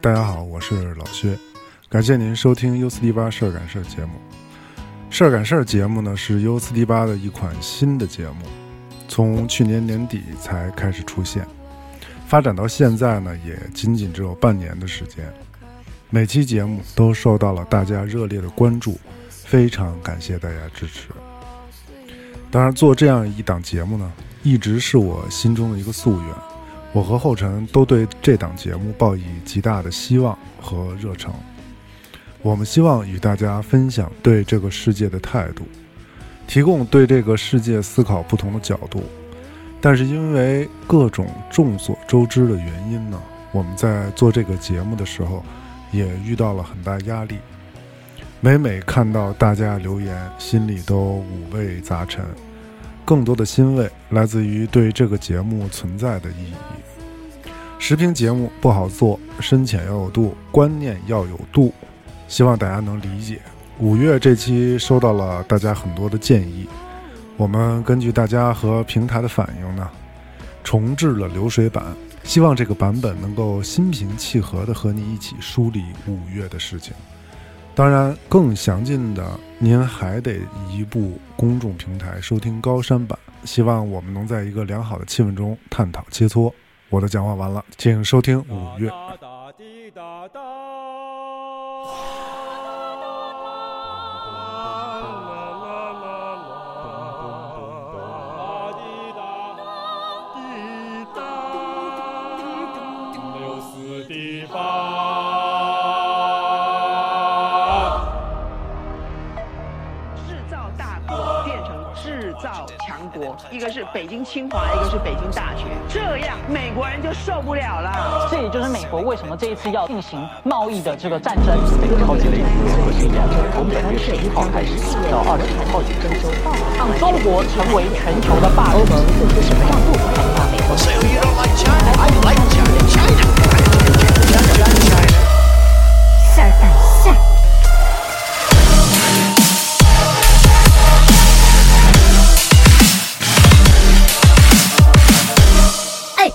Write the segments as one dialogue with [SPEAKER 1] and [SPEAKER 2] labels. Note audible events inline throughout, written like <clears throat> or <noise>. [SPEAKER 1] 大家好，我是老薛，感谢您收听 U 四 D 八事儿赶事儿节目。事儿赶事儿节目呢是 U 四 D 八的一款新的节目，从去年年底才开始出现，发展到现在呢也仅仅只有半年的时间。每期节目都受到了大家热烈的关注，非常感谢大家支持。当然，做这样一档节目呢，一直是我心中的一个夙愿。我和后尘都对这档节目抱以极大的希望和热诚。我们希望与大家分享对这个世界的态度，提供对这个世界思考不同的角度。但是因为各种众所周知的原因呢，我们在做这个节目的时候，也遇到了很大压力。每每看到大家留言，心里都五味杂陈。更多的欣慰来自于对这个节目存在的意义。时评节目不好做，深浅要有度，观念要有度，希望大家能理解。五月这期收到了大家很多的建议，我们根据大家和平台的反应呢，重置了流水版，希望这个版本能够心平气和地和你一起梳理五月的事情。当然，更详尽的，您还得移步公众平台收听高山版。希望我们能在一个良好的气氛中探讨切磋。我的讲话完了，请收听五月。
[SPEAKER 2] 哒哒滴哒哒。六四滴八。
[SPEAKER 3] 制造大国变成制造强国，一个是北京清华，一个是北京大学，这样美国人就受不了了。
[SPEAKER 4] 这也就是美国为什么这一次要进行贸易的这个战争。美国超级雷从本月十一号开始，到二十五号举行征收，让中国成为全球的霸主。
[SPEAKER 5] 事儿办事儿。哎，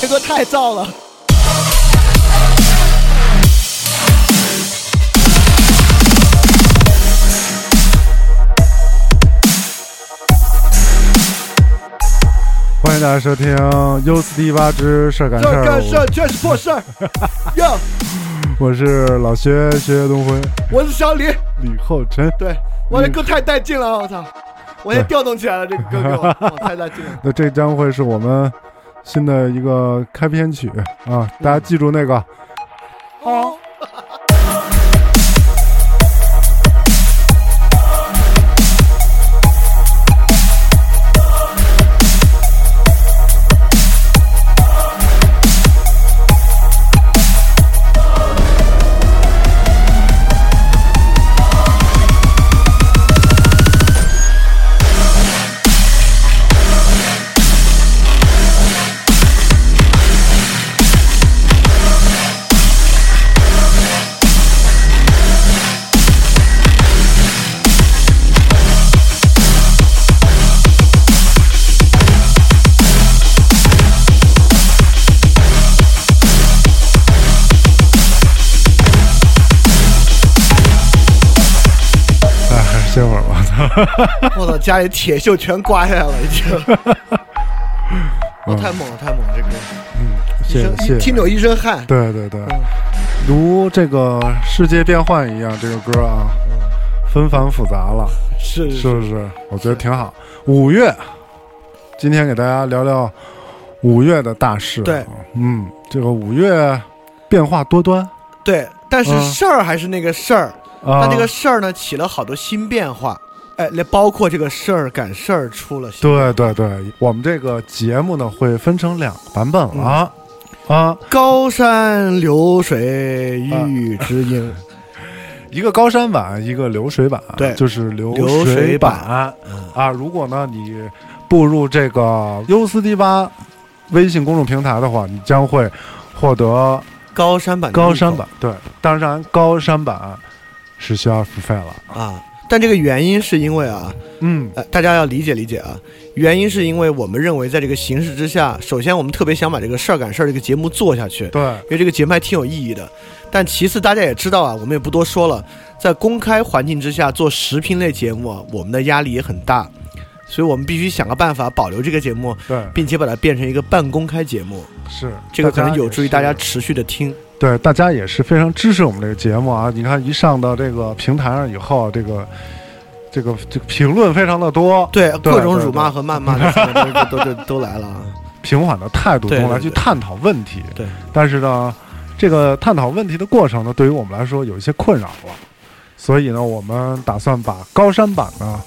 [SPEAKER 6] 这歌太燥了。
[SPEAKER 1] 欢迎大家收听《U 四 D 八之事儿赶事
[SPEAKER 6] 这
[SPEAKER 1] 儿
[SPEAKER 6] 儿》干事儿全是破
[SPEAKER 1] <laughs>
[SPEAKER 6] 事儿。哟，
[SPEAKER 1] 我，我是老薛薛东辉，
[SPEAKER 6] 我是小李。
[SPEAKER 1] 李厚辰。
[SPEAKER 6] 对，我这歌太带劲了，我操！我先调动起来了，这个歌给
[SPEAKER 1] <laughs>
[SPEAKER 6] 我，我太带劲了。
[SPEAKER 1] 那这将会是我们新的一个开篇曲啊，大家记住那个。
[SPEAKER 6] 哦，
[SPEAKER 1] 哎，歇会儿吧，操！
[SPEAKER 6] 我操，家里铁锈全刮下来了，已
[SPEAKER 1] <laughs>
[SPEAKER 6] 经。我太猛了，太猛了，这歌，一
[SPEAKER 1] 谢谢
[SPEAKER 6] 身
[SPEAKER 1] 谢
[SPEAKER 6] 一
[SPEAKER 1] 谢
[SPEAKER 6] 听。着一嗯身汗。
[SPEAKER 1] 对对对，如这个世界变幻一样，这个歌啊，
[SPEAKER 6] 嗯
[SPEAKER 1] 纷繁复杂了，
[SPEAKER 6] 是
[SPEAKER 1] 是不是？我觉得挺好。五月，今天给大家聊聊五月的大事。
[SPEAKER 6] 对，
[SPEAKER 1] 嗯，这个五月变化多端
[SPEAKER 6] 对，但是
[SPEAKER 1] 嗯
[SPEAKER 6] 事儿还是那个事儿，
[SPEAKER 1] 啊。
[SPEAKER 6] 但这个事儿呢起了好多新变化。哎，连包括这个事儿赶事儿出了新
[SPEAKER 1] 对对对，我们这个节目呢会分成两个版本了、
[SPEAKER 6] 嗯
[SPEAKER 1] 啊，
[SPEAKER 6] 高山流水遇知音，
[SPEAKER 1] 啊一个高山版，一个流水版，
[SPEAKER 6] 对
[SPEAKER 1] 就是流
[SPEAKER 6] 流水
[SPEAKER 1] 版
[SPEAKER 6] 版
[SPEAKER 1] 啊。如果呢你步入这个 U 四 D 八微信公众平台的话，你将会获得
[SPEAKER 6] 高山版的
[SPEAKER 1] 高
[SPEAKER 6] 入口
[SPEAKER 1] 山版对，当然高山版是需要付费了。
[SPEAKER 6] 啊。但这个原因是因为啊，
[SPEAKER 1] 嗯，
[SPEAKER 6] 呃，大家要理解理解啊。原因是因为我们认为，在这个形势之下，首先我们特别想把这个事儿赶事儿这个节目做下去，
[SPEAKER 1] 对，
[SPEAKER 6] 因为这个节目还挺有意义的。但其次，大家也知道啊，我们也不多说了，在公开环境之下做时评类节目啊，我们的压力也很大，所以我们必须想个办法保留这个节目，
[SPEAKER 1] 对，
[SPEAKER 6] 并且把它变成一个半公开节目，
[SPEAKER 1] 是
[SPEAKER 6] 这个可能有助于大家
[SPEAKER 1] 也是
[SPEAKER 6] 持续的听。
[SPEAKER 1] 对，大家也是非常支持我们这个节目啊！你看，一上到这个平台上以后，这个这个这个评论非常的多，
[SPEAKER 6] 对，
[SPEAKER 1] 对
[SPEAKER 6] 各种
[SPEAKER 1] 对
[SPEAKER 6] 辱骂
[SPEAKER 1] 对
[SPEAKER 6] 和谩骂的都都都都来了啊。
[SPEAKER 1] <laughs> 平缓的态度
[SPEAKER 6] 对
[SPEAKER 1] 中
[SPEAKER 6] 对
[SPEAKER 1] 来去
[SPEAKER 6] 对
[SPEAKER 1] 探讨问题。
[SPEAKER 6] 对
[SPEAKER 1] 但是呢，这个探讨问题的过程呢，对于我们来说有一些困扰了，所以呢，我们打算把高山版呢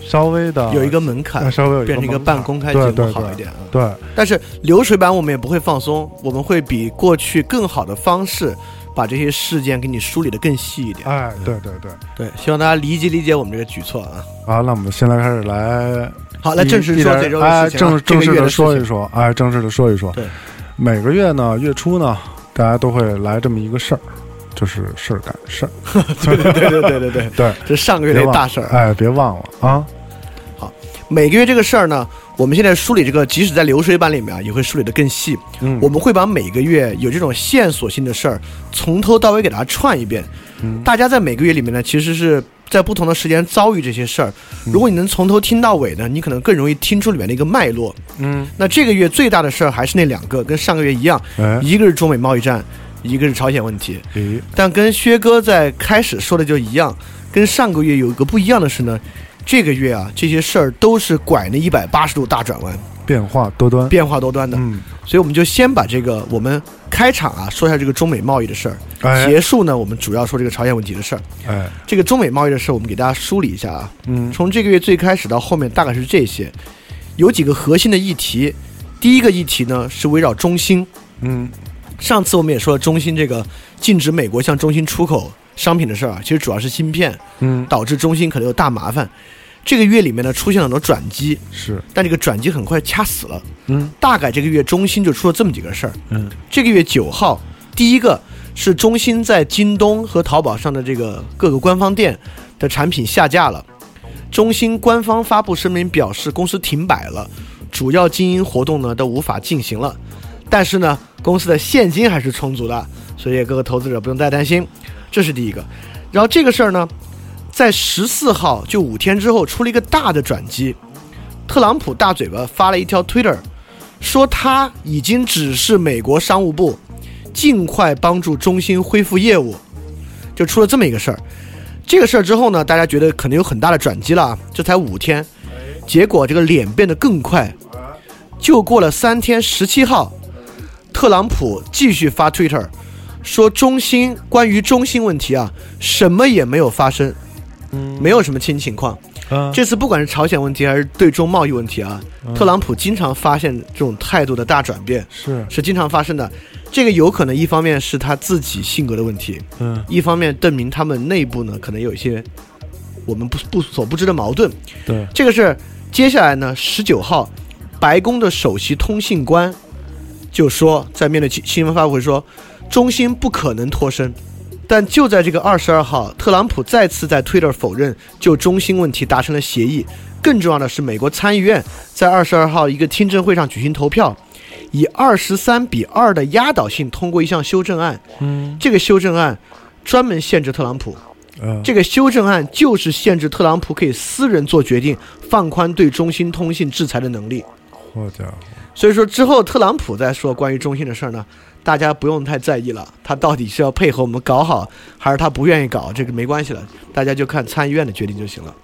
[SPEAKER 1] 稍微的
[SPEAKER 6] 有一个门槛
[SPEAKER 1] 呃，稍微有一个
[SPEAKER 6] 变成一个
[SPEAKER 1] 门槛
[SPEAKER 6] 半公开节
[SPEAKER 1] 对
[SPEAKER 6] 目
[SPEAKER 1] 对
[SPEAKER 6] 好
[SPEAKER 1] 对
[SPEAKER 6] 一点啊。
[SPEAKER 1] 对
[SPEAKER 6] 但是流水版我们也不会放松，我们会比过去更好的方式把这些事件给你梳理的更细一点。
[SPEAKER 1] 哎，对对对。
[SPEAKER 6] 对，希望大家理解理解我们这个举措啊。
[SPEAKER 1] 好，那我们现在开始来
[SPEAKER 6] 好，来
[SPEAKER 1] 一
[SPEAKER 6] 正式
[SPEAKER 1] 一
[SPEAKER 6] 说
[SPEAKER 1] 点
[SPEAKER 6] 这周
[SPEAKER 1] 哎，
[SPEAKER 6] 的事情啊、
[SPEAKER 1] 正正
[SPEAKER 6] 这个
[SPEAKER 1] 式
[SPEAKER 6] 月
[SPEAKER 1] 的
[SPEAKER 6] 的
[SPEAKER 1] 说
[SPEAKER 6] 事
[SPEAKER 1] 一
[SPEAKER 6] 情
[SPEAKER 1] 说，哎，正式的说一说。
[SPEAKER 6] 对，
[SPEAKER 1] 每个月呢，月初呢，大家都会来这么一个事儿，就是事儿赶事儿。
[SPEAKER 6] 对 <laughs> 对对对对对，
[SPEAKER 1] 对，
[SPEAKER 6] 这上个
[SPEAKER 1] 别
[SPEAKER 6] 月的
[SPEAKER 1] 忘
[SPEAKER 6] 大事儿啊。
[SPEAKER 1] 哎，别忘了啊。
[SPEAKER 6] 每个月这个事儿呢，我们现在梳理这个，即使在流水版里面啊，也会梳理的更细。
[SPEAKER 1] 嗯
[SPEAKER 6] 我们会把每个月有这种线索性的事儿，从头到尾给大家串一遍。
[SPEAKER 1] 嗯
[SPEAKER 6] 大家在每个月里面呢，其实是在不同的时间遭遇这些事儿。
[SPEAKER 1] 嗯
[SPEAKER 6] 如果你能从头听到尾呢，你可能更容易听出里面的一个脉络。
[SPEAKER 1] 嗯，
[SPEAKER 6] 那这个月最大的事儿还是那两个，跟上个月一样，
[SPEAKER 1] 哎，
[SPEAKER 6] 一个是中美贸易战，一个是朝鲜问题。
[SPEAKER 1] 咦，
[SPEAKER 6] 但跟薛哥在开始说的就一样，跟上个月有一个不一样的是呢，这个月啊，这些事儿都是拐那一百八十度大转弯，
[SPEAKER 1] 变化多端。
[SPEAKER 6] 变化多端的。
[SPEAKER 1] 嗯，
[SPEAKER 6] 所以我们就先把这个我们开场啊说一下这个中美贸易的事儿，
[SPEAKER 1] 哎，
[SPEAKER 6] 结束呢我们主要说这个朝鲜问题的事儿。
[SPEAKER 1] 哎，
[SPEAKER 6] 这个中美贸易的事儿，我们给大家梳理一下啊，
[SPEAKER 1] 嗯，
[SPEAKER 6] 从这个月最开始到后面大概是这些，有几个核心的议题。第一个议题呢是围绕中兴，
[SPEAKER 1] 嗯，
[SPEAKER 6] 上次我们也说了中兴这个禁止美国向中兴出口商品的事儿啊，其实主要是芯片。
[SPEAKER 1] 嗯，
[SPEAKER 6] 导致中心可能有大麻烦。这个月里面呢，出现了很多转机，
[SPEAKER 1] 是，
[SPEAKER 6] 但这个转机很快掐死了。
[SPEAKER 1] 嗯，
[SPEAKER 6] 大概这个月中心就出了这么几个事儿。
[SPEAKER 1] 嗯，
[SPEAKER 6] 这个月九号，第一个是中心在京东和淘宝上的这个各个官方店的产品下架了。中心官方发布声明表示，公司停摆了，主要经营活动呢都无法进行了。但是呢，公司的现金还是充足的，所以各个投资者不用太担心。这是第一个。然后这个事儿呢，在十四号就五天之后出了一个大的转机，特朗普大嘴巴发了一条 Twitter，说他已经指示美国商务部尽快帮助中兴恢复业务，就出了这么一个事儿。这个事儿之后呢，大家觉得可能有很大的转机了啊，这才五天，结果这个脸变得更快，就过了三天，十七号，特朗普继续发 Twitter，说中兴关于中兴问题啊，什么也没有发生，没有什么新情况。
[SPEAKER 1] 嗯，
[SPEAKER 6] 这次不管是朝鲜问题还是对中贸易问题啊，特朗普经常发现这种态度的大转变
[SPEAKER 1] 是，
[SPEAKER 6] 是经常发生的。这个有可能一方面是他自己性格的问题，
[SPEAKER 1] 嗯，
[SPEAKER 6] 一方面证明他们内部呢可能有一些我们不不所不知的矛盾。
[SPEAKER 1] 对，
[SPEAKER 6] 这个是接下来呢，十九号，白宫的首席通信官就说，在面对新新闻发布会说，中兴不可能脱身。但就在这个二十二号，特朗普再次在 Twitter 否认就中兴问题达成了协议。更重要的是，美国参议院在二十二号一个听证会上举行投票，以二十三比二的压倒性通过一项修正案。
[SPEAKER 1] 嗯，
[SPEAKER 6] 这个修正案专门限制特朗普。
[SPEAKER 1] 嗯，
[SPEAKER 6] 这个修正案就是限制特朗普可以私人做决定，放宽对中兴通信制裁的能力。
[SPEAKER 1] 好家伙，
[SPEAKER 6] 所以说之后特朗普再说关于中兴的事儿呢，大家不用太在意了，他到底是要配合我们搞好，还是他不愿意搞，这个没关系了，大家就看参议院的决定就行了。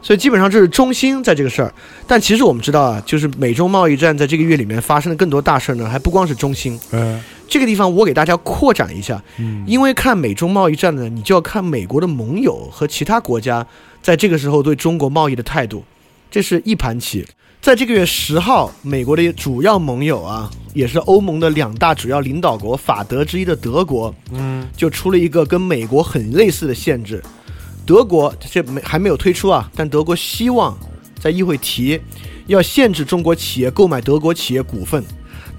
[SPEAKER 6] 所以基本上这是中兴在这个事儿，但其实我们知道啊，就是美中贸易战在这个月里面发生的更多大事儿呢，还不光是中兴，
[SPEAKER 1] 哎，
[SPEAKER 6] 这个地方我给大家扩展一下，
[SPEAKER 1] 嗯
[SPEAKER 6] 因为看美中贸易战呢，你就要看美国的盟友和其他国家在这个时候对中国贸易的态度，这是一盘棋。在这个月十号，美国的主要盟友啊，也是欧盟的两大主要领导国法德之一的德国，
[SPEAKER 1] 嗯，
[SPEAKER 6] 就出了一个跟美国很类似的限制。德国这没还没有推出啊，但德国希望在议会提要限制中国企业购买德国企业股份。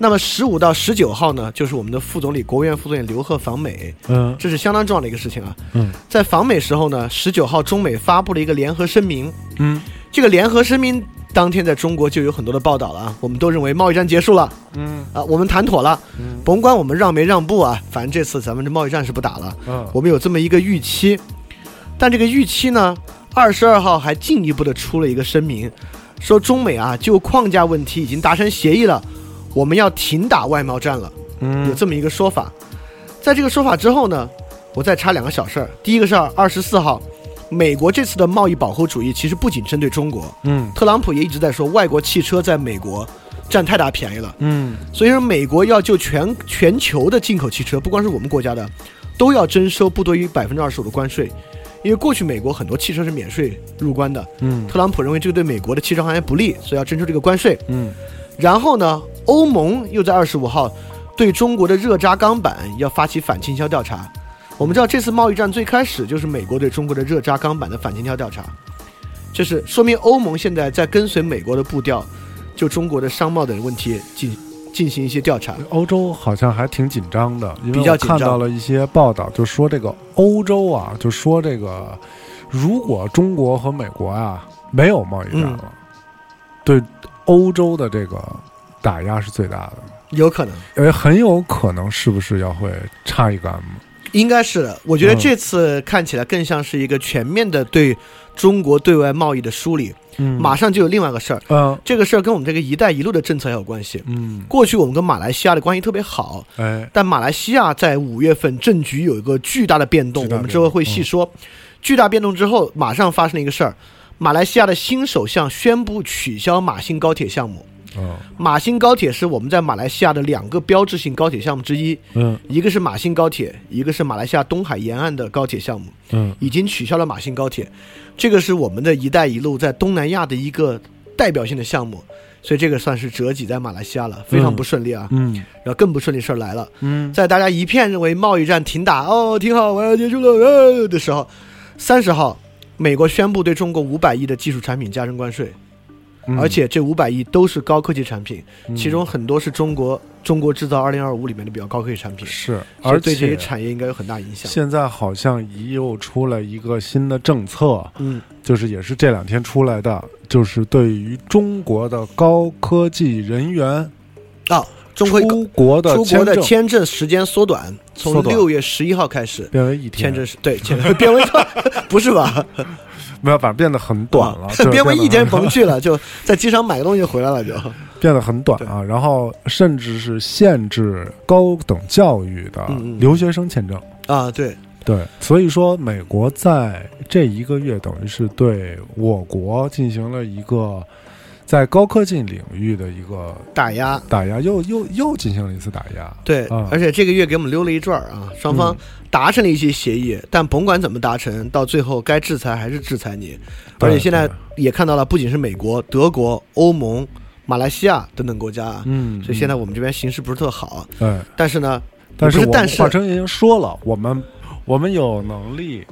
[SPEAKER 6] 那么十五到十九号呢，就是我们的副总理、国务院副总理刘鹤访美，
[SPEAKER 7] 嗯
[SPEAKER 6] 这是相当重要的一个事情啊。
[SPEAKER 7] 嗯
[SPEAKER 6] 在访美时候呢，十九号中美发布了一个联合声明，
[SPEAKER 7] 嗯
[SPEAKER 6] 这个联合声明当天在中国就有很多的报道了啊，我们都认为贸易战结束了，
[SPEAKER 7] 嗯
[SPEAKER 6] 啊，我们谈妥了，甭管我们让没让步啊，反正这次咱们这贸易战是不打了。
[SPEAKER 7] 嗯
[SPEAKER 6] 我们有这么一个预期，但这个预期呢，二十二号还进一步的出了一个声明，说中美啊就框架问题已经达成协议了，我们要停打外贸战了，有
[SPEAKER 7] 嗯
[SPEAKER 6] 这么一个说法。在这个说法之后呢，我再插两个小事儿。第一个事儿，二十四号，美国这次的贸易保护主义其实不仅针对中国，
[SPEAKER 7] 嗯
[SPEAKER 6] 特朗普也一直在说外国汽车在美国占太大便宜了。
[SPEAKER 7] 嗯
[SPEAKER 6] 所以说，美国要就全全球的进口汽车，不光是我们国家的，都要征收不多于百分之二十五的关税，因为过去美国很多汽车是免税入关的。
[SPEAKER 7] 嗯
[SPEAKER 6] 特朗普认为这个对美国的汽车行业不利，所以要征收这个关税。
[SPEAKER 7] 嗯
[SPEAKER 6] 然后呢，欧盟又在二十五号对中国的热轧钢板要发起反倾销调查。我们知道，这次贸易战最开始就是美国对中国的热轧钢板的反倾销调查，这是说明欧盟现在在跟随美国的步调，就中国的商贸等问题进进行一些调查。
[SPEAKER 1] 欧洲好像还挺紧张的，因为
[SPEAKER 6] 比较
[SPEAKER 1] 我
[SPEAKER 6] 紧张
[SPEAKER 1] 看到了一些报道，就说这个欧洲啊，就说这个，如果中国和美国啊没有贸易战了，
[SPEAKER 6] 嗯
[SPEAKER 1] 对欧洲的这个打压是最大的，
[SPEAKER 6] 有可能，
[SPEAKER 1] 也很有可能是不是要会差一杆子？
[SPEAKER 6] 应该是的。我觉得
[SPEAKER 1] 嗯
[SPEAKER 6] 这次看起来更像是一个全面的对中国对外贸易的梳理。
[SPEAKER 7] 嗯
[SPEAKER 6] 马上就有另外一个事儿，
[SPEAKER 1] 嗯
[SPEAKER 6] 这个事儿跟我们这个“一带一路”的政策也有关系。
[SPEAKER 1] 嗯，
[SPEAKER 6] 过去我们跟马来西亚的关系特别好，
[SPEAKER 1] 哎，
[SPEAKER 6] 但马来西亚在五月份政局有一个巨大的变动，
[SPEAKER 1] 巨大变
[SPEAKER 6] 我
[SPEAKER 1] 动嗯
[SPEAKER 6] 们之后会细说。巨大变动之后，马上发生了一个事儿：马来西亚的新首相宣布取消马新高铁项目。
[SPEAKER 1] 嗯
[SPEAKER 6] 马新高铁是我们在马来西亚的两个标志性高铁项目之一，
[SPEAKER 7] 嗯
[SPEAKER 6] 一个是马新高铁，一个是马来西亚东海沿岸的高铁项目，
[SPEAKER 7] 嗯
[SPEAKER 6] 已经取消了马新高铁。这个是我们的一带一路在东南亚的一个代表性的项目，所以这个算是折戟在马来西亚了，非常不顺利啊。
[SPEAKER 7] 嗯
[SPEAKER 6] 然后更不顺利事儿来了，
[SPEAKER 7] 嗯
[SPEAKER 6] 在大家一片认为贸易战停打哦，挺好，我要结束了呃的时候，三十号，美国宣布对中国五百亿的技术产品加征关税，
[SPEAKER 1] 嗯
[SPEAKER 7] 嗯
[SPEAKER 6] 而且这五百亿都是高科技产品，其中很多是中国中国制造二零二五里面的比较高科技产品，
[SPEAKER 1] 是，
[SPEAKER 6] 所以
[SPEAKER 1] 而
[SPEAKER 6] 对这些
[SPEAKER 1] 且
[SPEAKER 6] 产业应该有很大影响。
[SPEAKER 1] 现在好像又出来一个新的政策，
[SPEAKER 6] 嗯，
[SPEAKER 1] 就是也是这两天出来的，就是对于中国的高科技人员
[SPEAKER 6] 啊，中国
[SPEAKER 1] 出国的
[SPEAKER 6] 出
[SPEAKER 1] 签
[SPEAKER 6] 国的
[SPEAKER 1] 证
[SPEAKER 6] 签证时间缩短，从
[SPEAKER 1] 缩短
[SPEAKER 6] 六月十一号开始。
[SPEAKER 1] 变为一天
[SPEAKER 6] 签证是对，签证 <laughs> 变为不是吧？
[SPEAKER 1] 没有，反正变得很短
[SPEAKER 6] <laughs>
[SPEAKER 1] 了，就是
[SPEAKER 6] 变为一
[SPEAKER 1] 变
[SPEAKER 6] 天
[SPEAKER 1] 得
[SPEAKER 6] 甭去了，就在机场买个东西回来了就。
[SPEAKER 1] <laughs> 变得很短啊。然后甚至是限制高等教育的
[SPEAKER 6] 嗯嗯
[SPEAKER 1] 留学生签证。
[SPEAKER 6] 啊，对，
[SPEAKER 1] 对，所以说美国在这一个月等于是对我国进行了一个在高科技领域的一个
[SPEAKER 6] 打压，
[SPEAKER 1] 打压，又又又进行了一次打压。
[SPEAKER 6] 对，
[SPEAKER 1] 啊嗯
[SPEAKER 6] 而且这个月给我们溜了一转儿啊，双方达成了一些协议，但甭管怎么达成，到最后该制裁还是制裁你。
[SPEAKER 1] 对
[SPEAKER 6] 而且现在也看到了，不仅是美国、德国、欧盟、马来西亚等等国家啊，
[SPEAKER 1] 嗯，
[SPEAKER 6] 所以现在我们这边形势不是特好，
[SPEAKER 1] 哎。
[SPEAKER 6] 但是呢，
[SPEAKER 1] 但
[SPEAKER 6] 不是
[SPEAKER 1] 我
[SPEAKER 6] 但
[SPEAKER 1] 们
[SPEAKER 6] 是
[SPEAKER 1] 华晨已经说了，我们我们有能力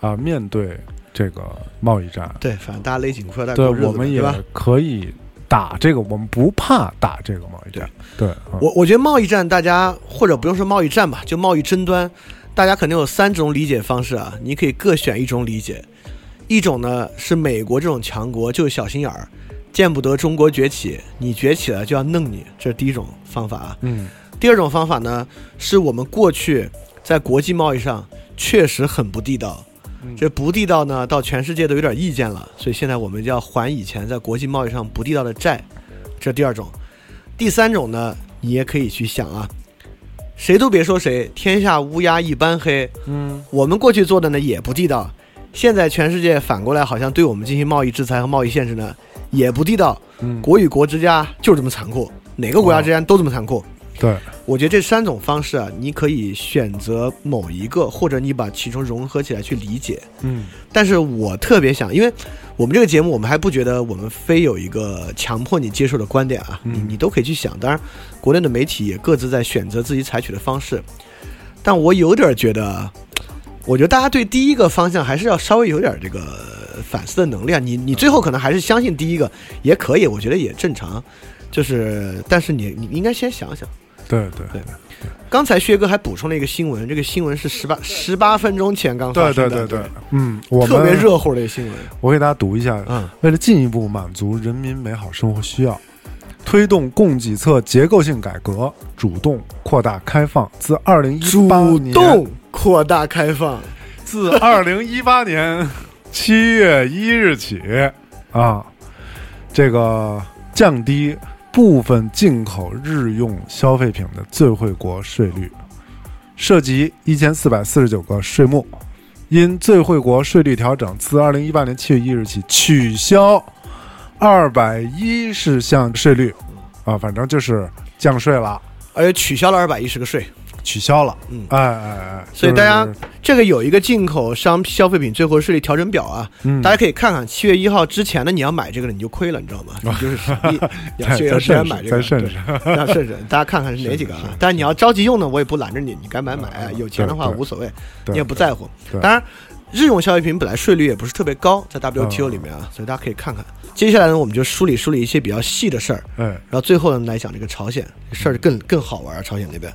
[SPEAKER 1] 啊、面对这个贸易战，
[SPEAKER 6] 对，反正大家勒紧裤腰带
[SPEAKER 1] 对，
[SPEAKER 6] 过日子嘛，
[SPEAKER 1] 我们也
[SPEAKER 6] 对吧？
[SPEAKER 1] 可以打这个，我们不怕打这个贸易战。对，啊
[SPEAKER 6] 我我觉得贸易战，大家或者不用说贸易战吧，就贸易争端，大家肯定有三种理解方式啊，你可以各选一种理解。一种呢是美国这种强国就是小心眼儿，见不得中国崛起，你崛起了就要弄你，这是第一种方法啊。
[SPEAKER 1] 嗯
[SPEAKER 6] 第二种方法呢，是我们过去在国际贸易上确实很不地道，这不地道呢，到全世界都有点意见了，所以现在我们就要还以前在国际贸易上不地道的债，这第二种。第三种呢，你也可以去想啊，谁都别说谁，天下乌鸦一般黑，
[SPEAKER 7] 嗯
[SPEAKER 6] 我们过去做的呢也不地道，现在全世界反过来好像对我们进行贸易制裁和贸易限制呢也不地道，
[SPEAKER 1] 嗯，
[SPEAKER 6] 国与国之间就是这么残酷，哪个国家之间都这么残酷。
[SPEAKER 1] 对，
[SPEAKER 6] 我觉得这三种方式啊，你可以选择某一个，或者你把其中融合起来去理解。
[SPEAKER 1] 嗯
[SPEAKER 6] 但是我特别想，因为我们这个节目，我们还不觉得我们非有一个强迫你接受的观点啊，你
[SPEAKER 1] 嗯
[SPEAKER 6] 你都可以去想。当然，国内的媒体也各自在选择自己采取的方式，但我有点觉得，我觉得大家对第一个方向还是要稍微有点这个反思的能力啊。你你最后可能还是相信第一个也可以，我觉得也正常。就是，但是你你应该先想想。
[SPEAKER 1] 对对
[SPEAKER 6] 对刚才薛哥还补充了一个新闻，这个新闻是十八十八分钟前刚发
[SPEAKER 1] 对
[SPEAKER 6] 生
[SPEAKER 1] 对
[SPEAKER 6] 的，
[SPEAKER 1] 对对，嗯，我
[SPEAKER 6] 特别
[SPEAKER 1] 们
[SPEAKER 6] 热乎的一个新闻。
[SPEAKER 1] 我给大家读一下，
[SPEAKER 6] 嗯，
[SPEAKER 1] 为了进一步满足人民美好生活需要，推动供给侧结构性改革，主动扩大开放。自二零一
[SPEAKER 6] 主
[SPEAKER 1] 八年，
[SPEAKER 6] 动扩大开放，
[SPEAKER 1] 自二零一八年七月一日起啊，这个降低部分进口日用消费品的最惠国税率，涉及一千四百四十九个税目。因最惠国税率调整，自二零一八年七月一日起取消二百一十项税率，啊，反正就是降税了，
[SPEAKER 6] 而且取消了二百一十个税。
[SPEAKER 1] 取消了。
[SPEAKER 6] 嗯
[SPEAKER 1] 哎哎哎，
[SPEAKER 6] 所以大家
[SPEAKER 1] 就是
[SPEAKER 6] 这个有一个进口商消费品最后税率调整表啊，
[SPEAKER 1] 嗯
[SPEAKER 6] 大家可以看看。七月一号之前呢，你要买这个了，你就亏了，你知道吗？你
[SPEAKER 1] <laughs>
[SPEAKER 6] 就是你你要
[SPEAKER 1] 再
[SPEAKER 6] 七月
[SPEAKER 1] 再
[SPEAKER 6] 一号之前
[SPEAKER 1] 慎
[SPEAKER 6] 买
[SPEAKER 1] 着，
[SPEAKER 6] 这
[SPEAKER 1] 再
[SPEAKER 6] 个，
[SPEAKER 1] 慎
[SPEAKER 6] 对
[SPEAKER 1] 着。
[SPEAKER 6] 那是
[SPEAKER 1] <laughs>
[SPEAKER 6] 是，大家看看是哪几个啊？但是你要着急用呢，我也不拦着你，你该买买，
[SPEAKER 1] 嗯嗯
[SPEAKER 6] 有钱的话
[SPEAKER 1] 对对
[SPEAKER 6] 无所谓，
[SPEAKER 1] 对
[SPEAKER 6] 你也不在乎。
[SPEAKER 1] 对
[SPEAKER 6] 当然，日用消费品本来税率也不是特别高，在 WTO
[SPEAKER 1] 嗯
[SPEAKER 6] 里面啊，所以大家可以看看。接下来呢，我们就梳理梳理一些比较细的事儿，
[SPEAKER 1] 哎，
[SPEAKER 6] 然后最后呢来讲这个朝鲜事儿更更好玩儿，朝鲜那边。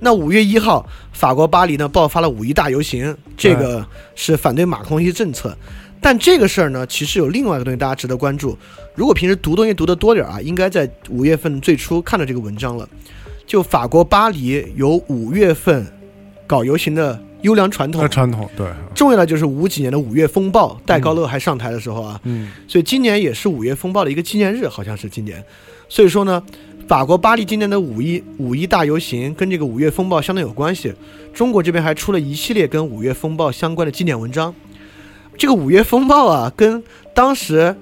[SPEAKER 6] 那五月一号，法国巴黎呢爆发了五一大游行，这个是反对马克龙一些政策。但这个事儿呢，其实有另外一个东西大家值得关注。如果平时读东西读得多点儿啊，应该在五月份最初看到这个文章了。就法国巴黎有五月份搞游行的优良传
[SPEAKER 1] 那
[SPEAKER 6] 统，
[SPEAKER 1] 传统对，
[SPEAKER 6] 重要的就是五几年的五月风暴，戴高乐还上台的时候啊，
[SPEAKER 1] 嗯
[SPEAKER 6] 所以今年也是五月风暴的一个纪念日，好像是今年。所以说呢，法国巴黎今年的五一五一大游行跟这个五月风暴相当有关系。中国这边还出了一系列跟五月风暴相关的纪念文章。这个五月风暴啊，跟当时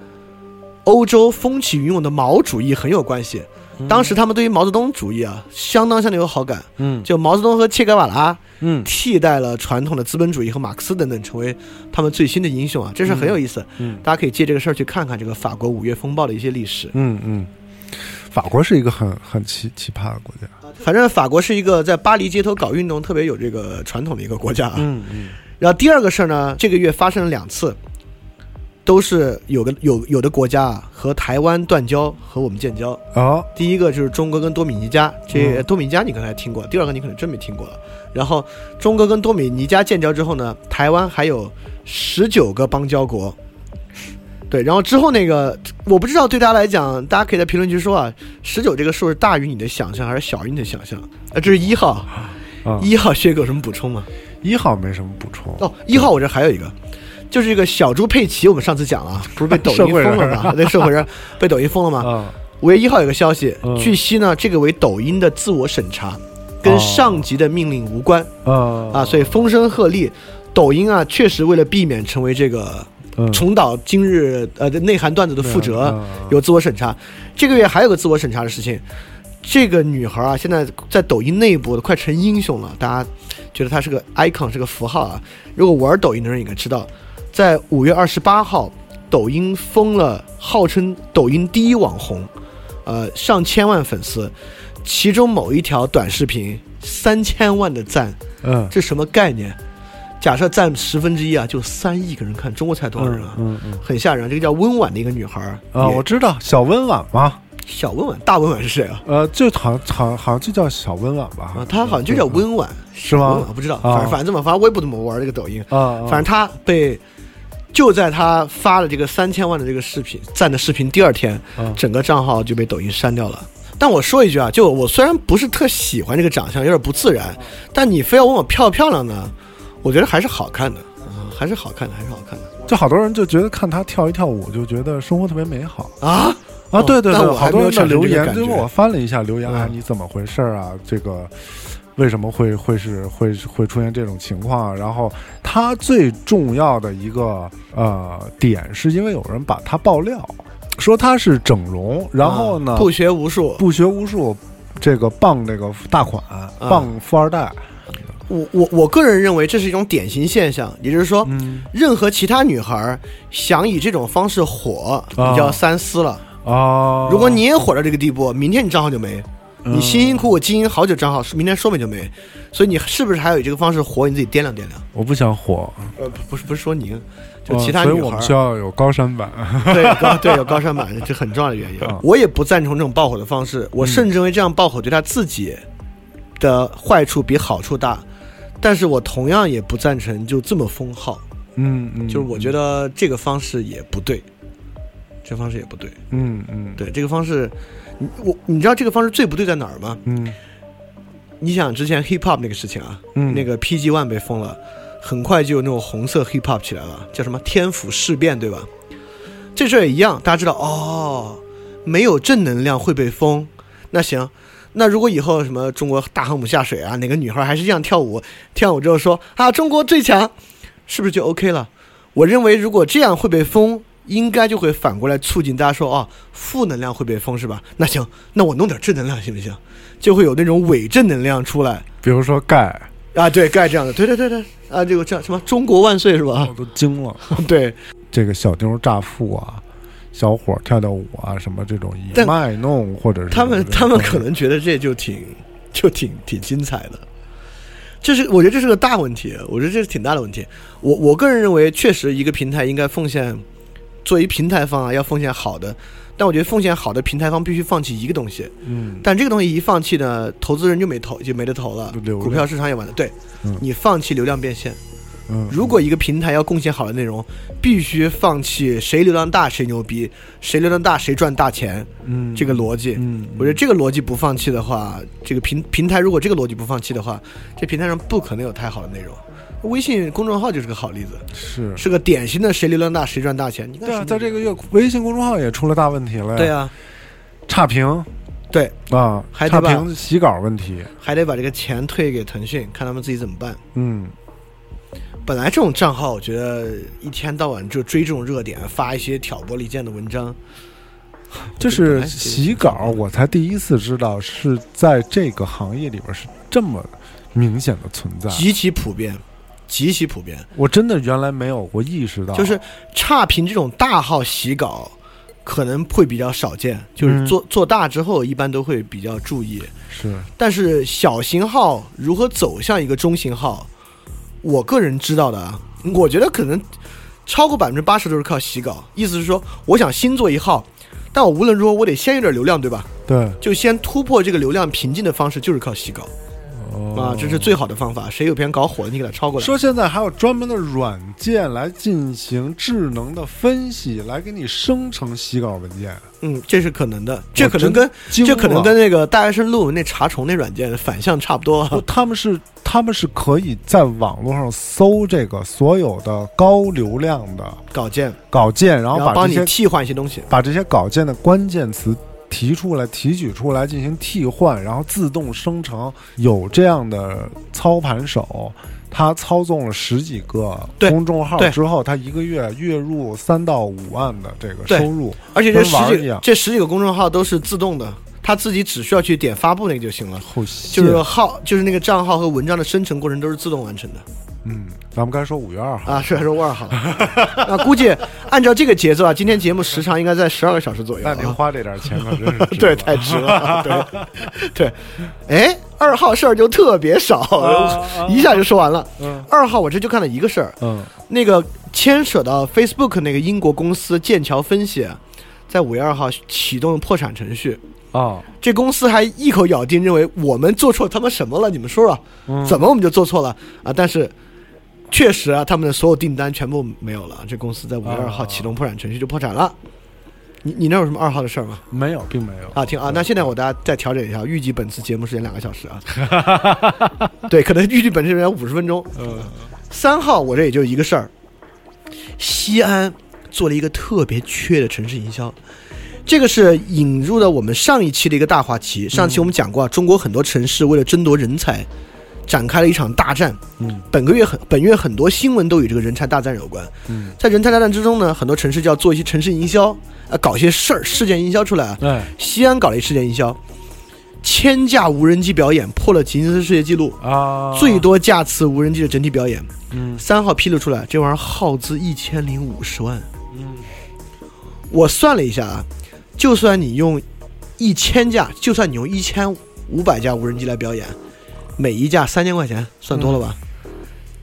[SPEAKER 6] 欧洲风起云涌的毛主义很有关系。当时他们对于毛泽东主义啊，相当相当有好感。
[SPEAKER 1] 嗯
[SPEAKER 6] 就毛泽东和切格瓦拉
[SPEAKER 1] 嗯
[SPEAKER 6] 替代了传统的资本主义和马克思等等，成为他们最新的英雄啊，这是很有意思。
[SPEAKER 1] 嗯
[SPEAKER 6] 大家可以借这个事儿去看看这个法国五月风暴的一些历史。
[SPEAKER 1] 嗯嗯，法国是一个很很奇奇葩的国家，啊
[SPEAKER 6] 反正法国是一个在巴黎街头搞运动特别有这个传统的一个国家啊。
[SPEAKER 1] 嗯嗯
[SPEAKER 6] 然后第二个事儿呢，这个月发生了两次，都是有个有有的国家啊和台湾断交和我们建交。
[SPEAKER 1] 哦，
[SPEAKER 6] 第一个就是中哥跟多米尼加，这
[SPEAKER 1] 嗯
[SPEAKER 6] 多米尼加你可能还听过，第二个你可能真没听过了。然后中哥跟多米尼加建交之后呢，台湾还有十九个邦交国。对，然后之后那个我不知道对大家来讲，大家可以在评论区说啊，十九这个数是大于你的想象还是小于你的想象？啊，这是一号，
[SPEAKER 1] 啊
[SPEAKER 6] 一号薛哥有什么补充吗？
[SPEAKER 1] 一号没什么补充
[SPEAKER 6] 哦，一号我这还有一个，就是这个小猪佩奇，我们上次讲了，不是被抖
[SPEAKER 1] 社
[SPEAKER 6] 音
[SPEAKER 1] 会人
[SPEAKER 6] 封了吗？那社会人被抖音封了吗？
[SPEAKER 1] 啊
[SPEAKER 6] 五月一号有个消息，
[SPEAKER 1] 嗯
[SPEAKER 6] 据悉呢，这个为抖音的自我审查，跟
[SPEAKER 1] 哦
[SPEAKER 6] 上级的命令无关、
[SPEAKER 1] 啊
[SPEAKER 6] 啊，所以风声鹤唳，抖音啊确实为了避免成为这个
[SPEAKER 1] 嗯
[SPEAKER 6] 重蹈今日呃内涵段子的覆辙，
[SPEAKER 1] 嗯嗯
[SPEAKER 6] 有自我审查。这个月还有个自我审查的事情，这个女孩啊，现在在抖音内部快成英雄了，大家觉得她是个 icon，是个符号啊。如果玩抖音的人应该知道，在五月二十八号，抖音封了号称抖音第一网红，呃，上千万粉丝，其中某一条短视频三千万的赞，
[SPEAKER 1] 嗯
[SPEAKER 6] 这什么概念？假设占十分之一啊，就三亿个人看，中国才多少人啊？
[SPEAKER 1] 嗯嗯
[SPEAKER 6] 很吓人。这个叫温婉的一个女孩儿
[SPEAKER 1] 啊，
[SPEAKER 6] 也
[SPEAKER 1] 我知道小温婉嘛，
[SPEAKER 6] 小温婉，大温婉是谁啊？
[SPEAKER 1] 呃，就好像好好像就叫小温婉吧
[SPEAKER 6] 啊，，她好像就叫温婉，
[SPEAKER 1] 是
[SPEAKER 6] 温
[SPEAKER 1] 吗
[SPEAKER 6] 婉？不知道，
[SPEAKER 1] 啊
[SPEAKER 6] 反正反正这么，反正我也不怎么玩这个抖音，
[SPEAKER 1] 啊，
[SPEAKER 6] 反正她被。就在她发了这个三千万的这个视频赞的视频第二天，
[SPEAKER 1] 嗯
[SPEAKER 6] 整个账号就被抖音删掉了。但我说一句啊，就我虽然不是特喜欢这个长相，有点不自
[SPEAKER 1] 啊
[SPEAKER 6] 然，但你非要问我漂不漂亮呢？我觉得还是好看的，啊，还是好看的，还是好看的
[SPEAKER 1] 就好多人就觉得看他跳一跳舞，就觉得生活特别美好。
[SPEAKER 6] 啊。
[SPEAKER 1] 啊，
[SPEAKER 6] 哦
[SPEAKER 1] 对对
[SPEAKER 6] 但
[SPEAKER 1] 对，
[SPEAKER 6] 我还
[SPEAKER 1] 好多
[SPEAKER 6] 没有
[SPEAKER 1] 人的
[SPEAKER 6] 产生
[SPEAKER 1] 留
[SPEAKER 6] 这个
[SPEAKER 1] 言，
[SPEAKER 6] 感
[SPEAKER 1] 最后
[SPEAKER 6] 觉
[SPEAKER 1] 我翻了一下留言，
[SPEAKER 6] 嗯
[SPEAKER 1] 啊，你怎么回事儿啊？这个为什么会会是会会出现这种情况啊？然后他最重要的一个呃点，是因为有人把他爆料，说他是整容，然后呢
[SPEAKER 6] 啊不学无术，
[SPEAKER 1] 不学无术，这个傍这个大款，
[SPEAKER 6] 嗯
[SPEAKER 1] 傍富二代，
[SPEAKER 6] 我我我个人认为这是一种典型现象，也就是说，
[SPEAKER 1] 嗯
[SPEAKER 6] 任何其他女孩想以这种方式火，
[SPEAKER 1] 啊
[SPEAKER 6] 你就要三思了。
[SPEAKER 1] 啊，
[SPEAKER 6] 如果你也火到这个地步，明天你账号就没，你辛辛苦苦经营好久账号，是明天说没就没，所以你是不是还有这个方式活？你自己掂量哦掂量。
[SPEAKER 1] 我不想火，
[SPEAKER 6] 呃，不不是不是说您，就
[SPEAKER 1] 呃
[SPEAKER 6] 其他
[SPEAKER 1] 所
[SPEAKER 6] 女
[SPEAKER 1] 以
[SPEAKER 6] 孩儿。
[SPEAKER 1] 我们需要有高山版。
[SPEAKER 6] <laughs> 对有高对有高山版，这很重要的原因嗯
[SPEAKER 1] 啊。
[SPEAKER 6] 我也不赞成这种爆火的方式，我甚至认为这样爆火对他自己的坏处比好处大。但是我同样也不赞成就这么封号，
[SPEAKER 1] 嗯嗯，
[SPEAKER 6] 就是我觉得这个方式也不对，这方式也不对。
[SPEAKER 1] 嗯，嗯嗯
[SPEAKER 6] 对这个方式，你我你知道这个方式最不对在哪儿吗？
[SPEAKER 1] 嗯
[SPEAKER 6] 你想之前 hip hop 那个事情啊，
[SPEAKER 1] 嗯
[SPEAKER 6] 那个 PG One 被封了，很快就有那种红色 hip hop 起来了，叫什么天府事变，对吧？这事儿也一样，大家知道哦，没有正能量会被封。那行，那如果以后什么中国大航母下水啊，哪个女孩还是这样跳舞，跳舞之后说啊中国最强，是不是就 OK 了？我认为如果这样会被封，应该就会反过来促进大家说哦，负能量会被封是吧？那行，那我弄点正能量行不行？就会有那种伪正能量出来
[SPEAKER 1] 比如说钙，
[SPEAKER 6] 啊，对，盖这样的，对对对对啊，这个叫什么中国万岁是吧
[SPEAKER 1] 我？都惊了。
[SPEAKER 6] 对，
[SPEAKER 1] 这个小妞乍富啊，小伙儿跳跳舞啊，什么这种以
[SPEAKER 6] 但
[SPEAKER 1] 卖弄或者是
[SPEAKER 6] 他们
[SPEAKER 1] 这种
[SPEAKER 6] 他们可能觉得这就挺就挺挺精彩的，这是我觉得这是个大问题，我觉得这是挺大的问题。我我个人认为，确实一个平台应该奉献，作为平台方啊，要奉献好的。但我觉得奉献好的平台方必须放弃一个东西，
[SPEAKER 1] 嗯
[SPEAKER 6] 但这个东西一放弃呢，投资人就没投就没得投了
[SPEAKER 1] 流，量
[SPEAKER 6] 股票市场也完了。对，
[SPEAKER 1] 嗯
[SPEAKER 6] 你放弃流量变现，
[SPEAKER 1] 嗯，
[SPEAKER 6] 如果一个平台要贡献好的内容，必须放弃谁流量大谁牛逼，谁流量大谁赚大钱
[SPEAKER 1] 嗯
[SPEAKER 6] 这个逻辑。
[SPEAKER 1] 嗯，
[SPEAKER 6] 我觉得这个逻辑不放弃的话，这个平平台如果这个逻辑不放弃的话，这平台上不可能有太好的内容。微信公众号就是个好例子，
[SPEAKER 1] 是
[SPEAKER 6] 是个典型的谁流量大谁赚大钱。你看
[SPEAKER 1] 对啊，
[SPEAKER 6] 什么
[SPEAKER 1] 在这个月微信公众号也出了大问题了呀，
[SPEAKER 6] 对啊，
[SPEAKER 1] 差评
[SPEAKER 6] 对，
[SPEAKER 1] 啊，
[SPEAKER 6] 还
[SPEAKER 1] 差
[SPEAKER 6] 得把
[SPEAKER 1] 评洗稿问题，
[SPEAKER 6] 还得把这个钱退给腾讯，看他们自己怎么办。
[SPEAKER 1] 嗯
[SPEAKER 6] 本来这种账号，我觉得一天到晚就追这种热点，发一些挑拨离间的文章，
[SPEAKER 1] 啊就
[SPEAKER 6] 本
[SPEAKER 1] 是
[SPEAKER 6] 来是
[SPEAKER 1] 洗稿，我才第一次知道是在这个行业里边是这么明显的存在。
[SPEAKER 6] 极其普遍，极其普遍。
[SPEAKER 1] 我真的原来没有过意识到，
[SPEAKER 6] 就是差评这种大号洗稿，可能会比较少见，就是
[SPEAKER 1] 嗯
[SPEAKER 6] 做、做大之后，一般都会比较注意。
[SPEAKER 1] 是
[SPEAKER 6] 但是小型号如何走向一个中型号，我个人知道的啊，我觉得可能超过百分之八十都是靠洗稿。意思是说，我想新做一号，但我无论如何我得先有点流量，对吧？
[SPEAKER 1] 对
[SPEAKER 6] 就先突破这个流量瓶颈的方式就是靠洗稿啊
[SPEAKER 1] 哦，
[SPEAKER 6] 这是最好的方法。谁有篇稿火了，你给他超过来。
[SPEAKER 1] 说现在还有专门的软件来进行智能的分析，来给你生成洗稿文件，
[SPEAKER 6] 嗯，这是可能的，这
[SPEAKER 1] 我
[SPEAKER 6] 可能
[SPEAKER 1] 哦真
[SPEAKER 6] 跟
[SPEAKER 1] 惊
[SPEAKER 6] 这可能
[SPEAKER 1] 了
[SPEAKER 6] 跟那个大学生论文那查重那软件反向差不多啊 <laughs>
[SPEAKER 1] 不，。他们是他们是可以在网络上搜这个所有的高流量的
[SPEAKER 6] 稿件，
[SPEAKER 1] 稿件，然
[SPEAKER 6] 然
[SPEAKER 1] 后
[SPEAKER 6] 后
[SPEAKER 1] 哦把
[SPEAKER 6] 帮你
[SPEAKER 1] 这些
[SPEAKER 6] 替换一些东西。
[SPEAKER 1] 把这些稿件的关键词提出来、提取出来进行替换，然后自动生成。有这样的操盘手，他操纵了十几个
[SPEAKER 6] 对
[SPEAKER 1] 公众号
[SPEAKER 6] 对
[SPEAKER 1] 之后，他一个月月入三到五万的这个
[SPEAKER 6] 对
[SPEAKER 1] 收入，
[SPEAKER 6] 而且这
[SPEAKER 1] 跟玩儿
[SPEAKER 6] 十
[SPEAKER 1] 一
[SPEAKER 6] 几
[SPEAKER 1] 样
[SPEAKER 6] 这十几个公众号都是自动的，他自己只需要去点发布那个就行了。
[SPEAKER 1] 好谢
[SPEAKER 6] 就是号，就是那个账号和文章的生成过程都是自动完成的
[SPEAKER 1] 嗯，咱们该说五月二号，
[SPEAKER 6] 啊，是还是万号？ <laughs> 那估计按照这个节奏啊，今天节目时长应该在十二个小时左右、
[SPEAKER 1] 那
[SPEAKER 6] 啊。
[SPEAKER 1] 你花这点钱可真
[SPEAKER 6] <laughs>
[SPEAKER 1] 是值
[SPEAKER 6] 对，
[SPEAKER 1] 了
[SPEAKER 6] 太值了。对，对，哎，二号事儿就特别少， <laughs> 一下就说完了。二号我这就看了一个事儿，
[SPEAKER 1] 嗯
[SPEAKER 6] 那个牵扯到 Facebook 那个英国公司剑桥分析，在五月二号启动破产程序。
[SPEAKER 1] 啊，
[SPEAKER 6] 这公司还一口咬定认为我们做错他妈什么了？你们说说，怎么我们就做错了啊？但是确实啊，他们的所有订单全部没有了。这公司在五月二号启动破产程序就破产了。你你那有什么二号的事儿吗？
[SPEAKER 1] 没有，并没有
[SPEAKER 6] 啊，挺啊，那现在我大家再调整一下，预计本次节目时间两个小时啊。
[SPEAKER 1] <laughs>
[SPEAKER 6] 对，可能预计本次时间五十分钟。嗯，三号我这也就一个事儿，西安做了一个特别缺的城市营销，这个是引入了我们上一期的一个大话
[SPEAKER 1] 嗯
[SPEAKER 6] 题。上期我们讲过、啊，中国很多城市为了争夺人才，展开了一场大战。
[SPEAKER 1] 嗯，
[SPEAKER 6] 本个月很本月很多新闻都与这个人才大战有关。
[SPEAKER 1] 嗯，
[SPEAKER 6] 在人才大战之中呢，很多城市就要做一些城市营销，啊，搞一些事儿事件营销出来啊。
[SPEAKER 1] 哎
[SPEAKER 6] 西安搞了一事件营销，千架无人机表演破了吉尼斯世界纪录，
[SPEAKER 1] 啊，
[SPEAKER 6] 最多架次无人机的整体表演。
[SPEAKER 1] 嗯
[SPEAKER 6] 三号披露出来，这玩意儿耗资一千零五十万。
[SPEAKER 1] 嗯
[SPEAKER 6] 我算了一下啊，就算你用一千架，就算你用一千五百架无人机来表演，每一架三千块钱，算多了吧？
[SPEAKER 1] 嗯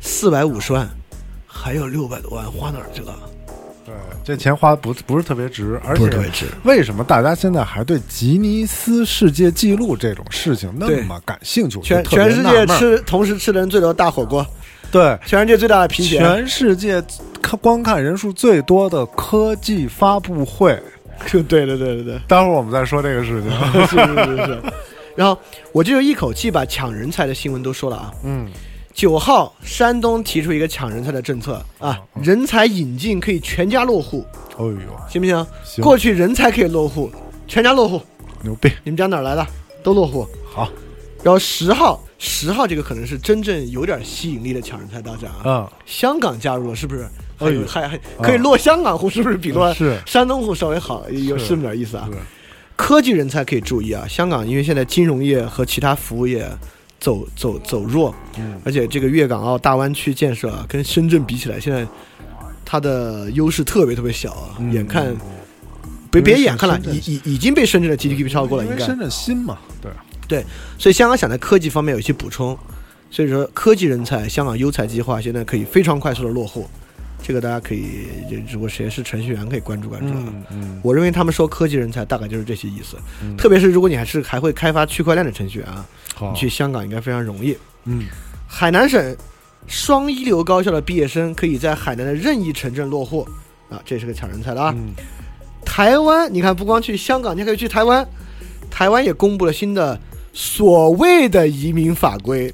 [SPEAKER 6] 四百五十万，还有六百多万花哪儿去了？
[SPEAKER 1] 对，这钱花不不是特别值，而
[SPEAKER 6] 不是特别
[SPEAKER 1] 且
[SPEAKER 6] 值。
[SPEAKER 1] 为什么大家现在还对吉尼斯世界纪录这种事情那
[SPEAKER 6] 对
[SPEAKER 1] 么感兴趣？我就
[SPEAKER 6] 全
[SPEAKER 1] 特别
[SPEAKER 6] 全世
[SPEAKER 1] 纳
[SPEAKER 6] 界
[SPEAKER 1] 闷儿
[SPEAKER 6] 吃同时吃的人最多的大火锅，
[SPEAKER 1] 对
[SPEAKER 6] 全世界最大的皮鞋，
[SPEAKER 1] 全世界看观看人数最多的科技发布会，
[SPEAKER 6] 对 <laughs> 对对
[SPEAKER 1] <laughs>
[SPEAKER 6] 对对，
[SPEAKER 1] 待会儿我们再说这个事情。
[SPEAKER 6] 是是是是。然后我就一口气把抢人才的新闻都说了啊。
[SPEAKER 1] 嗯，
[SPEAKER 6] 九号，山东提出一个抢人才的政策啊，
[SPEAKER 1] 嗯
[SPEAKER 6] 人才引进可以全家落户，
[SPEAKER 1] 哦呦，
[SPEAKER 6] 行不行？
[SPEAKER 1] 行
[SPEAKER 6] 过去人才可以落户，全家落户，
[SPEAKER 1] 牛逼！
[SPEAKER 6] 你们家哪儿来的？都落户。
[SPEAKER 1] 好，
[SPEAKER 6] 然后十号，十号这个可能是真正有点吸引力的抢人才大战啊。
[SPEAKER 1] 嗯，
[SPEAKER 6] 香港加入了，是不是？还
[SPEAKER 1] 哎呦
[SPEAKER 6] 有
[SPEAKER 1] 啊
[SPEAKER 6] 还还可以落香港户，是不是比落
[SPEAKER 1] 是
[SPEAKER 6] 山东户稍微好，有
[SPEAKER 1] 是
[SPEAKER 6] 是那么点意思啊
[SPEAKER 1] 是？
[SPEAKER 6] 科技人才可以注意啊，香港因为现在金融业和其他服务业走走走弱，
[SPEAKER 1] 嗯
[SPEAKER 6] 而且这个粤港澳大湾区建设啊，跟深圳比起来，现在它的优势特别特别小啊，
[SPEAKER 1] 嗯
[SPEAKER 6] 眼看
[SPEAKER 1] 嗯。因
[SPEAKER 6] 别
[SPEAKER 1] 为
[SPEAKER 6] 别眼
[SPEAKER 1] 深
[SPEAKER 6] 看了，
[SPEAKER 1] 深圳
[SPEAKER 6] 已已已经被深圳的 GDP 超过了，
[SPEAKER 1] 因
[SPEAKER 6] 应
[SPEAKER 1] 为
[SPEAKER 6] 该。
[SPEAKER 1] 深圳新嘛，对，
[SPEAKER 6] 对，所以香港想在科技方面有一些补充，所以说科技人才，香港优才计划现在可以非常快速的落户，这个大家可以，就如果谁是程序员可以关注关注啊。
[SPEAKER 1] 嗯，
[SPEAKER 6] 我认为他们说科技人才大概就是这些意思，特别是如果你还是还会开发区块链的程序员啊，
[SPEAKER 1] 好
[SPEAKER 6] 你去香港应该非常容易。
[SPEAKER 1] 嗯，
[SPEAKER 6] 海南省双一流高校的毕业生可以在海南的任意城镇落户啊，这是个抢人才的啊。
[SPEAKER 1] 嗯
[SPEAKER 6] 台湾，你看不光去香港，你还可以去台湾。台湾也公布了新的所谓的移民法规，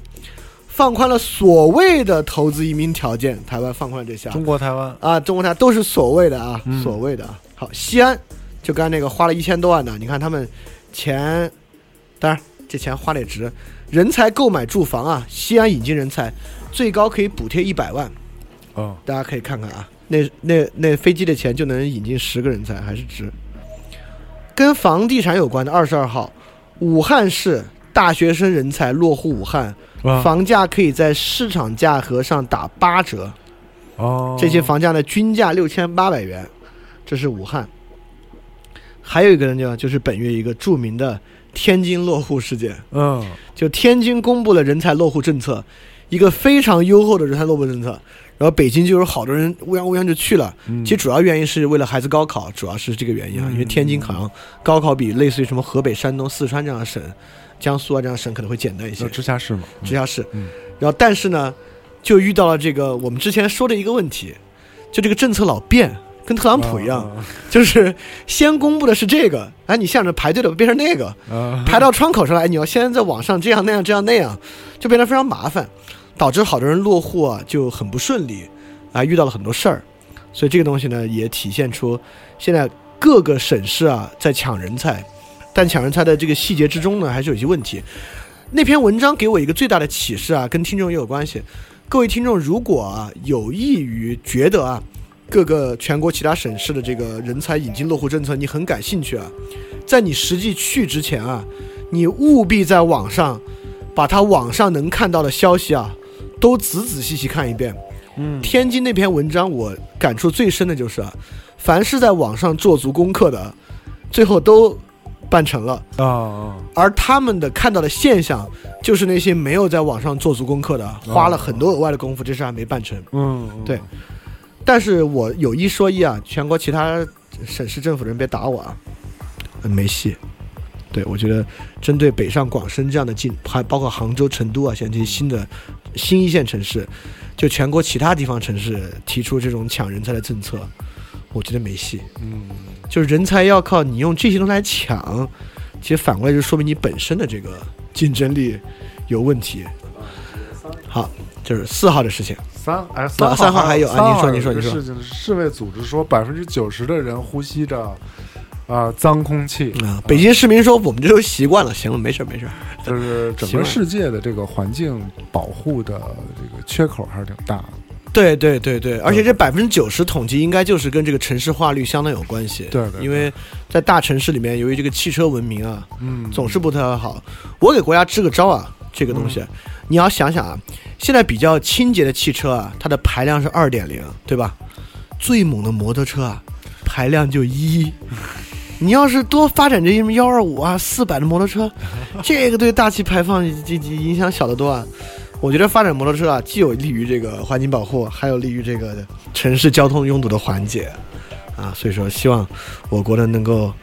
[SPEAKER 6] 放宽了所谓的投资移民条件。台湾放宽了这项
[SPEAKER 1] 中国台湾，
[SPEAKER 6] 啊，中国台都是所谓的啊，
[SPEAKER 1] 嗯
[SPEAKER 6] 所谓的啊。好，西安就刚才那个花了一千多万的，你看他们钱，当然这钱花的也值。人才购买住房啊，西安引进人才最高可以补贴一百万，
[SPEAKER 1] 嗯，
[SPEAKER 6] 大家可以看看啊，那那那飞机的钱就能引进十个人才，还是值。跟房地产有关的二十二号，武汉市大学生人才落户武汉，
[SPEAKER 1] 啊
[SPEAKER 6] 房价可以在市场价格上打八折，
[SPEAKER 1] 哦，
[SPEAKER 6] 这些房价呢均价六千八百元，这是武汉。还有一个人呢，就是本月一个著名的天津落户事件，
[SPEAKER 1] 嗯，
[SPEAKER 6] 就天津公布了人才落户政策，一个非常优厚的人才落户政策。然后北京就有好多人乌泱乌泱就去了，
[SPEAKER 1] 嗯
[SPEAKER 6] 其实主要原因是为了孩子高考，主要是这个原因啊。因为天
[SPEAKER 1] 嗯
[SPEAKER 6] 津好像高考比类似于什么河北、山东、四川这样的省、江苏啊这样的省可能会简单一些
[SPEAKER 1] 那，直辖市嘛，
[SPEAKER 6] 直辖市。
[SPEAKER 1] 嗯
[SPEAKER 6] 然后但是呢，就遇到了这个我们之前说的一个问题，就这个政策老变，跟特朗普一样，就是先公布的是这个，哎，你向着排队的变成那个，
[SPEAKER 1] 啊，
[SPEAKER 6] 排到窗口上来，哎你要先在网上这样那样这样那样，就变得非常麻烦，导致好多人落户啊就很不顺利，啊遇到了很多事儿，所以这个东西呢也体现出现在各个省市啊在抢人才，但抢人才的这个细节之中呢还是有一些问题。那篇文章给我一个最大的启示啊，跟听众也有关系。各位听众，如果啊有益于觉得啊各个全国其他省市的这个人才引进落户政策你很感兴趣啊，在你实际去之前啊，你务必在网上把它网上能看到的消息啊，都仔仔细细看一遍。
[SPEAKER 1] 嗯
[SPEAKER 6] 天津那篇文章我感触最深的就是啊，凡是在网上做足功课的，最后都办成了。
[SPEAKER 1] 啊啊，
[SPEAKER 6] 而他们的看到的现象，就是那些没有在网上做足功课的，花了很多额外的功夫，这事还没办成。
[SPEAKER 1] 嗯，
[SPEAKER 6] 对，但是我有一说一啊，全国其他省市政府的人别打我啊，嗯没戏。对，我觉得针对北上广深这样的近，还包括杭州、成都啊，现在这些新的新一线城市，就全国其他地方城市提出这种抢人才的政策，我觉得没戏。
[SPEAKER 1] 嗯，
[SPEAKER 6] 就是人才要靠你用这些东西来抢，其实反过来就说明你本身的这个竞争力有问题。好，这是四号的事情。
[SPEAKER 1] 三哎
[SPEAKER 6] 啊
[SPEAKER 1] 三
[SPEAKER 6] 三号还有啊
[SPEAKER 1] 三号
[SPEAKER 6] 您
[SPEAKER 1] 有
[SPEAKER 6] 说您说
[SPEAKER 1] 一个
[SPEAKER 6] 您说
[SPEAKER 1] 事情，世卫组织说百分之九十的人呼吸着啊脏空气，
[SPEAKER 6] 啊，北京市民说我们这都习惯了，行了，没事儿没事儿。
[SPEAKER 1] 就是整
[SPEAKER 6] 行啊
[SPEAKER 1] 个
[SPEAKER 6] 了
[SPEAKER 1] 世界的这个环境保护的这个缺口还是挺大的。
[SPEAKER 6] 对对对对，而且这百分之九十统计应该就是跟这个城市化率相当有关系。
[SPEAKER 1] 对对对
[SPEAKER 6] 因为在大城市里面，由于这个汽车文明啊，
[SPEAKER 1] 嗯，
[SPEAKER 6] 总是不太好。我给国家支个招啊，这个东西、你要想想啊，现在比较清洁的汽车啊，它的排量是二 <laughs> 点零，对吧？最猛的摩托车啊，排量就一。你要是多发展这些什么幺二五啊、四百的摩托车，这个对大气排放这这影响小得多啊。我觉得发展摩托车啊，既有利于这个环境保护，还有利于这个城市交通拥堵的缓解啊。所以说，希望我国呢能够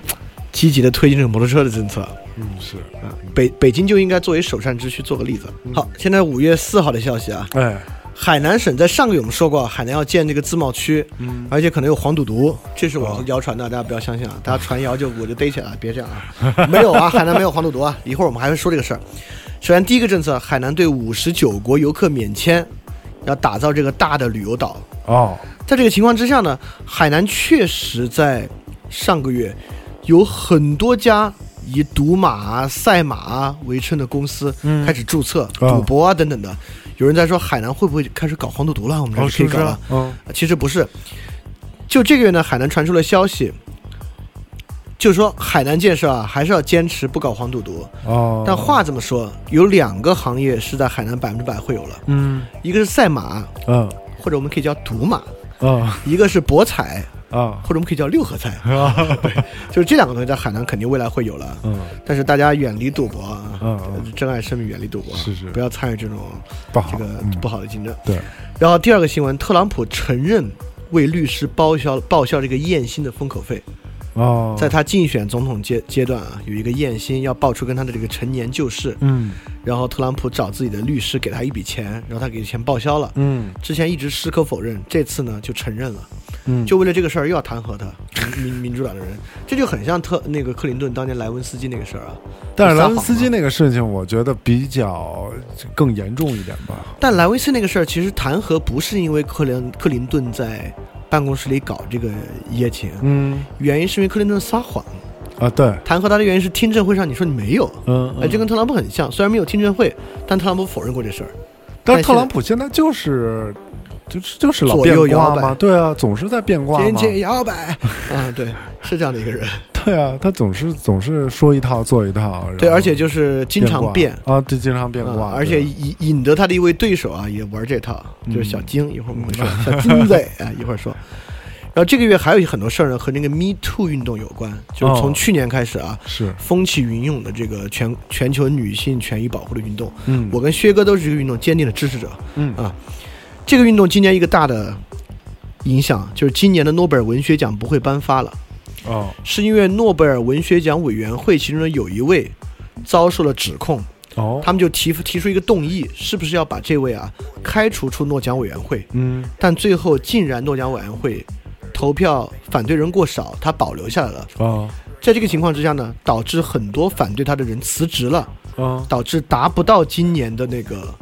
[SPEAKER 6] 积极的推进这个摩托车的政策。
[SPEAKER 1] 嗯，是，
[SPEAKER 6] 啊，北北京就应该作为首善之区做个例子。好，现在五月四号的消息啊，
[SPEAKER 1] 哎，
[SPEAKER 6] 海南省在上个月我们说过，海南要建这个自贸区，
[SPEAKER 1] 嗯
[SPEAKER 6] 而且可能有黄赌毒，这是我谣传的，大家不要相信啊！大家传谣就我就逮起来了，别这样啊！没有啊，海南没有黄赌毒啊！一会儿我们还会说这个事儿。首先，第一个政策，海南对五十九国游客免签，要打造这个大的旅游岛。
[SPEAKER 1] 哦，
[SPEAKER 6] 在这个情况之下呢，海南确实在上个月有很多家以赌马啊、赛马啊为称的公司
[SPEAKER 1] 嗯
[SPEAKER 6] 开始注册、赌博啊等等的。有人在说海南会不会开始搞黄赌毒了？我们这
[SPEAKER 1] 哦，
[SPEAKER 6] 是
[SPEAKER 1] 是
[SPEAKER 6] 可以
[SPEAKER 1] 不是
[SPEAKER 6] 搞了
[SPEAKER 1] 啊？。嗯，
[SPEAKER 6] 其实不是，就这个月呢，海南传出了消息，就是说海南建设啊，还是要坚持不搞黄赌毒。
[SPEAKER 1] 哦，
[SPEAKER 6] 但话这么说，有两个行业是在海南百分之百会有了，
[SPEAKER 1] 嗯，
[SPEAKER 6] 一个是赛马，
[SPEAKER 1] 嗯，
[SPEAKER 6] 或者我们可以叫赌马；
[SPEAKER 1] 嗯，
[SPEAKER 6] 一个是博彩，
[SPEAKER 1] 啊，
[SPEAKER 6] 或者我们可以叫六
[SPEAKER 1] <laughs>
[SPEAKER 6] 合彩。对，就是这两个东西在海南肯定未来会有了。
[SPEAKER 1] 嗯，
[SPEAKER 6] 但是大家远离赌博啊，
[SPEAKER 1] 嗯嗯
[SPEAKER 6] 珍爱生命，远离赌博，啊
[SPEAKER 1] 是是
[SPEAKER 6] 不要参与这种
[SPEAKER 1] 不好，
[SPEAKER 6] 这个
[SPEAKER 1] 嗯
[SPEAKER 6] 不好的竞争。
[SPEAKER 1] 对，
[SPEAKER 6] 然后第二个新闻，特朗普承认为律师报销报销这个验薪的封口费，
[SPEAKER 1] 哦，
[SPEAKER 6] 在他竞选总统阶阶段啊，有一个验薪要报出跟他的这个陈年旧事，
[SPEAKER 1] 嗯
[SPEAKER 6] 然后特朗普找自己的律师给他一笔钱，然后他给钱报销了。
[SPEAKER 1] 嗯
[SPEAKER 6] 之前一直矢口否认，这次呢就承认了，
[SPEAKER 1] 嗯，
[SPEAKER 6] 就为了这个事儿又要弹劾他，民民民主党的人，这就很像特那个克林顿当年莱文斯基那个事儿啊。
[SPEAKER 1] 但是
[SPEAKER 6] 撒
[SPEAKER 1] 莱
[SPEAKER 6] 谎
[SPEAKER 1] 文斯基
[SPEAKER 6] 嘛，
[SPEAKER 1] 那个事情，我觉得比较更严重一点吧。
[SPEAKER 6] 但莱文斯那个事儿其实弹劾不是因为克林克林顿在办公室里搞这个一夜情，
[SPEAKER 1] 嗯
[SPEAKER 6] 原因是因为克林顿撒谎，
[SPEAKER 1] 啊，对，
[SPEAKER 6] 弹劾他的原因是听证会上你说你没有，
[SPEAKER 1] 嗯，
[SPEAKER 6] 哎，这跟特朗普很像，虽然没有听证会，但特朗普否认过这事儿。
[SPEAKER 1] 但
[SPEAKER 6] 但
[SPEAKER 1] 是
[SPEAKER 6] 现在
[SPEAKER 1] 特朗普现在就是就是就是老
[SPEAKER 6] 左
[SPEAKER 1] 变
[SPEAKER 6] 右摇
[SPEAKER 1] 卦
[SPEAKER 6] 摆
[SPEAKER 1] 嘛，对啊，总是在变卦
[SPEAKER 6] 天
[SPEAKER 1] 嘛，
[SPEAKER 6] 天摇摆啊，对，是这样的一个人，
[SPEAKER 1] 对啊，他总是总是说一套做一套，然后
[SPEAKER 6] 对，而且就是经常变
[SPEAKER 1] 卦啊，对，经常变
[SPEAKER 6] 啊
[SPEAKER 1] 卦，，
[SPEAKER 6] 而且
[SPEAKER 1] 对嗯
[SPEAKER 6] 引引得他的一位对手啊也玩这套，就是小金，一会儿我们会说小金子 <laughs> 啊，一会儿说。然后这个月还有很多事儿呢，和那个 Me Too 运动有关，就是从
[SPEAKER 1] 哦
[SPEAKER 6] 去年开始啊，
[SPEAKER 1] 是
[SPEAKER 6] 风起云涌的这个全全球女性权益保护的运动。
[SPEAKER 1] 嗯
[SPEAKER 6] 我跟薛哥都是这个运动坚定的支持者。
[SPEAKER 1] 嗯
[SPEAKER 6] 啊，这个运动今年一个大的影响就是今年的诺贝尔文学奖不会颁发了，
[SPEAKER 1] 哦
[SPEAKER 6] 是因为诺贝尔文学奖委员会其中的有一位遭受了指控，
[SPEAKER 1] 哦，
[SPEAKER 6] 他们就提提出一个动议，是不是要把这位啊开除出诺奖委员会？
[SPEAKER 1] 嗯
[SPEAKER 6] 但最后竟然诺奖委员会投票反对人过少，他保留下来了。
[SPEAKER 1] 哦
[SPEAKER 6] 在这个情况之下呢，导致很多反对他的人辞职了。
[SPEAKER 1] 哦
[SPEAKER 6] 导致达不到今年的那个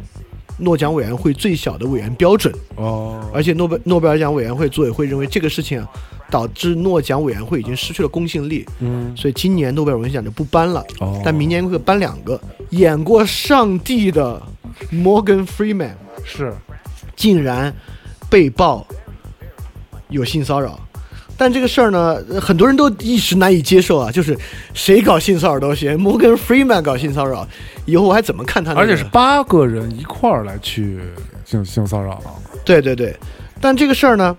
[SPEAKER 6] 诺奖委员会最小的委员标准，
[SPEAKER 1] 哦
[SPEAKER 6] 而且诺贝诺贝尔奖委员会组委会认为这个事情啊，导致诺奖委员会已经失去了公信力，
[SPEAKER 1] 嗯
[SPEAKER 6] 所以今年诺贝尔文学奖就不颁了
[SPEAKER 1] 哦，
[SPEAKER 6] 但明年会颁两个。演过《上帝》的 Morgan Freeman
[SPEAKER 1] 是
[SPEAKER 6] 竟然被曝有性骚扰。但这个事儿呢，呃很多人都一时难以接受啊，就是谁搞性骚扰都行，摩根 Freeman 搞性骚扰，以后我还怎么看他、那个？
[SPEAKER 1] 而且是八个人一块儿来去性性骚扰，
[SPEAKER 6] 对对对，但这个事儿呢，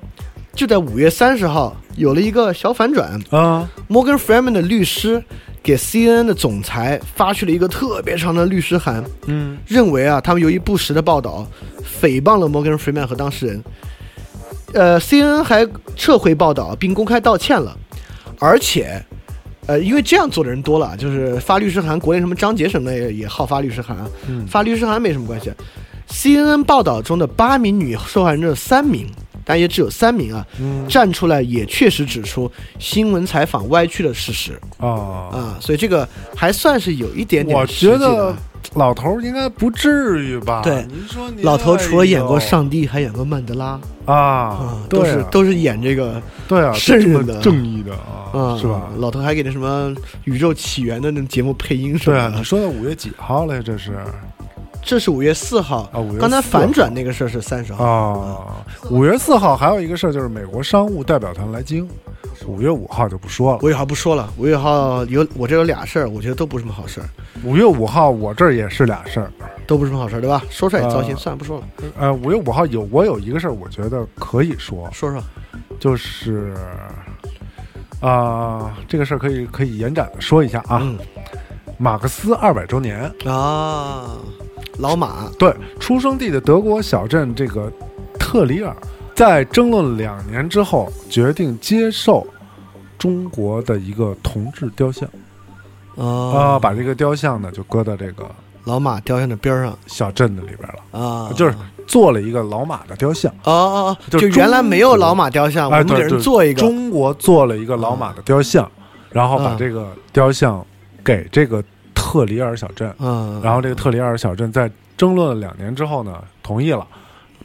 [SPEAKER 6] 就在五月三十号有了一个小反转。
[SPEAKER 1] 啊，
[SPEAKER 6] 摩根 Freeman 的律师给 CNN 的总裁发去了一个特别长的律师函，
[SPEAKER 1] 嗯，
[SPEAKER 6] 认为啊，他们由于不实的报道，诽谤了摩根 Freeman 和当事人。呃，CNN 还撤回报道并公开道歉了，而且，呃，因为这样做的人多了，啊就是发律师函，国内什么张杰什么的也也好发律师函，啊
[SPEAKER 1] 嗯
[SPEAKER 6] 发律师函没什么关系。CNN 报道中的八名女受害人中的三名，但也只有三名啊，站出来也确实指出新闻采访歪曲的事实
[SPEAKER 1] 啊，
[SPEAKER 6] 啊，所以这个还算是有一点点
[SPEAKER 1] 我
[SPEAKER 6] 实
[SPEAKER 1] 觉
[SPEAKER 6] 际的啊。
[SPEAKER 1] 得老头儿应该不至于吧？
[SPEAKER 6] 对
[SPEAKER 1] 您说您
[SPEAKER 6] 老头除了演过《
[SPEAKER 1] 哎
[SPEAKER 6] 上帝》，还演过《曼德拉》
[SPEAKER 1] 呦啊
[SPEAKER 6] 啊，，
[SPEAKER 1] 对
[SPEAKER 6] 都
[SPEAKER 1] 啊
[SPEAKER 6] 是都是演这个
[SPEAKER 1] 对啊，
[SPEAKER 6] 圣人的
[SPEAKER 1] 这么正义的啊，
[SPEAKER 6] 啊，
[SPEAKER 1] 是吧？
[SPEAKER 6] 老头还给那什么《宇宙起源》的那种节目配音什
[SPEAKER 1] 对
[SPEAKER 6] 么
[SPEAKER 1] 啊，
[SPEAKER 6] 的
[SPEAKER 1] 你。说的五月几号来？这是
[SPEAKER 6] 这是五月四号
[SPEAKER 1] 啊5月
[SPEAKER 6] 刚才
[SPEAKER 1] 4
[SPEAKER 6] 反转那个事儿是三十号。
[SPEAKER 1] 啊，五月四号还有一个事儿，就是美国商务代表团来京，五月五号就不说了。
[SPEAKER 6] 五月号不说了，五月号有我这有俩事儿，我觉得都不是什么好事儿，
[SPEAKER 1] 五月五号我这儿也是俩事儿，
[SPEAKER 6] 都不是什么好事儿，对吧？说出来也糟心，
[SPEAKER 1] 啊
[SPEAKER 6] 算了，不说了，
[SPEAKER 1] 呃，五月五号啊有我有一个事儿，我觉得可以说，
[SPEAKER 6] 说说。
[SPEAKER 1] 就是啊、这个事儿可以可以延展的说一下啊。
[SPEAKER 6] 嗯
[SPEAKER 1] 马克思二百周年，
[SPEAKER 6] 啊，老马，
[SPEAKER 1] 对，出生地的德国小镇这个特里尔，在争论了两年之后，决定接受中国的一个铜制雕像啊、
[SPEAKER 6] 啊，
[SPEAKER 1] 把这个雕像呢就搁到这个
[SPEAKER 6] 老马雕像的边儿上
[SPEAKER 1] 小镇子里边了，
[SPEAKER 6] 啊，
[SPEAKER 1] 就是做了一个老马的雕像。
[SPEAKER 6] 哦哦，哦
[SPEAKER 1] 就
[SPEAKER 6] 就原来没有
[SPEAKER 1] 中国
[SPEAKER 6] 老马雕啊像，我
[SPEAKER 1] 哎，
[SPEAKER 6] 们给
[SPEAKER 1] 对
[SPEAKER 6] 人
[SPEAKER 1] 对
[SPEAKER 6] 做一个，
[SPEAKER 1] 中国做了一个老马的雕像，然后把
[SPEAKER 6] 嗯
[SPEAKER 1] 这个雕像给这个特里尔小镇，
[SPEAKER 6] 嗯，
[SPEAKER 1] 然后这个特里尔小镇在争论了两年之后呢，同意了，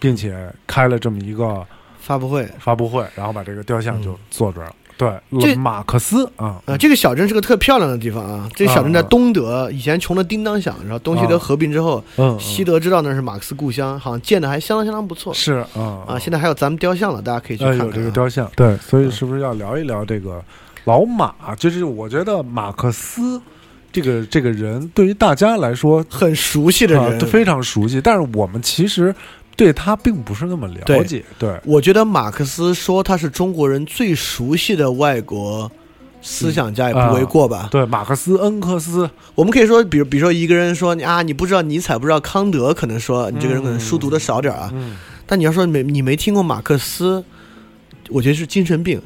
[SPEAKER 1] 并且开了这么一个
[SPEAKER 6] 发布会。
[SPEAKER 1] 发布会，然后把这个雕像就做出来了。对，
[SPEAKER 6] 这
[SPEAKER 1] 马克思啊，
[SPEAKER 6] 啊，这个小镇是个特漂亮的地方啊！这个小镇在
[SPEAKER 1] 啊
[SPEAKER 6] 东德，以前穷的叮当响，然后东西德合并之后，
[SPEAKER 1] 嗯，
[SPEAKER 6] 西德知道那是马克思故乡，好像建的还相当相当不错
[SPEAKER 1] 是啊
[SPEAKER 6] 啊！现在还有咱们雕像了，大家可以去
[SPEAKER 1] 呃
[SPEAKER 6] 看看
[SPEAKER 1] 有这个
[SPEAKER 6] 啊。
[SPEAKER 1] 雕像，对，所以是不是要聊一聊这个老马？就是我觉得马克思这个这个人对于大家来说
[SPEAKER 6] 很熟悉的
[SPEAKER 1] 啊，
[SPEAKER 6] 人
[SPEAKER 1] 都，非常熟悉。但是我们其实对他并不是那么了解，对，
[SPEAKER 6] 我觉得马克思说他是中国人最熟悉的外国思想家也不为过吧？
[SPEAKER 1] 嗯啊对，马克思、恩克斯，
[SPEAKER 6] 我们可以说，比如比如说一个人说你啊，你不知道尼采，不知道康德，可能说你这个人可能书读的少点儿啊。
[SPEAKER 1] 嗯，
[SPEAKER 6] 但你要说没你没听过马克思，我觉得是精神病，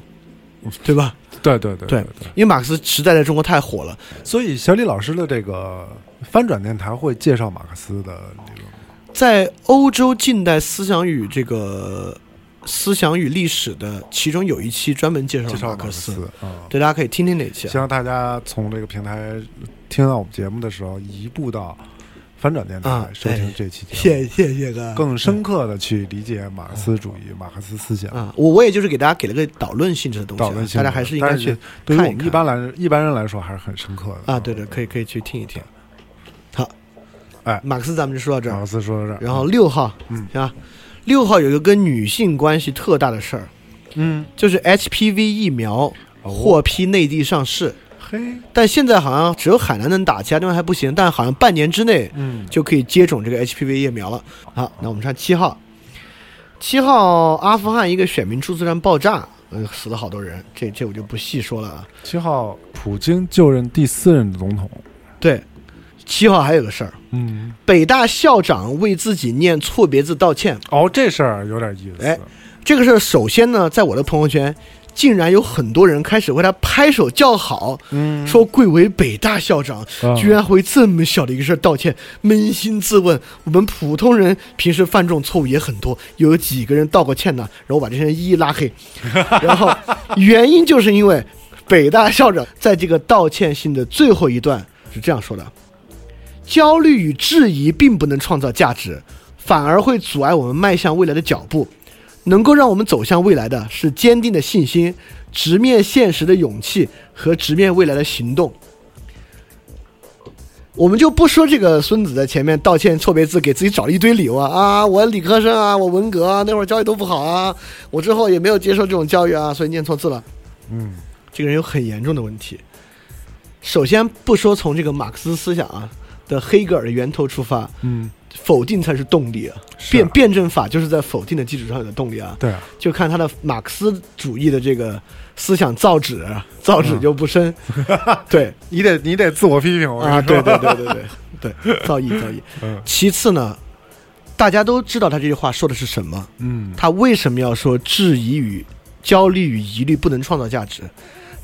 [SPEAKER 6] 对吧？
[SPEAKER 1] 对对对
[SPEAKER 6] 对
[SPEAKER 1] 对。
[SPEAKER 6] 因为马克思实在在中国太火了。
[SPEAKER 1] 所以小李老师的这个翻转电台会介绍马克思的理论，
[SPEAKER 6] 在欧洲近代思想与这个思想与历史的其中有一期专门介绍
[SPEAKER 1] 介
[SPEAKER 6] 了
[SPEAKER 1] 绍
[SPEAKER 6] 马克
[SPEAKER 1] 思
[SPEAKER 6] 思，嗯
[SPEAKER 1] 啊。
[SPEAKER 6] 对，大家可以听听那期、
[SPEAKER 1] 希
[SPEAKER 6] 啊。
[SPEAKER 1] 望大家从这个平台听到我们节目的时候，移步到翻转电台
[SPEAKER 6] 啊
[SPEAKER 1] 收听这期节目，
[SPEAKER 6] 谢嗯谢谢哥，
[SPEAKER 1] 更深刻的去理解马克思主义、马克思思想。
[SPEAKER 6] 啊，我我也就是给大家给了个导论性质的东西啊、
[SPEAKER 1] 导论性
[SPEAKER 6] 大
[SPEAKER 1] 的，
[SPEAKER 6] 家还是应该
[SPEAKER 1] 但
[SPEAKER 6] 去
[SPEAKER 1] 对于
[SPEAKER 6] 看
[SPEAKER 1] 我
[SPEAKER 6] 一
[SPEAKER 1] 们
[SPEAKER 6] 看
[SPEAKER 1] 一般来一般人来说还是很深刻的
[SPEAKER 6] 啊，对对，可以可以去听一听。好，
[SPEAKER 1] 哎
[SPEAKER 6] 马克思咱们就说到这
[SPEAKER 1] 马
[SPEAKER 6] 儿
[SPEAKER 1] 克，思说到这儿，
[SPEAKER 6] 然后六号，
[SPEAKER 1] 嗯
[SPEAKER 6] 行吧，六号有一个跟女性关系特大的事儿，
[SPEAKER 1] 嗯，
[SPEAKER 6] 就是 HPV 疫苗
[SPEAKER 1] 哦
[SPEAKER 6] 获批内地上市，
[SPEAKER 1] 嘿，
[SPEAKER 6] 但现在好像只有海南能打，其他地方还不行。但好像半年之内
[SPEAKER 1] 嗯，
[SPEAKER 6] 就可以接种这个 HPV 疫苗了。好，那我们看七号，七号阿富汗一个选民注册站爆炸，呃，死了好多人，这这我就不细说了啊。
[SPEAKER 1] 七号，普京就任第四任总统，
[SPEAKER 6] 对，七号还有个事儿，
[SPEAKER 1] 嗯，
[SPEAKER 6] 北大校长为自己念错别字道歉。
[SPEAKER 1] 哦，这事儿有点意思，
[SPEAKER 6] 哎这个事儿首先呢，在我的朋友圈，竟然有很多人开始为他拍手叫好，
[SPEAKER 1] 嗯，
[SPEAKER 6] 说贵为北大校长，
[SPEAKER 1] 啊
[SPEAKER 6] 居然为这么小的一个事儿道歉，扪心自问，我们普通人平时犯这种错误也很多，有几个人道过歉呢？然后把这些人一一
[SPEAKER 1] <laughs>
[SPEAKER 6] 拉黑，然后原因就是因为北大校长在这个道歉信的最后一段是这样说的：焦虑与质疑并不能创造价值，反而会阻碍我们迈向未来的脚步。能够让我们走向未来的是坚定的信心、直面现实的勇气和直面未来的行动。我们就不说这个孙子在前面道歉错别字，给自己找了一堆理由啊啊！我理科生啊，我文革啊，那会儿教育都不好啊，我之后也没有接受这种教育啊，所以念错字了。
[SPEAKER 1] 嗯，
[SPEAKER 6] 这个人有很严重的问题。首先，不说从这个马克思思想啊的黑格尔的源头出发，
[SPEAKER 1] 嗯，
[SPEAKER 6] 否定才是动力啊。
[SPEAKER 1] 是
[SPEAKER 6] 辩辩证法就是在否定的基础上有的动力啊。
[SPEAKER 1] 对啊，
[SPEAKER 6] 就看他的马克思主义的这个思想造纸，造
[SPEAKER 1] 嗯
[SPEAKER 6] 纸就
[SPEAKER 1] <laughs>
[SPEAKER 6] 不深。对
[SPEAKER 1] 你得你得自我批评，我跟
[SPEAKER 6] 啊，
[SPEAKER 1] 你说
[SPEAKER 6] 对对对对对
[SPEAKER 1] <laughs>
[SPEAKER 6] 对，造诣造诣。
[SPEAKER 1] 嗯
[SPEAKER 6] 其次呢，大家都知道他这句话说的是什么，
[SPEAKER 1] 嗯，
[SPEAKER 6] 他为什么要说质疑与焦虑与疑虑不能创造价值？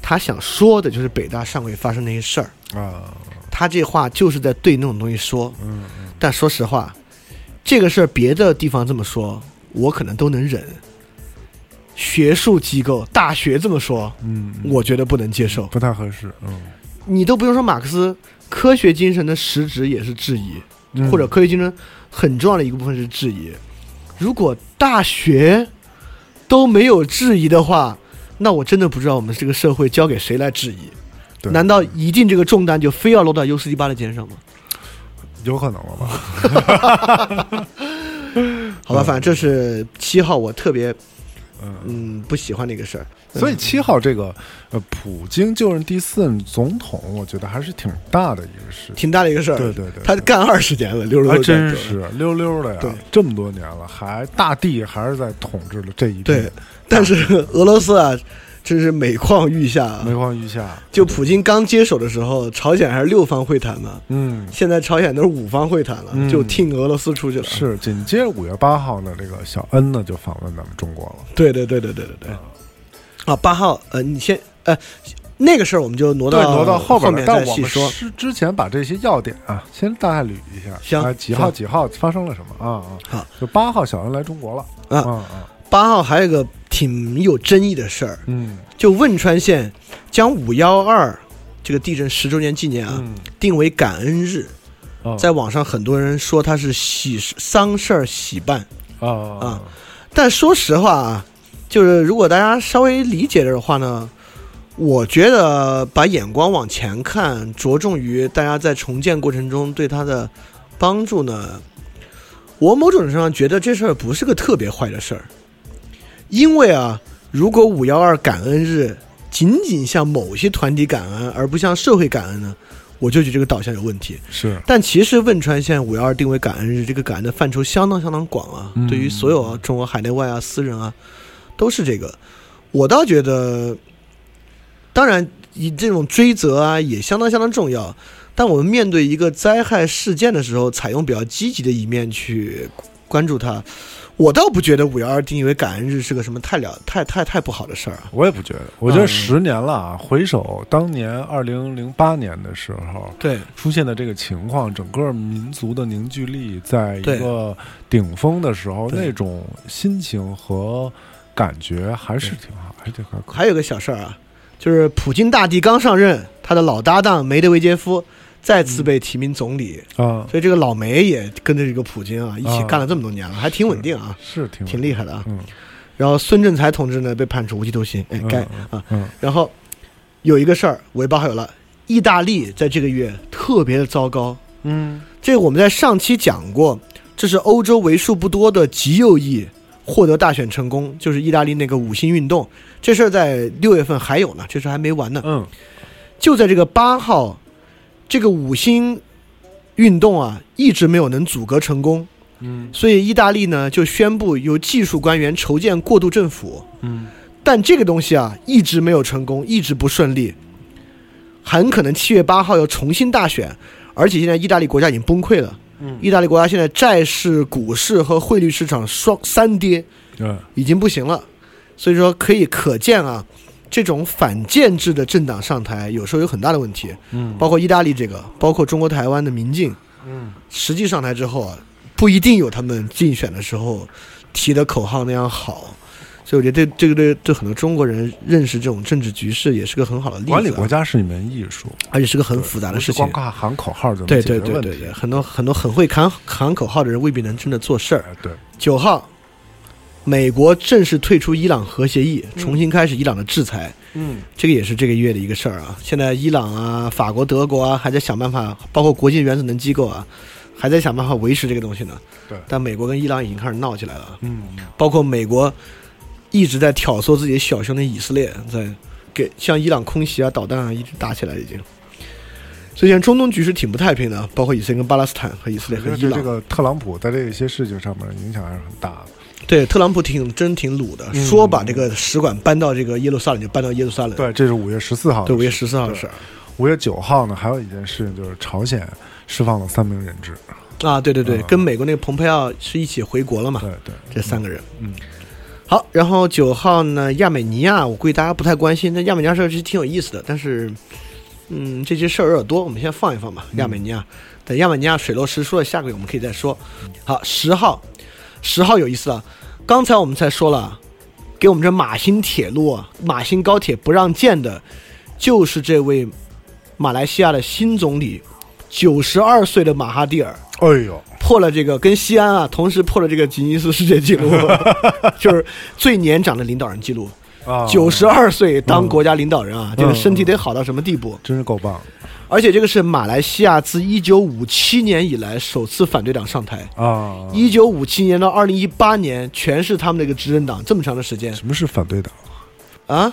[SPEAKER 6] 他想说的就是北大上个月发生那些事儿，
[SPEAKER 1] 啊，
[SPEAKER 6] 他这话就是在对那种东西说。
[SPEAKER 1] 嗯
[SPEAKER 6] 但说实话，这个事儿别的地方这么说，我可能都能忍。学术机构、大学这么说，
[SPEAKER 1] 嗯，嗯
[SPEAKER 6] 我觉得不能接受。
[SPEAKER 1] 不太合适，嗯
[SPEAKER 6] 你都不用说马克思，科学精神的实质也是质疑，
[SPEAKER 1] 嗯，
[SPEAKER 6] 或者科学精神很重要的一个部分是质疑。如果大学都没有质疑的话，那我真的不知道我们这个社会交给谁来质疑。
[SPEAKER 1] 对
[SPEAKER 6] 难道一定这个重担就非要落到 U 四 D 八的肩上吗？
[SPEAKER 1] 有可能了吧？
[SPEAKER 6] 好吧，反正这是七号我特别
[SPEAKER 1] 嗯，
[SPEAKER 6] 嗯不喜欢的一个事儿。
[SPEAKER 1] 所以七号这个呃，普京就任第四任总统，我觉得还是挺大的一个事情。
[SPEAKER 6] 挺大的一个事儿，
[SPEAKER 1] 对对对
[SPEAKER 6] 他干二十年了，六十多
[SPEAKER 1] 还
[SPEAKER 6] 年，
[SPEAKER 1] 真是溜溜的呀！
[SPEAKER 6] 对
[SPEAKER 1] 这么多年了，还大地还是在统治了这一片
[SPEAKER 6] 对，但是俄罗斯啊，真是每况愈下啊。
[SPEAKER 1] 每况愈下。
[SPEAKER 6] 就普京刚接手的时候，朝鲜还是六方会谈呢，
[SPEAKER 1] 嗯，
[SPEAKER 6] 现在朝鲜都是五方会谈了，
[SPEAKER 1] 嗯
[SPEAKER 6] 就听俄罗斯出去了。，
[SPEAKER 1] 是。紧接着五月八号呢，这个小恩呢就访问咱们中国了。
[SPEAKER 6] 对对对对对对
[SPEAKER 1] 嗯
[SPEAKER 6] 对。啊，八号，呃，你先，呃，那个事儿我们就挪
[SPEAKER 1] 对，
[SPEAKER 6] 到
[SPEAKER 1] 挪到后
[SPEAKER 6] 后
[SPEAKER 1] 边了。
[SPEAKER 6] 面
[SPEAKER 1] 但
[SPEAKER 6] 再
[SPEAKER 1] 我
[SPEAKER 6] 细
[SPEAKER 1] 们
[SPEAKER 6] 说。
[SPEAKER 1] 之之前把这些要点啊，先大概捋一下。
[SPEAKER 6] 行
[SPEAKER 1] 啊几号
[SPEAKER 6] 行
[SPEAKER 1] 几号发生了什么啊？啊，
[SPEAKER 6] 好，
[SPEAKER 1] 就八号小恩来中国了。
[SPEAKER 6] 啊
[SPEAKER 1] 啊，
[SPEAKER 6] 八号还有一个挺有争议的事儿，
[SPEAKER 1] 嗯
[SPEAKER 6] 就汶川县将五幺二这个地震十周年纪念啊、
[SPEAKER 1] 嗯，
[SPEAKER 6] 定为感恩日，
[SPEAKER 1] 哦
[SPEAKER 6] 在网上很多人说它是喜事丧事儿喜办，
[SPEAKER 1] 啊
[SPEAKER 6] 啊但说实话啊，就是如果大家稍微理解的话呢，我觉得把眼光往前看，着重于大家在重建过程中对它的帮助呢，我某种程度上觉得这事儿不是个特别坏的事儿，因为啊，如果五幺二感恩日仅仅向某些团体感恩，而不向社会感恩呢，我就觉得这个导向有问题。
[SPEAKER 1] 是
[SPEAKER 6] 但其实汶川县五幺二定为感恩日，这个感恩的范畴相当相当广啊，
[SPEAKER 1] 嗯
[SPEAKER 6] 对于所有啊中国海内外啊私人啊，都是这个。我倒觉得，当然以这种追责啊也相当相当重要，但我们面对一个灾害事件的时候，采用比较积极的一面去关注它。我倒不觉得五幺二定义为感恩日是个什么太了太太太不好的事儿啊。
[SPEAKER 1] 我也不觉得，我觉得
[SPEAKER 6] 嗯
[SPEAKER 1] 十年了啊。回首当年二零零八年的时候，
[SPEAKER 6] 对，
[SPEAKER 1] 出现的这个情况，整个民族的凝聚力在一
[SPEAKER 6] 对
[SPEAKER 1] 个顶峰的时候，
[SPEAKER 6] 对
[SPEAKER 1] 那种心情和感觉还是挺好，还是挺好。
[SPEAKER 6] 还有个小事儿啊，就是普京大帝刚上任，他的老搭档梅德韦杰夫再次被提名总理，
[SPEAKER 1] 啊，
[SPEAKER 6] 所以这个老梅也跟着这个普京啊一起干了这么多年了，还挺稳定啊，
[SPEAKER 1] 是挺
[SPEAKER 6] 挺厉害的啊。
[SPEAKER 1] 嗯
[SPEAKER 6] 然后孙政才同志呢被判处无期徒刑，哎
[SPEAKER 1] 嗯，
[SPEAKER 6] 该
[SPEAKER 1] 嗯
[SPEAKER 6] 啊。
[SPEAKER 1] 嗯
[SPEAKER 6] 然后有一个事儿，尾巴还有了，意大利在这个月特别的糟糕，
[SPEAKER 1] 嗯
[SPEAKER 6] 这个我们在上期讲过，这是欧洲为数不多的极右翼获得大选成功，就是意大利那个五星运动。这事儿在六月份还有呢，这事儿还没完呢。
[SPEAKER 1] 嗯
[SPEAKER 6] 就在这个八号，这个五星运动啊，一直没有能阻隔成功，
[SPEAKER 1] 嗯
[SPEAKER 6] 所以意大利呢就宣布由技术官员筹建过渡政府。
[SPEAKER 1] 嗯
[SPEAKER 6] 但这个东西啊，一直没有成功，一直不顺利，很可能七月八号要重新大选，而且现在意大利国家已经崩溃了。
[SPEAKER 1] 嗯
[SPEAKER 6] 意大利国家现在债市、股市和汇率市场双三跌，
[SPEAKER 1] 嗯
[SPEAKER 6] 已经不行了。所以说，可以可见啊，这种反建制的政党上台，有时候有很大的问题，
[SPEAKER 1] 嗯
[SPEAKER 6] 包括意大利这个，包括中国台湾的民进，
[SPEAKER 1] 嗯
[SPEAKER 6] 实际上台之后啊，不一定有他们竞选的时候提的口号那样好。所以我觉得这这个对对很多中国人认识这种政治局势也是个很好的例子啊、
[SPEAKER 1] 管理国家是一门艺术，
[SPEAKER 6] 而且是个很复杂
[SPEAKER 1] 不
[SPEAKER 6] 的
[SPEAKER 1] 是
[SPEAKER 6] 事情
[SPEAKER 1] 光。靠喊口号就能
[SPEAKER 6] 对
[SPEAKER 1] 解
[SPEAKER 6] 对
[SPEAKER 1] 决
[SPEAKER 6] 对
[SPEAKER 1] 问
[SPEAKER 6] 对
[SPEAKER 1] 题
[SPEAKER 6] 对，。很多很多很会喊喊口号的人未必能真的做事儿。
[SPEAKER 1] 哎对，
[SPEAKER 6] 九号，美国正式退出伊朗核协议，重新开始伊朗的制裁。
[SPEAKER 1] 嗯
[SPEAKER 6] 这个也是这个月的一个事儿啊。现在伊朗啊、法国、德国啊，还在想办法，包括国际原子能机构啊，还在想办法维持这个东西呢。
[SPEAKER 1] 对
[SPEAKER 6] 但美国跟伊朗已经开始闹起来了啊，
[SPEAKER 1] 嗯
[SPEAKER 6] 包括美国一直在挑唆自己小兄弟以色列，在给向伊朗空袭啊、导弹啊，一直打起来已经。所以现在中东局势挺不太平的，啊包括以色列跟巴勒斯坦和以色
[SPEAKER 1] 我
[SPEAKER 6] 列
[SPEAKER 1] 觉
[SPEAKER 6] 和
[SPEAKER 1] 得
[SPEAKER 6] 伊
[SPEAKER 1] 对
[SPEAKER 6] 朗
[SPEAKER 1] 这。个特朗普在这些事情上面影响还是很大的。
[SPEAKER 6] 对，特朗普挺真挺鲁的，说把这个使馆搬到这个耶路撒冷就搬到耶路撒冷。，
[SPEAKER 1] 对，这是五月十四号的事，
[SPEAKER 6] 对，五月十四号的事儿
[SPEAKER 1] 五月九号呢，还有一件事情就是朝鲜释放了三名人质。
[SPEAKER 6] 啊，对对对，
[SPEAKER 1] 嗯
[SPEAKER 6] 跟美国那个蓬佩奥是一起回国了嘛
[SPEAKER 1] 对，对，
[SPEAKER 6] 这三个人。
[SPEAKER 1] 嗯，
[SPEAKER 6] 好，然后九号呢，亚美尼亚，我估计大家不太关心，但亚美尼亚事儿其实挺有意思的，但是，嗯，这些事儿有点多，我们先放一放吧。亚美尼亚，等亚美尼亚水落石出了，下个月我们可以再说。好，十号，十号有意思了，刚才我们才说了，给我们这马新铁路啊，马新高铁不让建的，就是这位马来西亚的新总理，九十二岁的马哈蒂尔。
[SPEAKER 1] 哎呦，
[SPEAKER 6] 破了这个跟西安啊同时破了这个吉尼斯世界纪录，就是最年长的领导人记录，
[SPEAKER 1] 啊，
[SPEAKER 6] 九十二岁当国家领导人啊，这个身体得好到什么地步？
[SPEAKER 1] 真是够棒
[SPEAKER 6] 而且这个是马来西亚自一九五七年以来首次反对党上台，
[SPEAKER 1] 啊！
[SPEAKER 6] 一九五七年到二零一八年全是他们那个执政党，这么长的时间
[SPEAKER 1] 什么是反对党？
[SPEAKER 6] 啊，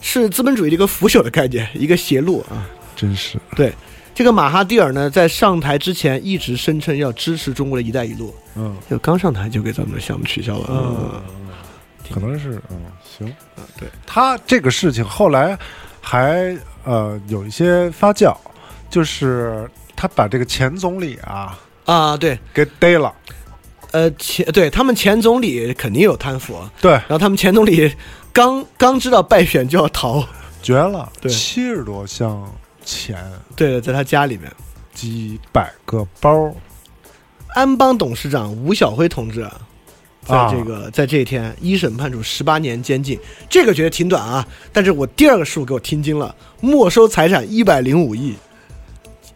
[SPEAKER 6] 是资本主义这个腐朽的概念，一个邪路啊。
[SPEAKER 1] 真是，
[SPEAKER 6] 对，这个马哈蒂尔呢，在上台之前一直声称要支持中国的一带一路，
[SPEAKER 1] 嗯
[SPEAKER 6] 就刚上台就给咱们的项目取消了。嗯，
[SPEAKER 1] 可能是嗯行，
[SPEAKER 6] 对
[SPEAKER 1] 他这个事情后来还呃有一些发酵，就是他把这个前总理啊
[SPEAKER 6] 啊，对，
[SPEAKER 1] 给逮了，
[SPEAKER 6] 呃，前对他们前总理肯定有贪腐，啊
[SPEAKER 1] 对，
[SPEAKER 6] 然后他们前总理刚刚知道败选就要逃，
[SPEAKER 1] 绝了，
[SPEAKER 6] 对
[SPEAKER 1] 七十多箱钱，
[SPEAKER 6] 对的，在他家里面，
[SPEAKER 1] 几百个包，
[SPEAKER 6] 安邦董事长吴晓辉同志啊，在
[SPEAKER 1] 啊
[SPEAKER 6] 这个、在这一天，一审判处十八年监禁，这个觉得挺短啊，但是我第二个数给我听惊了，没收财产一百零五亿。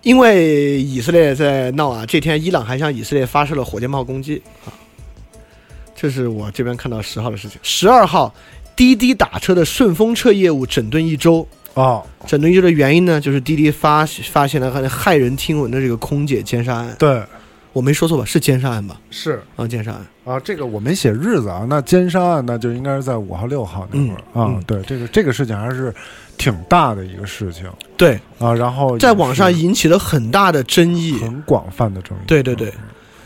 [SPEAKER 6] 因为以色列在闹啊，这天伊朗还向以色列发射了火箭炮攻击啊。这是我这边看到十号的事情。十二号，滴滴打车的顺风车业务整顿一周，
[SPEAKER 1] 哦，
[SPEAKER 6] 整顿一周的原因呢，就是滴滴发发现了骇人听闻的这个空姐奸杀案。
[SPEAKER 1] 对，
[SPEAKER 6] 我没说错吧？是奸杀案吧？
[SPEAKER 1] 是
[SPEAKER 6] 啊，奸杀案。
[SPEAKER 1] 啊，这个我没写日子啊，那奸杀案那就应该是在五号六号那会儿、
[SPEAKER 6] 嗯
[SPEAKER 1] 啊
[SPEAKER 6] 嗯，
[SPEAKER 1] 对，这个这个事情还是挺大的一个事情
[SPEAKER 6] 对，
[SPEAKER 1] 啊，然后
[SPEAKER 6] 在网上
[SPEAKER 1] 也是
[SPEAKER 6] 引起了很嗯大的争议。
[SPEAKER 1] 很广泛的争议，
[SPEAKER 6] 对对对，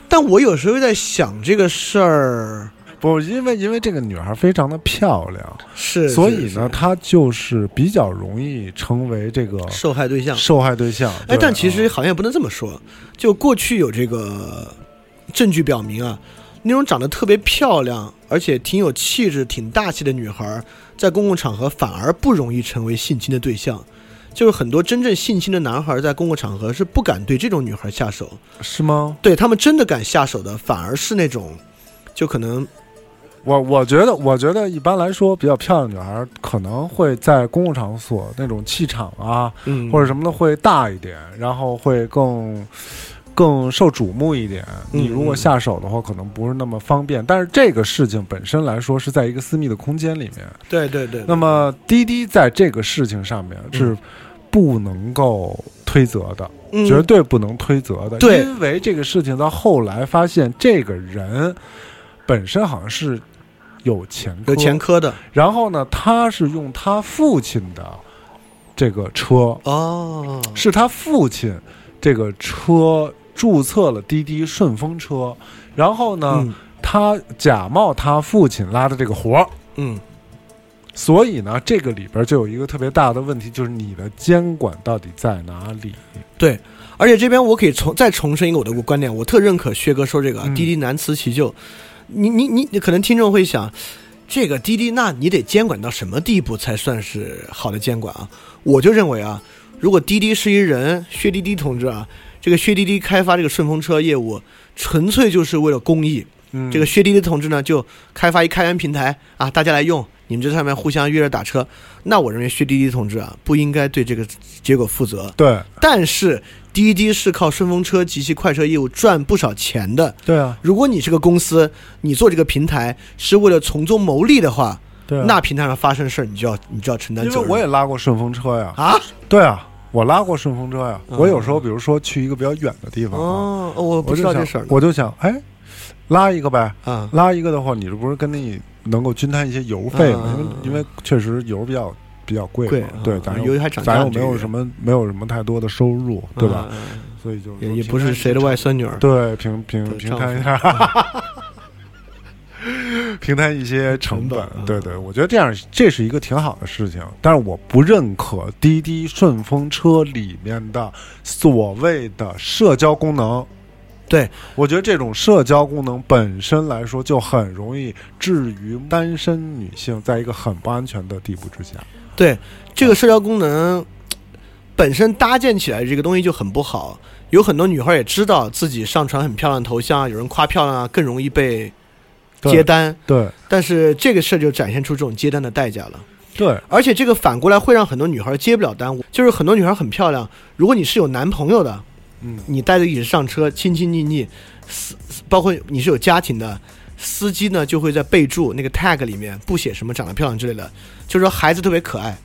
[SPEAKER 6] 但我有时候在想这个事儿
[SPEAKER 1] 不，因为因为这个女孩非常的漂亮，
[SPEAKER 6] 是，
[SPEAKER 1] 所以
[SPEAKER 6] 是
[SPEAKER 1] 呢，，她就是比较容易成为这个
[SPEAKER 6] 是受害对象。
[SPEAKER 1] 受害对象。
[SPEAKER 6] 哎，
[SPEAKER 1] 对
[SPEAKER 6] 但其实
[SPEAKER 1] 啊
[SPEAKER 6] 好像也不能这么说，就过去有这个证据表明啊，那种长得特别漂亮，而且挺有气质、挺大气的女孩儿，在公共场合反而不容易成为性侵的对象。就是很多真正性侵的男孩儿在公共场合是不敢对这种女孩儿下手，
[SPEAKER 1] 是吗？
[SPEAKER 6] 对他们真的敢下手的，反而是那种，就可能
[SPEAKER 1] 我我觉得，我觉得一般来说，比较漂亮的女孩可能会在公共场所那种气场啊，
[SPEAKER 6] 嗯
[SPEAKER 1] 或者什么的会大一点，然后会更更受瞩目一点。
[SPEAKER 6] 嗯
[SPEAKER 1] 你如果
[SPEAKER 6] 嗯
[SPEAKER 1] 下手的话，可能不是那么方便。但是这个事情本身来说，是在一个私密的空间里面。
[SPEAKER 6] 对对对，
[SPEAKER 1] 那么滴滴在这个事情上面是不能够推责的，
[SPEAKER 6] 嗯
[SPEAKER 1] 绝对不能推责的。
[SPEAKER 6] 对
[SPEAKER 1] 因为这个事情到后来发现，这个人本身好像是有前科，
[SPEAKER 6] 有前科的
[SPEAKER 1] 然后呢，他是用他父亲的这个车，
[SPEAKER 6] 哦，
[SPEAKER 1] 是他父亲这个车注册了滴滴顺风车，然后呢，
[SPEAKER 6] 嗯
[SPEAKER 1] 他假冒他父亲拉的这个活儿。
[SPEAKER 6] 嗯，
[SPEAKER 1] 所以呢，这个里边就有一个特别大的问题，就是你的监管到底在哪里？
[SPEAKER 6] 对。而且这边我可以重再重申一个我的观点，我特认可薛哥说这个啊
[SPEAKER 1] 嗯
[SPEAKER 6] 滴滴难辞其咎。你你你，你可能听众会想，这个滴滴，那你得监管到什么地步才算是好的监管啊？我就认为啊，如果滴滴是一人，薛滴滴同志啊，这个薛滴滴开发这个顺风车业务，纯粹就是为了公益，
[SPEAKER 1] 嗯
[SPEAKER 6] 这个薛滴滴同志呢，就开发一开源平台啊，大家来用，你们这上面互相约着打车。那我认为薛滴滴同志啊，不应该对这个结果负责。
[SPEAKER 1] 对
[SPEAKER 6] 但是滴滴是靠顺风车及其快车业务赚不少钱的。
[SPEAKER 1] 对啊，
[SPEAKER 6] 如果你是个公司，你做这个平台是为了从中牟利的话，
[SPEAKER 1] 对啊
[SPEAKER 6] 那平台上发生事儿，你就要你就要承担
[SPEAKER 1] 因
[SPEAKER 6] 责
[SPEAKER 1] 为
[SPEAKER 6] 任。
[SPEAKER 1] 我也拉过顺风车呀，
[SPEAKER 6] 啊，
[SPEAKER 1] 对啊，我拉过顺风车呀。
[SPEAKER 6] 嗯
[SPEAKER 1] 我有时候比如说去一个比较远的地方啊，
[SPEAKER 6] 哦，我
[SPEAKER 1] 我
[SPEAKER 6] 不
[SPEAKER 1] 就
[SPEAKER 6] 知道
[SPEAKER 1] 想
[SPEAKER 6] 这事儿呢
[SPEAKER 1] 我就想，哎，拉一个呗，
[SPEAKER 6] 啊，
[SPEAKER 1] 拉一个的话，你这不是跟你能够均摊一些油费吗？
[SPEAKER 6] 嗯
[SPEAKER 1] 因为因为确实油比较比较贵
[SPEAKER 6] 贵
[SPEAKER 1] 嘛
[SPEAKER 6] 啊，
[SPEAKER 1] 对，咱
[SPEAKER 6] 油
[SPEAKER 1] 又
[SPEAKER 6] 还涨价
[SPEAKER 1] 咱又
[SPEAKER 6] 这
[SPEAKER 1] 没
[SPEAKER 6] 个
[SPEAKER 1] 有
[SPEAKER 6] 月
[SPEAKER 1] 什么没有什么太多的收入，对吧？
[SPEAKER 6] 啊？
[SPEAKER 1] 所以就是
[SPEAKER 6] 也
[SPEAKER 1] 说
[SPEAKER 6] 也不
[SPEAKER 1] 平
[SPEAKER 6] 是
[SPEAKER 1] 摊
[SPEAKER 6] 谁的外孙女儿。
[SPEAKER 1] 对，平平
[SPEAKER 6] 对
[SPEAKER 1] 平
[SPEAKER 6] 丈
[SPEAKER 1] 摊
[SPEAKER 6] 夫嗯
[SPEAKER 1] 一下， <laughs> 平摊一些成本
[SPEAKER 6] 成本。啊
[SPEAKER 1] 对对，我觉得这样这是一个挺好的事情，但是我不认可滴滴顺风车里面的所谓的社交功能。
[SPEAKER 6] 对，
[SPEAKER 1] 我觉得这种社交功能本身来说就很容易置于单身女性在一个很不安全的地步之下。
[SPEAKER 6] 对，这个社交功能本身搭建起来这个东西就很不好。有很多女孩也知道自己上传很漂亮的头像啊，有人夸漂亮啊，更容易被
[SPEAKER 1] 对
[SPEAKER 6] 接单。
[SPEAKER 1] 对
[SPEAKER 6] 但是这个事儿就展现出这种接单的代价了。
[SPEAKER 1] 对
[SPEAKER 6] 而且这个反过来会让很多女孩接不了单，就是很多女孩很漂亮，如果你是有男朋友的，
[SPEAKER 1] 嗯
[SPEAKER 6] 你带着一起上车，亲亲腻腻，司包括你是有家庭的，司机呢就会在备注那个 tag 里面不写什么长得漂亮之类的，就说孩子特别可爱，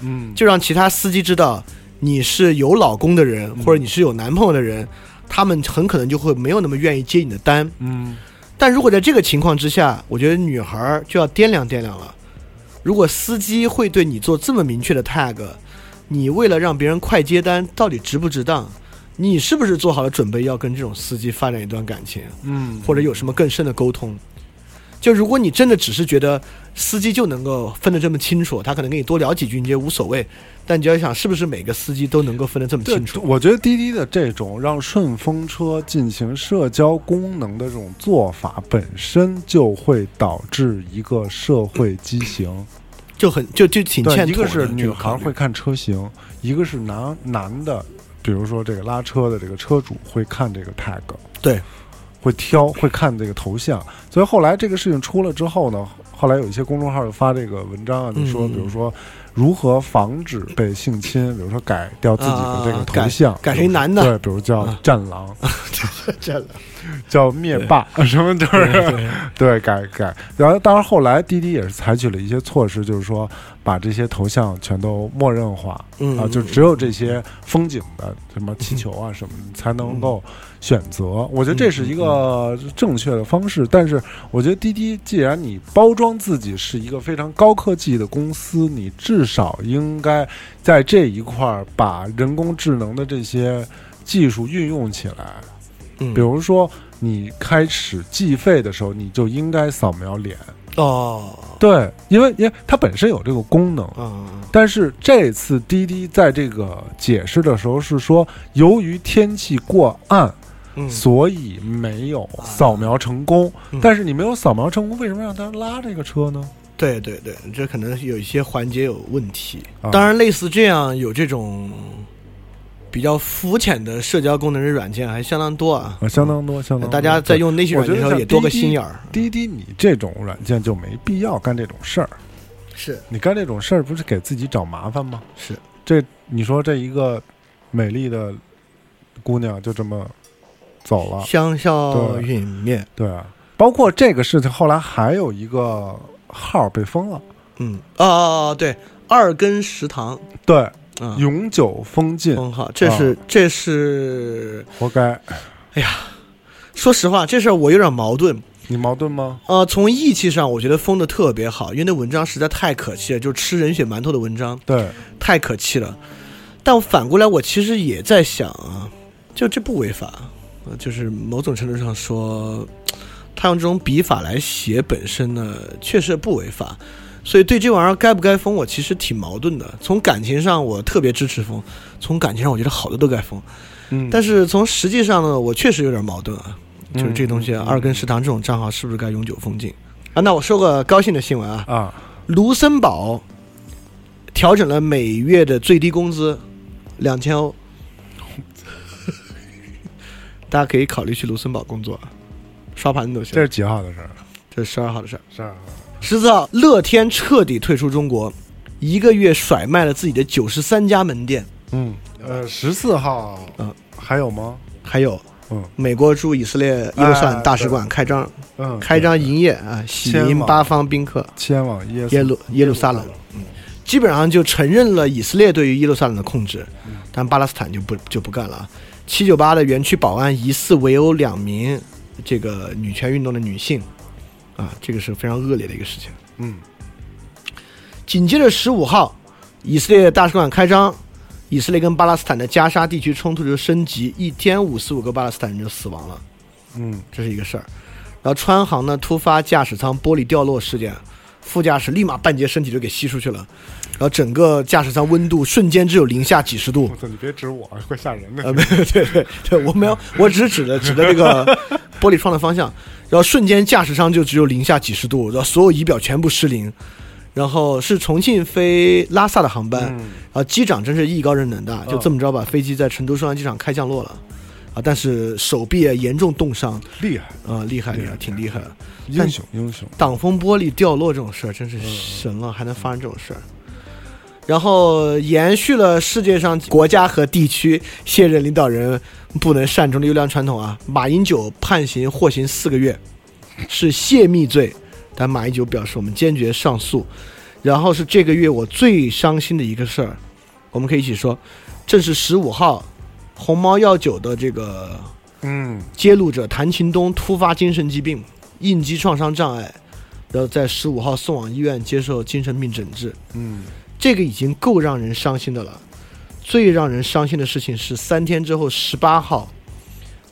[SPEAKER 1] 嗯，
[SPEAKER 6] 就让其他司机知道你是有老公的人，或者你是有男朋友的人，他们很可能就会没有那么愿意接你的单。
[SPEAKER 1] 嗯
[SPEAKER 6] 但如果在这个情况之下，我觉得女孩儿就要掂量掂量了。如果司机会对你做这么明确的 tag，你为了让别人快接单，到底值不值当？你是不是做好了准备要跟这种司机发展一段感情，
[SPEAKER 1] 嗯，
[SPEAKER 6] 或者有什么更深的沟通？就如果你真的只是觉得司机就能够分得这么清楚，他可能跟你多聊几句，你觉得无所谓。但你要想，是不是每个司机都能够分得这么
[SPEAKER 1] 对
[SPEAKER 6] 清，楚？
[SPEAKER 1] 我觉得滴滴的这种让顺风车进行社交功能的这种做法，本身就会导致一个社会畸形。
[SPEAKER 6] 就很就就挺
[SPEAKER 1] 对，
[SPEAKER 6] 嗯欠
[SPEAKER 1] 一
[SPEAKER 6] 妥
[SPEAKER 1] 个
[SPEAKER 6] 的
[SPEAKER 1] 是
[SPEAKER 6] 这
[SPEAKER 1] 女
[SPEAKER 6] 个考
[SPEAKER 1] 孩
[SPEAKER 6] 虑
[SPEAKER 1] 会看车型，一个是男男的，比如说这个拉车的这个车主会看这个 tag，
[SPEAKER 6] <laughs> 对，
[SPEAKER 1] 会挑会看这个头像。所以后来这个事情出了之后呢，后来有一些公众号就发这个文章啊，就说
[SPEAKER 6] 嗯
[SPEAKER 1] 比如说如何防止被性侵，比如说改掉自己的这个
[SPEAKER 6] 啊
[SPEAKER 1] 头
[SPEAKER 6] 改
[SPEAKER 1] 像，
[SPEAKER 6] 改
[SPEAKER 1] 比
[SPEAKER 6] 谁
[SPEAKER 1] 如
[SPEAKER 6] 男的
[SPEAKER 1] 对，比如叫
[SPEAKER 6] 啊
[SPEAKER 1] 战狼，
[SPEAKER 6] 真的。
[SPEAKER 1] 叫灭霸， <laughs> 什么都是 <laughs> 对改改。然后，当然后来滴滴也是采取了一些措施，就是说把这些头像全都默认化，
[SPEAKER 6] 嗯
[SPEAKER 1] 啊，就只有这些风景的什么气球啊什么的才能够选择。我觉得这是一个正确的方式，但是我觉得滴滴既然你包装自己是一个非常高科技的公司，你至少应该在这一块儿把人工智能的这些技术运用起来。
[SPEAKER 6] 嗯
[SPEAKER 1] 比如说你开始计费的时候，你就应该扫描脸，
[SPEAKER 6] 哦，
[SPEAKER 1] 对，因为因为它本身有这个功能。
[SPEAKER 6] 嗯，
[SPEAKER 1] 但是这次滴滴在这个解释的时候是说，由于天气过暗，
[SPEAKER 6] 嗯
[SPEAKER 1] 所以没有扫描成功。
[SPEAKER 6] 嗯
[SPEAKER 1] 但是你没有扫描成功，为什么让他拉这个车呢？
[SPEAKER 6] 对对对，这可能有一些环节有问题。
[SPEAKER 1] 啊
[SPEAKER 6] 当然，类似这样有这种比较肤浅的社交功能的软件还相当多啊。
[SPEAKER 1] 啊，相当多，相当多。
[SPEAKER 6] 大家在用那些
[SPEAKER 1] 我
[SPEAKER 6] 软
[SPEAKER 1] 觉
[SPEAKER 6] 件
[SPEAKER 1] 得
[SPEAKER 6] 的时
[SPEAKER 1] 像
[SPEAKER 6] 候也多个
[SPEAKER 1] 滴滴
[SPEAKER 6] 心眼儿。
[SPEAKER 1] 滴滴，你这种软件就没必要干这种事儿。
[SPEAKER 6] 是
[SPEAKER 1] 你干这种事儿不是给自己找麻烦吗？
[SPEAKER 6] 是，
[SPEAKER 1] 这你说这一个美丽的姑娘就这么走了，
[SPEAKER 6] 香消
[SPEAKER 1] 对
[SPEAKER 6] 云灭。
[SPEAKER 1] 啊对啊，包括这个事情，后来还有一个号被封了，
[SPEAKER 6] 嗯，哦，对，二根食堂
[SPEAKER 1] 对，
[SPEAKER 6] 啊，
[SPEAKER 1] 永久嗯封禁，
[SPEAKER 6] 封号，这
[SPEAKER 1] 啊
[SPEAKER 6] 是这是，
[SPEAKER 1] 活该。
[SPEAKER 6] 说实话，这事儿我有点矛盾。
[SPEAKER 1] 你矛盾吗？
[SPEAKER 6] 呃，从义气上，我觉得封的特别好，因为那文章实在太可气了，就是吃人血馒头的文章。
[SPEAKER 1] 对，
[SPEAKER 6] 太可气了。但反过来，我其实也在想啊，就这不违法，呃就是某种程度上说，他用这种笔法来写本身呢，确实不违法。所以对这玩意儿该不该封，我其实挺矛盾的。从感情上，我特别支持封；从感情上，我觉得好的都该封。
[SPEAKER 1] 嗯
[SPEAKER 6] 但是从实际上呢，我确实有点矛盾啊，就是这东西啊
[SPEAKER 1] 嗯，嗯嗯
[SPEAKER 6] 二根食堂这种账号是不是该永久封禁啊？那我说个高兴的新闻啊，
[SPEAKER 1] 啊，
[SPEAKER 6] 卢森堡调整了每月的最低工资两千欧， <laughs> 大家可以考虑去卢森堡工作，刷盘子都行
[SPEAKER 1] 这。是几号的事儿？
[SPEAKER 6] 这是十二号的事儿。
[SPEAKER 1] 十二号。
[SPEAKER 6] 十四号，乐天彻底退出中国，一个月甩卖了自己的九十三家门店。
[SPEAKER 1] 嗯，呃，十四号，
[SPEAKER 6] 嗯
[SPEAKER 1] 还有吗？
[SPEAKER 6] 还有，
[SPEAKER 1] 嗯啊
[SPEAKER 6] 美国驻以色列耶路撒冷大使馆开张，
[SPEAKER 1] 嗯，
[SPEAKER 6] 开张营业啊，喜迎
[SPEAKER 1] 迁往
[SPEAKER 6] 八方宾客。
[SPEAKER 1] 前往耶
[SPEAKER 6] 耶路耶路撒冷，嗯，基本上就承认了以色列对于耶路撒冷的控制，但巴勒斯坦就不就不干了啊。七九八的园区保安疑似围殴两名这个女权运动的女性，啊，这个是非常恶劣的一个事情。
[SPEAKER 1] 嗯，
[SPEAKER 6] 紧接着十五号，以色列大使馆开张，以色列跟巴勒斯坦的加沙地区冲突就升级，一天五十五个巴勒斯坦人就死亡了。
[SPEAKER 1] 嗯，
[SPEAKER 6] 这是一个事儿。然后川航呢突发驾驶舱玻璃掉落事件，副驾驶立马半截身体就给吸出去了，然后整个驾驶舱温度瞬间只有零下几十度 <laughs>
[SPEAKER 1] 我。操，你别指我， <laughs> 会吓人
[SPEAKER 6] 呃，
[SPEAKER 1] 的。
[SPEAKER 6] 没有，对对对，我没有，我只是指的指的那个玻璃窗的方向，然后瞬间驾驶舱就只有零下几十度，然后所有仪表全部失灵，然后是重庆飞拉萨的航班，
[SPEAKER 1] 嗯
[SPEAKER 6] 然后机长真是艺高人胆大，就这么着把飞机在成都双阳机场开降落了，啊，但是手臂严重冻伤，
[SPEAKER 1] 厉害，
[SPEAKER 6] 啊、厉害厉害，挺厉害的。
[SPEAKER 1] 英雄，英雄。
[SPEAKER 6] 挡风玻璃掉落这种事儿真是神了，还能发生这种事儿。然后延续了世界上国家和地区卸任领导人不能善终的优良传统啊，马英九判刑获刑四个月，是泄密罪，但马英九表示我们坚决上诉。然后是这个月我最伤心的一个事儿，我们可以一起说，正是十五号，鸿茅药酒的这个
[SPEAKER 1] 嗯，
[SPEAKER 6] 揭露者谭勤东突发精神疾病，应激创伤障碍，然后在十五号送往医院接受精神病诊治。
[SPEAKER 1] 嗯，
[SPEAKER 6] 这个已经够让人伤心的了。最让人伤心的事情是，三天之后，十八号，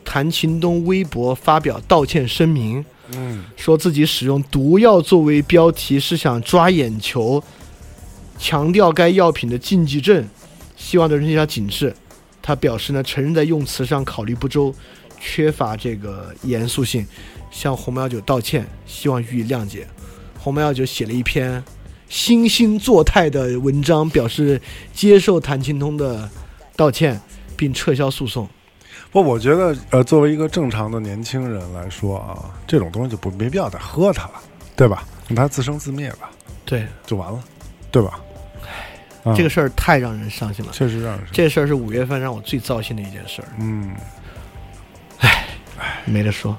[SPEAKER 6] 谭勤东微博发表道歉声明，
[SPEAKER 1] 嗯，
[SPEAKER 6] 说自己使用毒药作为标题是想抓眼球，强调该药品的禁忌症，希望得人更加警示。他表示呢，承认在用词上考虑不周，缺乏这个严肃性，向红苗九道歉，希望予以谅解。红苗九写了一篇惺惺作态的文章，表示接受谭青通的道歉，并撤销诉讼。
[SPEAKER 1] 不，我觉得呃，作为一个正常的年轻人来说啊，这种东西就不没必要再喝它了，对吧？让它自生自灭吧，
[SPEAKER 6] 对，
[SPEAKER 1] 就完了，对吧？啊
[SPEAKER 6] 这个事儿太让人伤心了。
[SPEAKER 1] 确实让人，
[SPEAKER 6] 这事儿是五月份让我最糟心的一件事儿，
[SPEAKER 1] 嗯，
[SPEAKER 6] 没得说，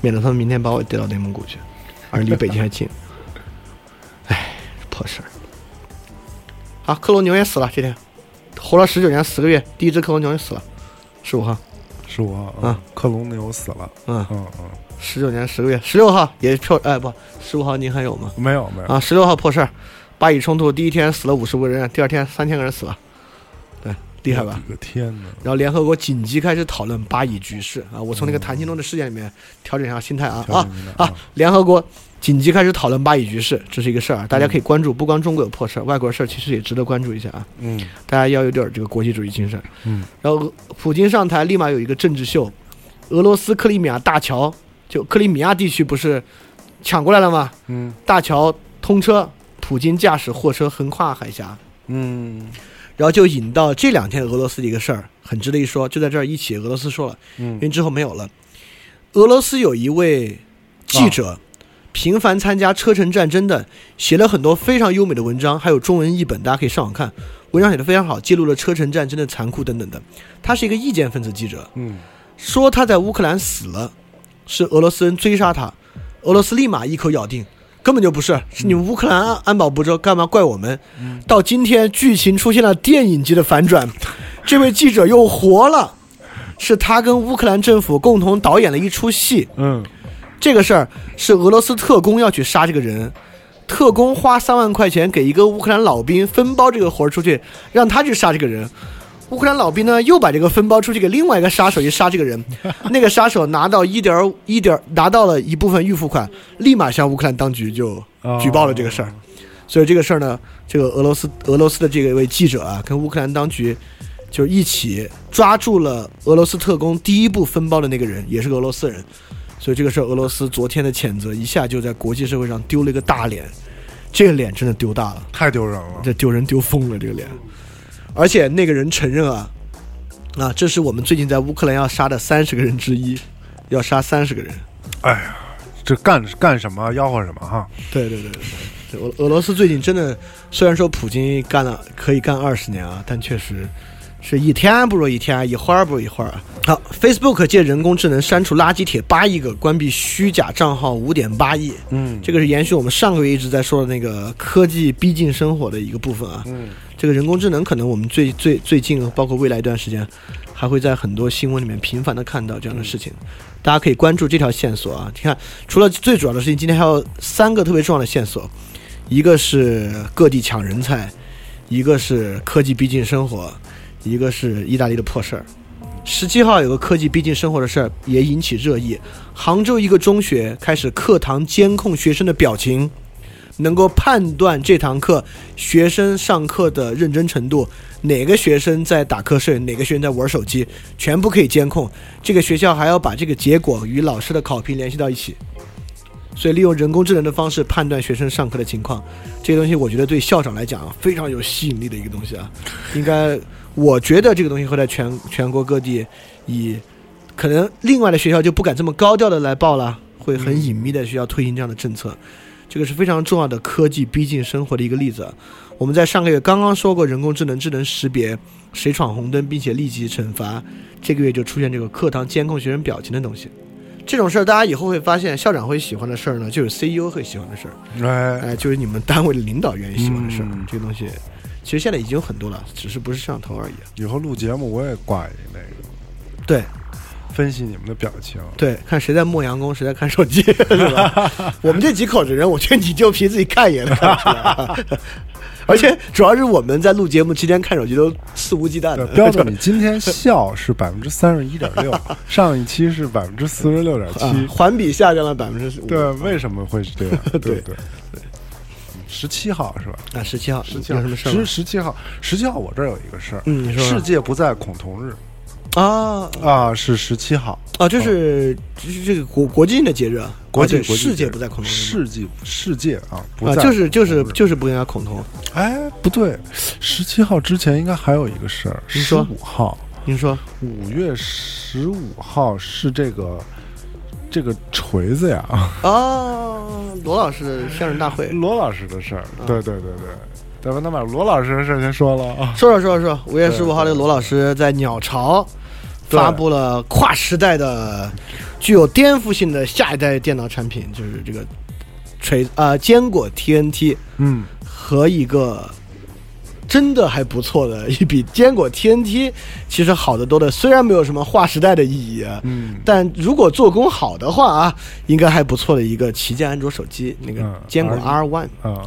[SPEAKER 6] 免得他们明天把我逮到内蒙古去，而离北京还近。唉，破事儿。好，克隆牛也死了，这天活了十九年十个月，第一只克隆牛也死了，十五号，
[SPEAKER 1] 是我
[SPEAKER 6] 啊，
[SPEAKER 1] 克隆牛死了，
[SPEAKER 6] 嗯，
[SPEAKER 1] 嗯嗯，
[SPEAKER 6] 十九年十个月，十六号也破，哎不，十五号您还有吗？
[SPEAKER 1] 没有没有，
[SPEAKER 6] 啊，十六号破事儿，巴以冲突第一天死了五十个人，第二天三千个人死了，对，厉害吧？
[SPEAKER 1] 我的天哪！
[SPEAKER 6] 然后联合国紧急开始讨论巴以局势啊！我从那个谭鑫东的事件里面调整一下心态啊
[SPEAKER 1] 嗯调
[SPEAKER 6] 啊
[SPEAKER 1] 整一下
[SPEAKER 6] 啊！联合国紧急开始讨论巴以局势，这是一个事儿，大家可以关注。不光中国有破事儿，外国事儿其实也值得关注一下啊！
[SPEAKER 1] 嗯
[SPEAKER 6] 大家要有点这个国际主义精神。
[SPEAKER 1] 嗯，
[SPEAKER 6] 然后普京上台立马有一个政治秀，俄罗斯克里米亚大桥就克里米亚地区不是抢过来了吗？
[SPEAKER 1] 嗯
[SPEAKER 6] 大桥通车，普京驾驶货车横跨海峡，
[SPEAKER 1] 嗯
[SPEAKER 6] 然后就引到这两天俄罗斯的一个事儿，很值得一说，就在这儿一起俄罗斯说了，
[SPEAKER 1] 嗯
[SPEAKER 6] 因为之后没有了。俄罗斯有一位记者，频繁参加车臣战争的，写了很多非常优美的文章，还有中文译本，大家可以上网看，文章写的非常好，记录了车臣战争的残酷等等的。他是一个意见分子记者，
[SPEAKER 1] 嗯
[SPEAKER 6] 说他在乌克兰死了，是俄罗斯人追杀他，俄罗斯立马一口咬定根本就不是，是你们乌克兰安安保不周，干嘛怪我们？到今天剧情出现了 <laughs> 电影级的反转，这位记者又活了，是他跟乌克兰政府共同导演了一出戏，
[SPEAKER 1] 嗯
[SPEAKER 6] 这个事儿是俄罗斯特工要去杀这个人，特工花三万块钱给一个乌克兰老兵分包这个活儿出去，让他去杀这个人。乌克兰老兵呢，又把这个分包出去给另外一个杀手去杀这个人，那个杀手拿到一点一点拿到了一部分预付款，立马向乌克兰当局就举报了这个事儿。所以这个事儿呢，这个俄罗斯俄罗斯的这个一位记者啊，跟乌克兰当局就一起抓住了俄罗斯特工第一步分包的那个人，也是个俄罗斯人。所以这个事儿，俄罗斯昨天的谴责一下就在国际社会上丢了一个大脸，这个脸真的丢大了，
[SPEAKER 1] 太丢人了，
[SPEAKER 6] 这丢人丢疯了这个脸。而且那个人承认啊，啊，这是我们最近在乌克兰要杀的三十个人之一，要杀三十个人。
[SPEAKER 1] 哎呀，这干干什么吆喝什么哈？
[SPEAKER 6] 对对对对对，俄俄罗斯最近真的，虽然说普京干了可以干二十年啊，但确实是一天不如一天，一会儿不如一会儿啊。好，Facebook 借人工智能删除垃圾帖八亿个，关闭虚假账号五点八亿。
[SPEAKER 1] 嗯
[SPEAKER 6] 这个是延续我们上个月一直在说的那个科技逼近生活的一个部分啊。
[SPEAKER 1] 嗯，
[SPEAKER 6] 这个人工智能可能我们最最最近，包括未来一段时间，还会在很多新闻里面频繁的看到这样的事情。大家可以关注这条线索啊。你看，除了最主要的事情，今天还有三个特别重要的线索，一个是各地抢人才，一个是科技逼近生活，一个是意大利的破事儿。十七号有个科技逼近生活的事儿也引起热议。杭州一个中学开始课堂监控学生的表情，能够判断这堂课学生上课的认真程度，哪个学生在打瞌睡，哪个学生在玩手机，全部可以监控。这个学校还要把这个结果与老师的考评联系到一起，所以利用人工智能的方式判断学生上课的情况，这个东西我觉得对校长来讲啊非常有吸引力的一个东西啊，应该我觉得这个东西会在全全国各地以可能另外的学校就不敢这么高调的来报了，会很隐秘的学校推行这样的政策。这个是非常重要的科技逼近生活的一个例子。我们在上个月刚刚说过，人工智能智能识别谁闯红灯，并且立即惩罚。这个月就出现这个课堂监控学生表情的东西。这种事儿，大家以后会发现，校长会喜欢的事儿呢，就是 CEO 会喜欢的事儿，
[SPEAKER 1] 哎，
[SPEAKER 6] 哎，就是你们单位的领导愿意喜欢的事儿。
[SPEAKER 1] 嗯
[SPEAKER 6] 这个东西，其实现在已经有很多了，只是不是摄像头而已。
[SPEAKER 1] 以后录节目我也挂一那个，
[SPEAKER 6] 对，
[SPEAKER 1] 分析你们的表情。
[SPEAKER 6] 对，看谁在磨洋工，谁在看手机， <laughs> 是吧？我们这几口子人，我觉得你就凭自己看一眼就看出来了。 <laughs> 而且主要是我们在录节目期间看手机都肆无忌惮
[SPEAKER 1] 对
[SPEAKER 6] 的，
[SPEAKER 1] 标
[SPEAKER 6] <laughs>
[SPEAKER 1] 准，你今天笑是百分之三十一点六，上一期是百分之四十六点
[SPEAKER 6] 啊
[SPEAKER 1] 七，，
[SPEAKER 6] 环比下降了百分之五。
[SPEAKER 1] 对，为什么会是
[SPEAKER 6] <laughs>
[SPEAKER 1] 这样？对
[SPEAKER 6] 对
[SPEAKER 1] 对对，十七号是吧？
[SPEAKER 6] 啊，十七号，十
[SPEAKER 1] 17
[SPEAKER 6] 有
[SPEAKER 1] 号
[SPEAKER 6] 什么事儿
[SPEAKER 1] 十
[SPEAKER 6] 吗？
[SPEAKER 1] 十七号，十七号我这儿有一个事儿，
[SPEAKER 6] 嗯你说说
[SPEAKER 1] 世界不再恐同日
[SPEAKER 6] 啊
[SPEAKER 1] 啊，是十七号，
[SPEAKER 6] 啊，就是这这个国国际性的节日啊，
[SPEAKER 1] 国
[SPEAKER 6] 际
[SPEAKER 1] 际国际
[SPEAKER 6] 世
[SPEAKER 1] 节
[SPEAKER 6] 界
[SPEAKER 1] 日
[SPEAKER 6] 不再恐同日
[SPEAKER 1] 世界世界啊，不
[SPEAKER 6] 嘛啊，
[SPEAKER 1] 再
[SPEAKER 6] 就是就是
[SPEAKER 1] 恐同日
[SPEAKER 6] 就是不跟人家恐同。
[SPEAKER 1] 哎，不对，十七号之前应该还有一个事儿，
[SPEAKER 6] 您
[SPEAKER 1] 十
[SPEAKER 6] 说
[SPEAKER 1] 五号，
[SPEAKER 6] 您说
[SPEAKER 1] 五月十五号是这个这个锤子呀，
[SPEAKER 6] 啊，罗老师的相声大会，
[SPEAKER 1] 罗老师的事儿，
[SPEAKER 6] 嗯
[SPEAKER 1] 对对对对，咱们那把罗老师的事儿先说了啊，
[SPEAKER 6] 说说说说，五月
[SPEAKER 1] 对
[SPEAKER 6] 十五号，这个罗老师在鸟巢
[SPEAKER 1] 对
[SPEAKER 6] 发布了跨时代的、具有颠覆性的下一代电脑产品，就是这个锤啊坚果 TNT
[SPEAKER 1] 嗯，
[SPEAKER 6] 和一个真的还不错的，一比坚果 TNT 其实好得多的。虽然没有什么划时代的意义啊，
[SPEAKER 1] 嗯
[SPEAKER 6] 但如果做工好的话啊，应该还不错的一个旗舰安卓手机，那个
[SPEAKER 1] 嗯
[SPEAKER 6] 坚果 R
[SPEAKER 1] R1
[SPEAKER 6] One。
[SPEAKER 1] 啊，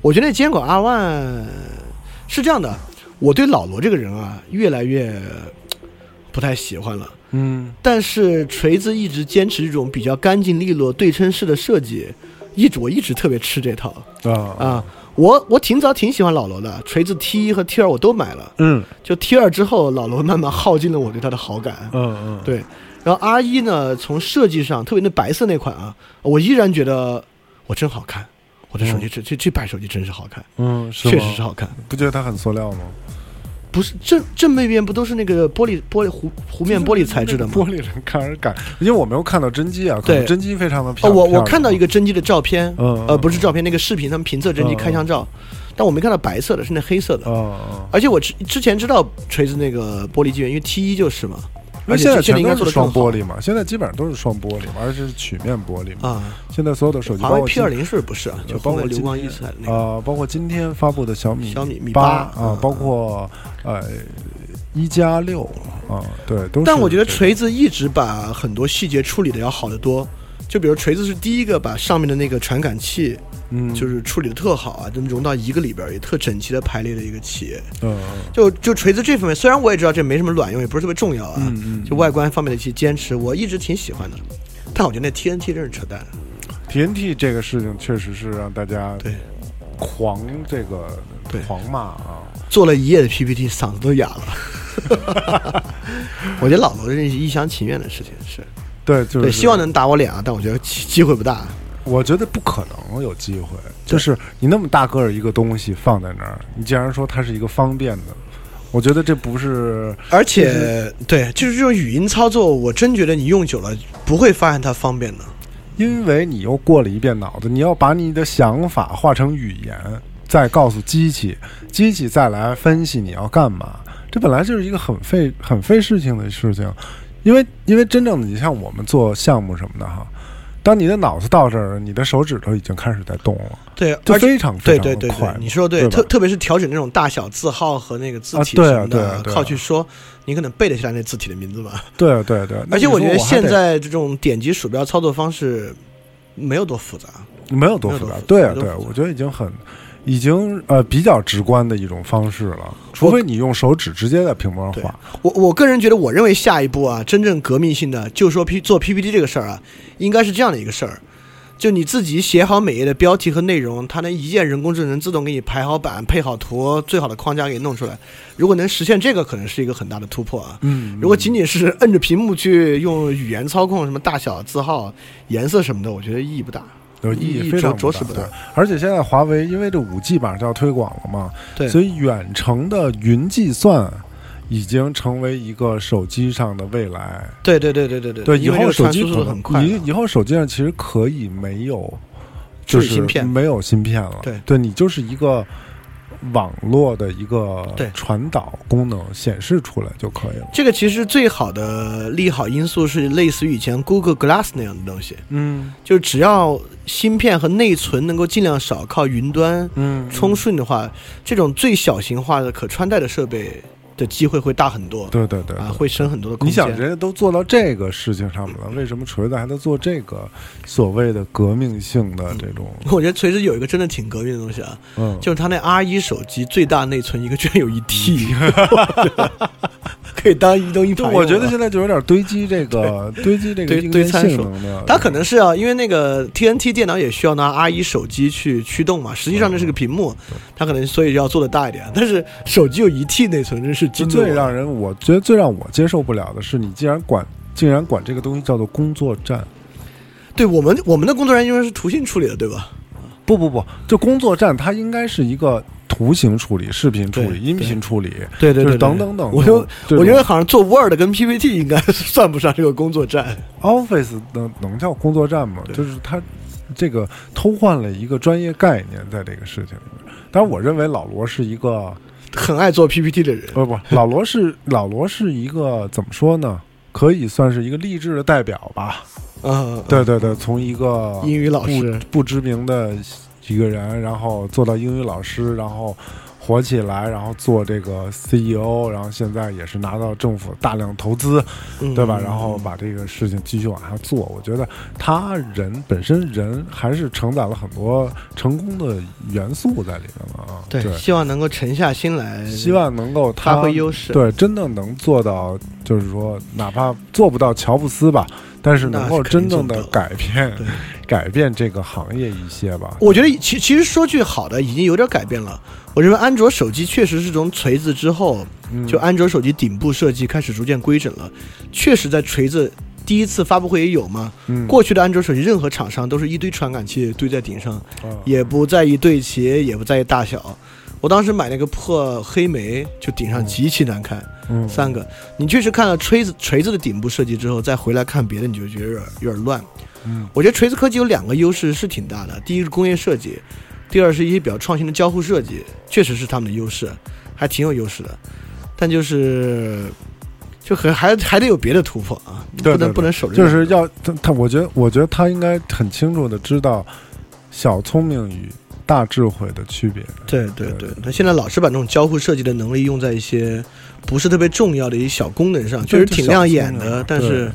[SPEAKER 6] 我觉得坚果 R One 是这样的，我对老罗这个人啊，越来越呃不太喜欢了。
[SPEAKER 1] 嗯，
[SPEAKER 6] 但是锤子一直坚持这种比较干净利落、对称式的设计，一直我一直特别吃这套
[SPEAKER 1] 啊，
[SPEAKER 6] 啊。我我挺早挺喜欢老罗的，锤子 T 一和 T 二我都买了。
[SPEAKER 1] 嗯
[SPEAKER 6] 就 T 二之后，老罗慢慢耗尽了我对他的好感。
[SPEAKER 1] 嗯嗯，
[SPEAKER 6] 对，然后 R 一呢，从设计上，特别那白色那款啊，我依然觉得我真好看。我的手机这这这白手机真是好看，
[SPEAKER 1] 嗯，是
[SPEAKER 6] 确
[SPEAKER 1] 吗
[SPEAKER 6] 实是好看。
[SPEAKER 1] 不觉得它很塑料吗？
[SPEAKER 6] 不是正正背面不都是那个玻璃玻璃弧弧面玻璃材质的吗？
[SPEAKER 1] 玻璃人看人感，因为我没有看到真机啊，可
[SPEAKER 6] 对
[SPEAKER 1] 能真机非常的漂
[SPEAKER 6] 哦，
[SPEAKER 1] 亮。
[SPEAKER 6] 我我看到一个真机的照片，
[SPEAKER 1] 嗯
[SPEAKER 6] 呃，
[SPEAKER 1] 嗯
[SPEAKER 6] 不是照片，那个视频他们评测真机
[SPEAKER 1] 嗯嗯
[SPEAKER 6] 开箱照，但我没看到白色的，是那黑色的。
[SPEAKER 1] 啊，
[SPEAKER 6] 而且我之之前知道锤子那个玻璃机源，因为 T 一就是嘛，
[SPEAKER 1] 因为
[SPEAKER 6] 而且
[SPEAKER 1] 现在
[SPEAKER 6] 现在
[SPEAKER 1] 全
[SPEAKER 6] 应该
[SPEAKER 1] 都
[SPEAKER 6] 做
[SPEAKER 1] 是
[SPEAKER 6] 的
[SPEAKER 1] 双玻璃嘛，现在基本上都是双玻璃嘛，而且是曲面玻璃嘛。
[SPEAKER 6] 啊。
[SPEAKER 1] 现在所有的手机，
[SPEAKER 6] 华
[SPEAKER 1] 包
[SPEAKER 6] 为
[SPEAKER 1] 括
[SPEAKER 6] P
[SPEAKER 1] 今
[SPEAKER 6] 二零是不是啊？就
[SPEAKER 1] 包
[SPEAKER 6] 后
[SPEAKER 1] 括
[SPEAKER 6] 面流
[SPEAKER 1] 今
[SPEAKER 6] 光
[SPEAKER 1] 天
[SPEAKER 6] 溢出来的那个。
[SPEAKER 1] 啊，包括今天发布的小米
[SPEAKER 6] 小米米
[SPEAKER 1] 八
[SPEAKER 6] 八
[SPEAKER 1] 啊
[SPEAKER 6] 嗯，
[SPEAKER 1] 包括呃一加六啊，对，都是。
[SPEAKER 6] 但我觉得锤子一直把很多细节处理的要好得多。就比如锤子是第一个把上面的那个传感器，
[SPEAKER 1] 嗯
[SPEAKER 6] 就是处理的特好啊，就融到一个里边儿，也特整齐的排列的一个企业。
[SPEAKER 1] 嗯
[SPEAKER 6] 就就锤子这方面，虽然我也知道这没什么卵用，也不是特别重要
[SPEAKER 1] 嗯
[SPEAKER 6] 啊，就外观方面的一些坚持，我一直挺喜欢的。但我觉得那 TNT 真是扯淡，
[SPEAKER 1] TNT 这个事情确实是让大家
[SPEAKER 6] 对，
[SPEAKER 1] 狂这个
[SPEAKER 6] 对
[SPEAKER 1] 狂骂啊，
[SPEAKER 6] 做了一夜的 PPT，嗓子都哑了。 <laughs> 我觉得老罗这是一厢情愿的事情，是
[SPEAKER 1] 对，就是
[SPEAKER 6] 对，希望能打我脸啊，但我觉得机机会不大。啊
[SPEAKER 1] 我觉得不可能有机会，就是你那么大个儿一个东西放在那儿，你竟然说它是一个方便的，我觉得这不是
[SPEAKER 6] 而且，
[SPEAKER 1] 嗯
[SPEAKER 6] 对，就是这种语音操作，我真觉得你用久了不会发现它方便的。
[SPEAKER 1] 因为你又过了一遍脑子，你要把你的想法化成语言，再告诉机器，机器再来分析你要干嘛。这本来就是一个很费很费事情的事情，因为因为真正的你像我们做项目什么的哈，当你的脑子到这儿了，你的手指头已经开始在动了。
[SPEAKER 6] 对，
[SPEAKER 1] 就
[SPEAKER 6] 而且
[SPEAKER 1] 非常非
[SPEAKER 6] 对
[SPEAKER 1] 常
[SPEAKER 6] 对
[SPEAKER 1] 地
[SPEAKER 6] 对对
[SPEAKER 1] 快，
[SPEAKER 6] 你说的
[SPEAKER 1] 对吧
[SPEAKER 6] 特特别是调整那种大小字号和那个字
[SPEAKER 1] 啊
[SPEAKER 6] 体
[SPEAKER 1] 对啊
[SPEAKER 6] 什么
[SPEAKER 1] 对
[SPEAKER 6] 的，
[SPEAKER 1] 啊对啊
[SPEAKER 6] 靠去说，你可能背得下来那字体的名字吧。
[SPEAKER 1] 对啊对对，那
[SPEAKER 6] 而且
[SPEAKER 1] 你
[SPEAKER 6] 我
[SPEAKER 1] 说
[SPEAKER 6] 觉得
[SPEAKER 1] 嗯还
[SPEAKER 6] 现
[SPEAKER 1] 得
[SPEAKER 6] 在这种点击鼠标操作方式没有多复杂，
[SPEAKER 1] 没有多
[SPEAKER 6] 没有
[SPEAKER 1] 复
[SPEAKER 6] 多
[SPEAKER 1] 杂
[SPEAKER 6] 复，杂
[SPEAKER 1] 对啊
[SPEAKER 6] 没多
[SPEAKER 1] 对啊，
[SPEAKER 6] 复杂
[SPEAKER 1] 我觉得已经很，已经呃比较直观的一种方式了，除
[SPEAKER 6] 我
[SPEAKER 1] 非你用手指直接在屏幕上
[SPEAKER 6] 对
[SPEAKER 1] 画，
[SPEAKER 6] 我我个人觉得，我认为下一步啊，真正革命性的，就说 P 做 PPT 这个事儿啊，应该是这样的一个事儿，就你自己写好每页的标题和内容，它能一键人工智能自动给你排好版、配好图，最好的框架给你弄出来。如果能实现这个，可能是一个很大的突破啊。
[SPEAKER 1] 嗯，
[SPEAKER 6] 如果仅仅是摁着屏幕去用语言操控什么大小、字号、颜色什么的，我觉得意义不大。
[SPEAKER 1] 有意
[SPEAKER 6] 意义
[SPEAKER 1] 义非常不
[SPEAKER 6] 着实不
[SPEAKER 1] 大
[SPEAKER 6] 大
[SPEAKER 1] 对。而且现在华为因为这五 G 马上就要推广了嘛，
[SPEAKER 6] 对
[SPEAKER 1] 所以远程的云计算已经成为一个手机上的未来。
[SPEAKER 6] 对对对对对对
[SPEAKER 1] 对，以
[SPEAKER 6] 因为这
[SPEAKER 1] 后
[SPEAKER 6] 个
[SPEAKER 1] 手
[SPEAKER 6] 传
[SPEAKER 1] 机
[SPEAKER 6] 输速度
[SPEAKER 1] 可
[SPEAKER 6] 很
[SPEAKER 1] 能
[SPEAKER 6] 快
[SPEAKER 1] 以
[SPEAKER 6] 啊。
[SPEAKER 1] 以后手机上其实可以没有，就
[SPEAKER 6] 处理
[SPEAKER 1] 是
[SPEAKER 6] 芯片
[SPEAKER 1] 没有芯片了。
[SPEAKER 6] 对
[SPEAKER 1] 你就是一个网络的一个
[SPEAKER 6] 对
[SPEAKER 1] 传导功能显示出来就可以了。
[SPEAKER 6] 这个其实最好的利好因素是类似于以前 Google Glass 那样的东西，
[SPEAKER 1] 嗯
[SPEAKER 6] 就是只要芯片和内存能够尽量少靠云端
[SPEAKER 1] 嗯
[SPEAKER 6] 充顺的话，这种最小型化的可穿戴的设备的机会会大很多
[SPEAKER 1] 对对对
[SPEAKER 6] 啊，
[SPEAKER 1] 对
[SPEAKER 6] 会省很多的空
[SPEAKER 1] 你
[SPEAKER 6] 间。嗯
[SPEAKER 1] 想，人家都做到这个事情上面了，为什么锤子还在做这个所谓的革命性的这种？
[SPEAKER 6] 我觉得锤子有一个真的挺革命的东西啊，
[SPEAKER 1] 嗯，
[SPEAKER 6] 就是它那 R 一手机最大内存一个居然有一 T，可以当移动硬
[SPEAKER 1] 就
[SPEAKER 6] 盘用了。
[SPEAKER 1] 嗯
[SPEAKER 6] 啊
[SPEAKER 1] 我觉得现在就有点堆积这个堆积这个
[SPEAKER 6] 堆
[SPEAKER 1] 硬
[SPEAKER 6] 堆
[SPEAKER 1] 件
[SPEAKER 6] 参
[SPEAKER 1] 性
[SPEAKER 6] 数
[SPEAKER 1] 能的，
[SPEAKER 6] 它可能是啊，因为那个 TNT 电脑也需要拿 R 一手机去驱动嘛，实际上这是个屏幕，它可能所以要做的大一点。但是手机有一 T 内存，真是
[SPEAKER 1] 就
[SPEAKER 6] 惊动
[SPEAKER 1] 最
[SPEAKER 6] 我
[SPEAKER 1] 让人我觉得最让我接受不了的是，你竟然管竟然管这个东西叫做工作站。
[SPEAKER 6] 对我们我们的工作人员是图形处理的，对吧？
[SPEAKER 1] 不不不，就工作站它应该是一个图形处理、视频处
[SPEAKER 6] 对
[SPEAKER 1] 理、音频处理，
[SPEAKER 6] 对对
[SPEAKER 1] 就
[SPEAKER 6] 对，
[SPEAKER 1] 是等等等。
[SPEAKER 6] 我
[SPEAKER 1] 就
[SPEAKER 6] 就我觉得好像做 Word 跟 PPT 应该算不上这个工作站。
[SPEAKER 1] Office 能能叫工作站吗？就是它这个偷换了一个专业概念在这个事情里面。当然，我认为老罗是一个
[SPEAKER 6] 很爱做 PPT 的人，
[SPEAKER 1] 不不，老罗是老罗是一个怎么说呢？可以算是一个励志的代表吧。
[SPEAKER 6] 嗯，
[SPEAKER 1] 对对对，从一个
[SPEAKER 6] 英语老师，
[SPEAKER 1] 不知名的一个人，然后做到英语老师，然后火起来，然后做这个 CEO，然后现在也是拿到政府大量投资，
[SPEAKER 6] 嗯
[SPEAKER 1] 对吧？然后把这个事情继续往下做。我觉得他人本身人还是承载了很多成功的元素在里面了啊。
[SPEAKER 6] 对，希望能够沉下心来，
[SPEAKER 1] 希望能够他
[SPEAKER 6] 发挥优势
[SPEAKER 1] 对，真的能做到，就是说，哪怕做不到乔布斯吧，但是能够
[SPEAKER 6] 那是肯
[SPEAKER 1] 真
[SPEAKER 6] 定
[SPEAKER 1] 正的
[SPEAKER 6] 做不到
[SPEAKER 1] 改变
[SPEAKER 6] 对，
[SPEAKER 1] <laughs> 改变这个行业一些吧。
[SPEAKER 6] 我觉得其其实说句好的，已经有点改变了。我认为安卓手机确实是从锤子之后，就安卓手机顶部设计开始逐渐规整了。确实，在锤子第一次发布会也有嘛。
[SPEAKER 1] 嗯
[SPEAKER 6] 过去的安卓手机，任何厂商都是一堆传感器堆在顶上，
[SPEAKER 1] 嗯
[SPEAKER 6] 也不在意对齐，也不在意大小。我当时买那个破黑莓，就顶上极其难看。
[SPEAKER 1] 嗯
[SPEAKER 6] 三个，你确实看了锤子锤子的顶部设计之后，再回来看别的，你就觉得有点有点乱。
[SPEAKER 1] 嗯，
[SPEAKER 6] 我觉得锤子科技有两个优势是挺大的，第一个是工业设计，第二是一些比较创新的交互设计，确实是他们的优势，还挺有优势的。但就是就很还还得有别的突破啊，
[SPEAKER 1] 对对
[SPEAKER 6] 不能
[SPEAKER 1] 对
[SPEAKER 6] 不能守着
[SPEAKER 1] 就
[SPEAKER 6] 两个
[SPEAKER 1] 是要他他，我觉得我觉得他应该很清楚的知道小聪明与大智慧的区别。
[SPEAKER 6] 对对对，他现在老是把那种交互设计的能力用在一些不是特别重要的一些小功能上，确实挺亮眼的，但是
[SPEAKER 1] 对嗯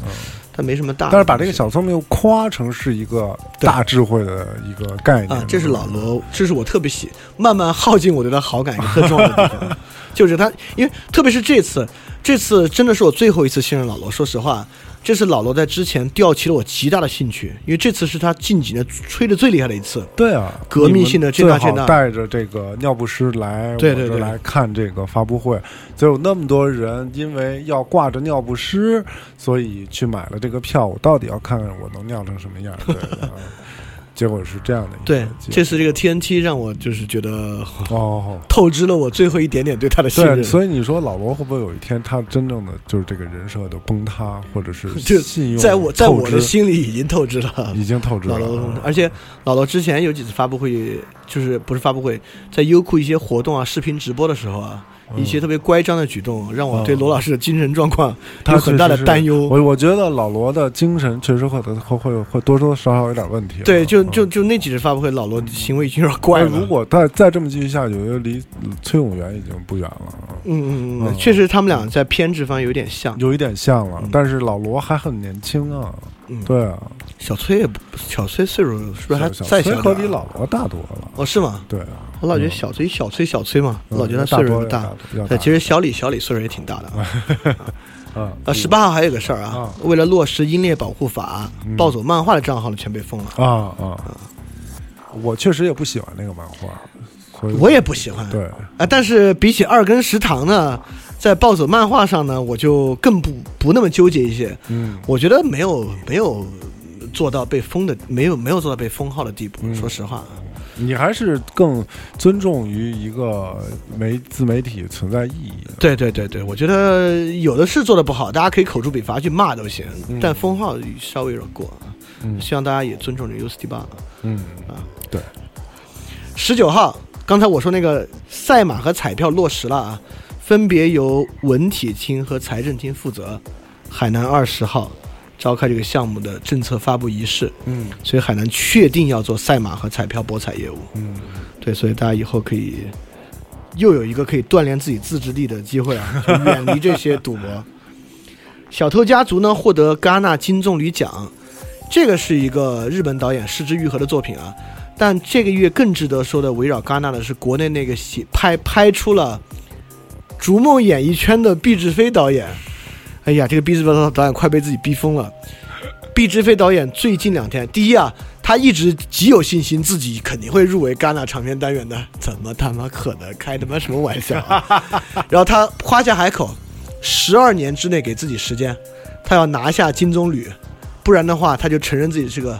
[SPEAKER 6] 它没什么大的东西。
[SPEAKER 1] 但是把这个小聪明又夸成是一个
[SPEAKER 6] 对
[SPEAKER 1] 大智慧的一个概念
[SPEAKER 6] 啊，这是老罗，这是我特别喜，慢慢耗尽我对他好感一个特重要的地
[SPEAKER 1] <laughs>
[SPEAKER 6] 方，就是他，因为特别是这次，这次真的是我最后一次信任老罗。说实话，这次老罗在之前吊起了我极大的兴趣，因为这次是他近几年吹的最厉害的一次。
[SPEAKER 1] 对啊，
[SPEAKER 6] 革命性的
[SPEAKER 1] 你们
[SPEAKER 6] 这大
[SPEAKER 1] 最好
[SPEAKER 6] 这大
[SPEAKER 1] 带着这个尿不湿来，
[SPEAKER 6] 对对
[SPEAKER 1] 我这
[SPEAKER 6] 对
[SPEAKER 1] 来看这个发布会，就有那么多人因为要挂着尿不湿，所以去买了这个票。我到底要看看我能尿成什么
[SPEAKER 6] <laughs>
[SPEAKER 1] 样？对，啊结果是这样的一个
[SPEAKER 6] 对，
[SPEAKER 1] 结
[SPEAKER 6] 这次这个 TNT 让我就是觉得
[SPEAKER 1] 果哦。
[SPEAKER 6] 透支了我最后一点点对他的信
[SPEAKER 1] 对，啊
[SPEAKER 6] 任。
[SPEAKER 1] 所以你说老罗会不会有一天他真正的就是这个人设就崩塌，或者是
[SPEAKER 6] <laughs> 就
[SPEAKER 1] 信用
[SPEAKER 6] 在我在我
[SPEAKER 1] 透
[SPEAKER 6] 的
[SPEAKER 1] 支
[SPEAKER 6] 心里已经透支
[SPEAKER 1] <laughs>
[SPEAKER 6] 了，
[SPEAKER 1] 已经透支
[SPEAKER 6] 老
[SPEAKER 1] 了
[SPEAKER 6] 罗的东西，
[SPEAKER 1] 啊，
[SPEAKER 6] 而且老罗之前有几次发布会，就是不是发布会，在优酷一些活动啊、视频直播的时候啊，一
[SPEAKER 1] 嗯
[SPEAKER 6] 些特别乖张的举动，让我对罗老师的精神状况
[SPEAKER 1] 他
[SPEAKER 6] 有很大的担忧。
[SPEAKER 1] 我我觉得老罗的精神确实会会会会多多少少有点问题了。
[SPEAKER 6] 对，
[SPEAKER 1] 嗯
[SPEAKER 6] 就就就那几次发布会，老罗行为已经有点
[SPEAKER 1] 哎
[SPEAKER 6] 怪了。
[SPEAKER 1] 如果再再这么继续下去，我觉得离崔永元已经不远了，啊
[SPEAKER 6] 嗯嗯嗯，
[SPEAKER 1] 嗯
[SPEAKER 6] 确实他们俩在偏执方有点像。
[SPEAKER 1] 有一点像了
[SPEAKER 6] 嗯。
[SPEAKER 1] 但是老罗还很年轻啊，
[SPEAKER 6] 嗯
[SPEAKER 1] 对啊，
[SPEAKER 6] 小崔也不，小崔岁数是不是还
[SPEAKER 1] 小啊
[SPEAKER 6] 再
[SPEAKER 1] 崔
[SPEAKER 6] 小？啊
[SPEAKER 1] 可比老。罗大多了。
[SPEAKER 6] 哦，是吗？
[SPEAKER 1] 对啊，
[SPEAKER 6] 我老觉得小崔小崔小崔嘛，
[SPEAKER 1] 嗯
[SPEAKER 6] 我老觉得他
[SPEAKER 1] 大
[SPEAKER 6] 岁数
[SPEAKER 1] 多
[SPEAKER 6] 不大
[SPEAKER 1] 要大。要
[SPEAKER 6] 对，
[SPEAKER 1] 大
[SPEAKER 6] 其实小李小李岁数也挺大的啊。
[SPEAKER 1] <laughs> 嗯
[SPEAKER 6] 呃，十八号还有个事儿啊，为了落实《英烈保护法》，
[SPEAKER 1] 嗯
[SPEAKER 6] 暴走漫画的账号呢全被封了。
[SPEAKER 1] 啊啊，我确实也不喜欢那个漫画，所以
[SPEAKER 6] 我也不喜欢，
[SPEAKER 1] 对
[SPEAKER 6] 啊，但是比起二根食堂呢，在暴走漫画上呢，我就更不不那么纠结一些。
[SPEAKER 1] 嗯，
[SPEAKER 6] 我觉得没有没有做到被封的，没有没有做到被封号的地步。
[SPEAKER 1] 嗯
[SPEAKER 6] 说实话，啊
[SPEAKER 1] 你还是更尊重于一个媒自媒体存在意义的。
[SPEAKER 6] 对对对对，我觉得有的是做的不好，大家可以口诛笔伐去骂都行，但封号稍微有点过。啊。
[SPEAKER 1] 嗯
[SPEAKER 6] 希望大家也尊重这 U C D 八。
[SPEAKER 1] 嗯
[SPEAKER 6] 啊，
[SPEAKER 1] 对，
[SPEAKER 6] 十九号，刚才我说那个赛马和彩票落实了啊，分别由文体厅和财政厅负责。海南二十号召开这个项目的政策发布仪式，
[SPEAKER 1] 嗯
[SPEAKER 6] 所以海南确定要做赛马和彩票博彩业务。
[SPEAKER 1] 嗯，
[SPEAKER 6] 对，所以大家以后可以又有一个可以锻炼自己自制力的机会啊，就远离这些赌博。小偷家族呢获得戛纳金棕榈奖，这个是一个日本导演失之愈合的作品啊。但这个月更值得说的，围绕戛纳的是国内那个写拍拍出了《逐梦演艺圈》的毕志飞导演。哎呀，这个毕志飞导演快被自己逼疯了。毕志飞导演最近两天，第一啊，他一直极有信心自己肯定会入围戛纳长片单元的，怎么他妈可能？开他妈什么玩笑、啊！ <laughs> 然后他夸下海口，十二年之内给自己时间，他要拿下金棕榈，不然的话他就承认自己是个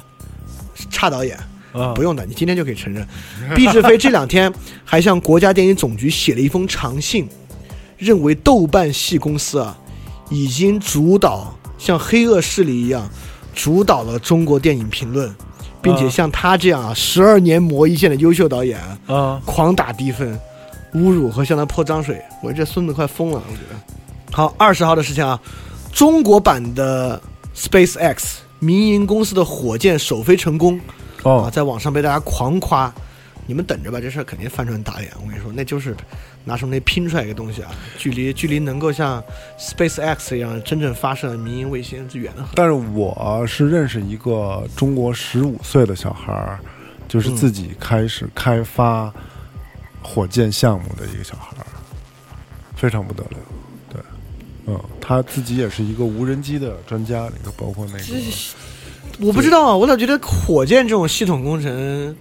[SPEAKER 6] 差导演。
[SPEAKER 7] 啊
[SPEAKER 6] 不用的，你今天就可以承认。毕志飞这两天还向国家电影总局写了一封长信，认为豆瓣系公司啊，已经主导像黑恶势力一样，主导了中国电影评论，并且
[SPEAKER 7] 啊
[SPEAKER 6] 像他这样啊，十二年磨一剑的优秀导演啊，
[SPEAKER 7] 啊，
[SPEAKER 6] 狂打低分、侮辱和向他泼脏水，我这孙子快疯了，我觉得。好，二十号的事情啊，中国版的 SpaceX 民营公司的火箭首飞成功，啊，
[SPEAKER 7] 哦，
[SPEAKER 6] 在网上被大家狂夸，你们等着吧，这事儿肯定翻船打脸。我跟你说，那就是拿什么那拼出来一个东西啊，距离距离能够像 SpaceX 一样真正发射民营卫星是远的很。
[SPEAKER 1] 但是我是认识一个中国十五岁的小孩儿，就是自己开始开发火箭项目的一个小孩儿，非常不得了。对，嗯，他自己也是一个无人机的专家，那个包括那个，
[SPEAKER 6] 我不知道啊，我老觉得火箭这种系统工程，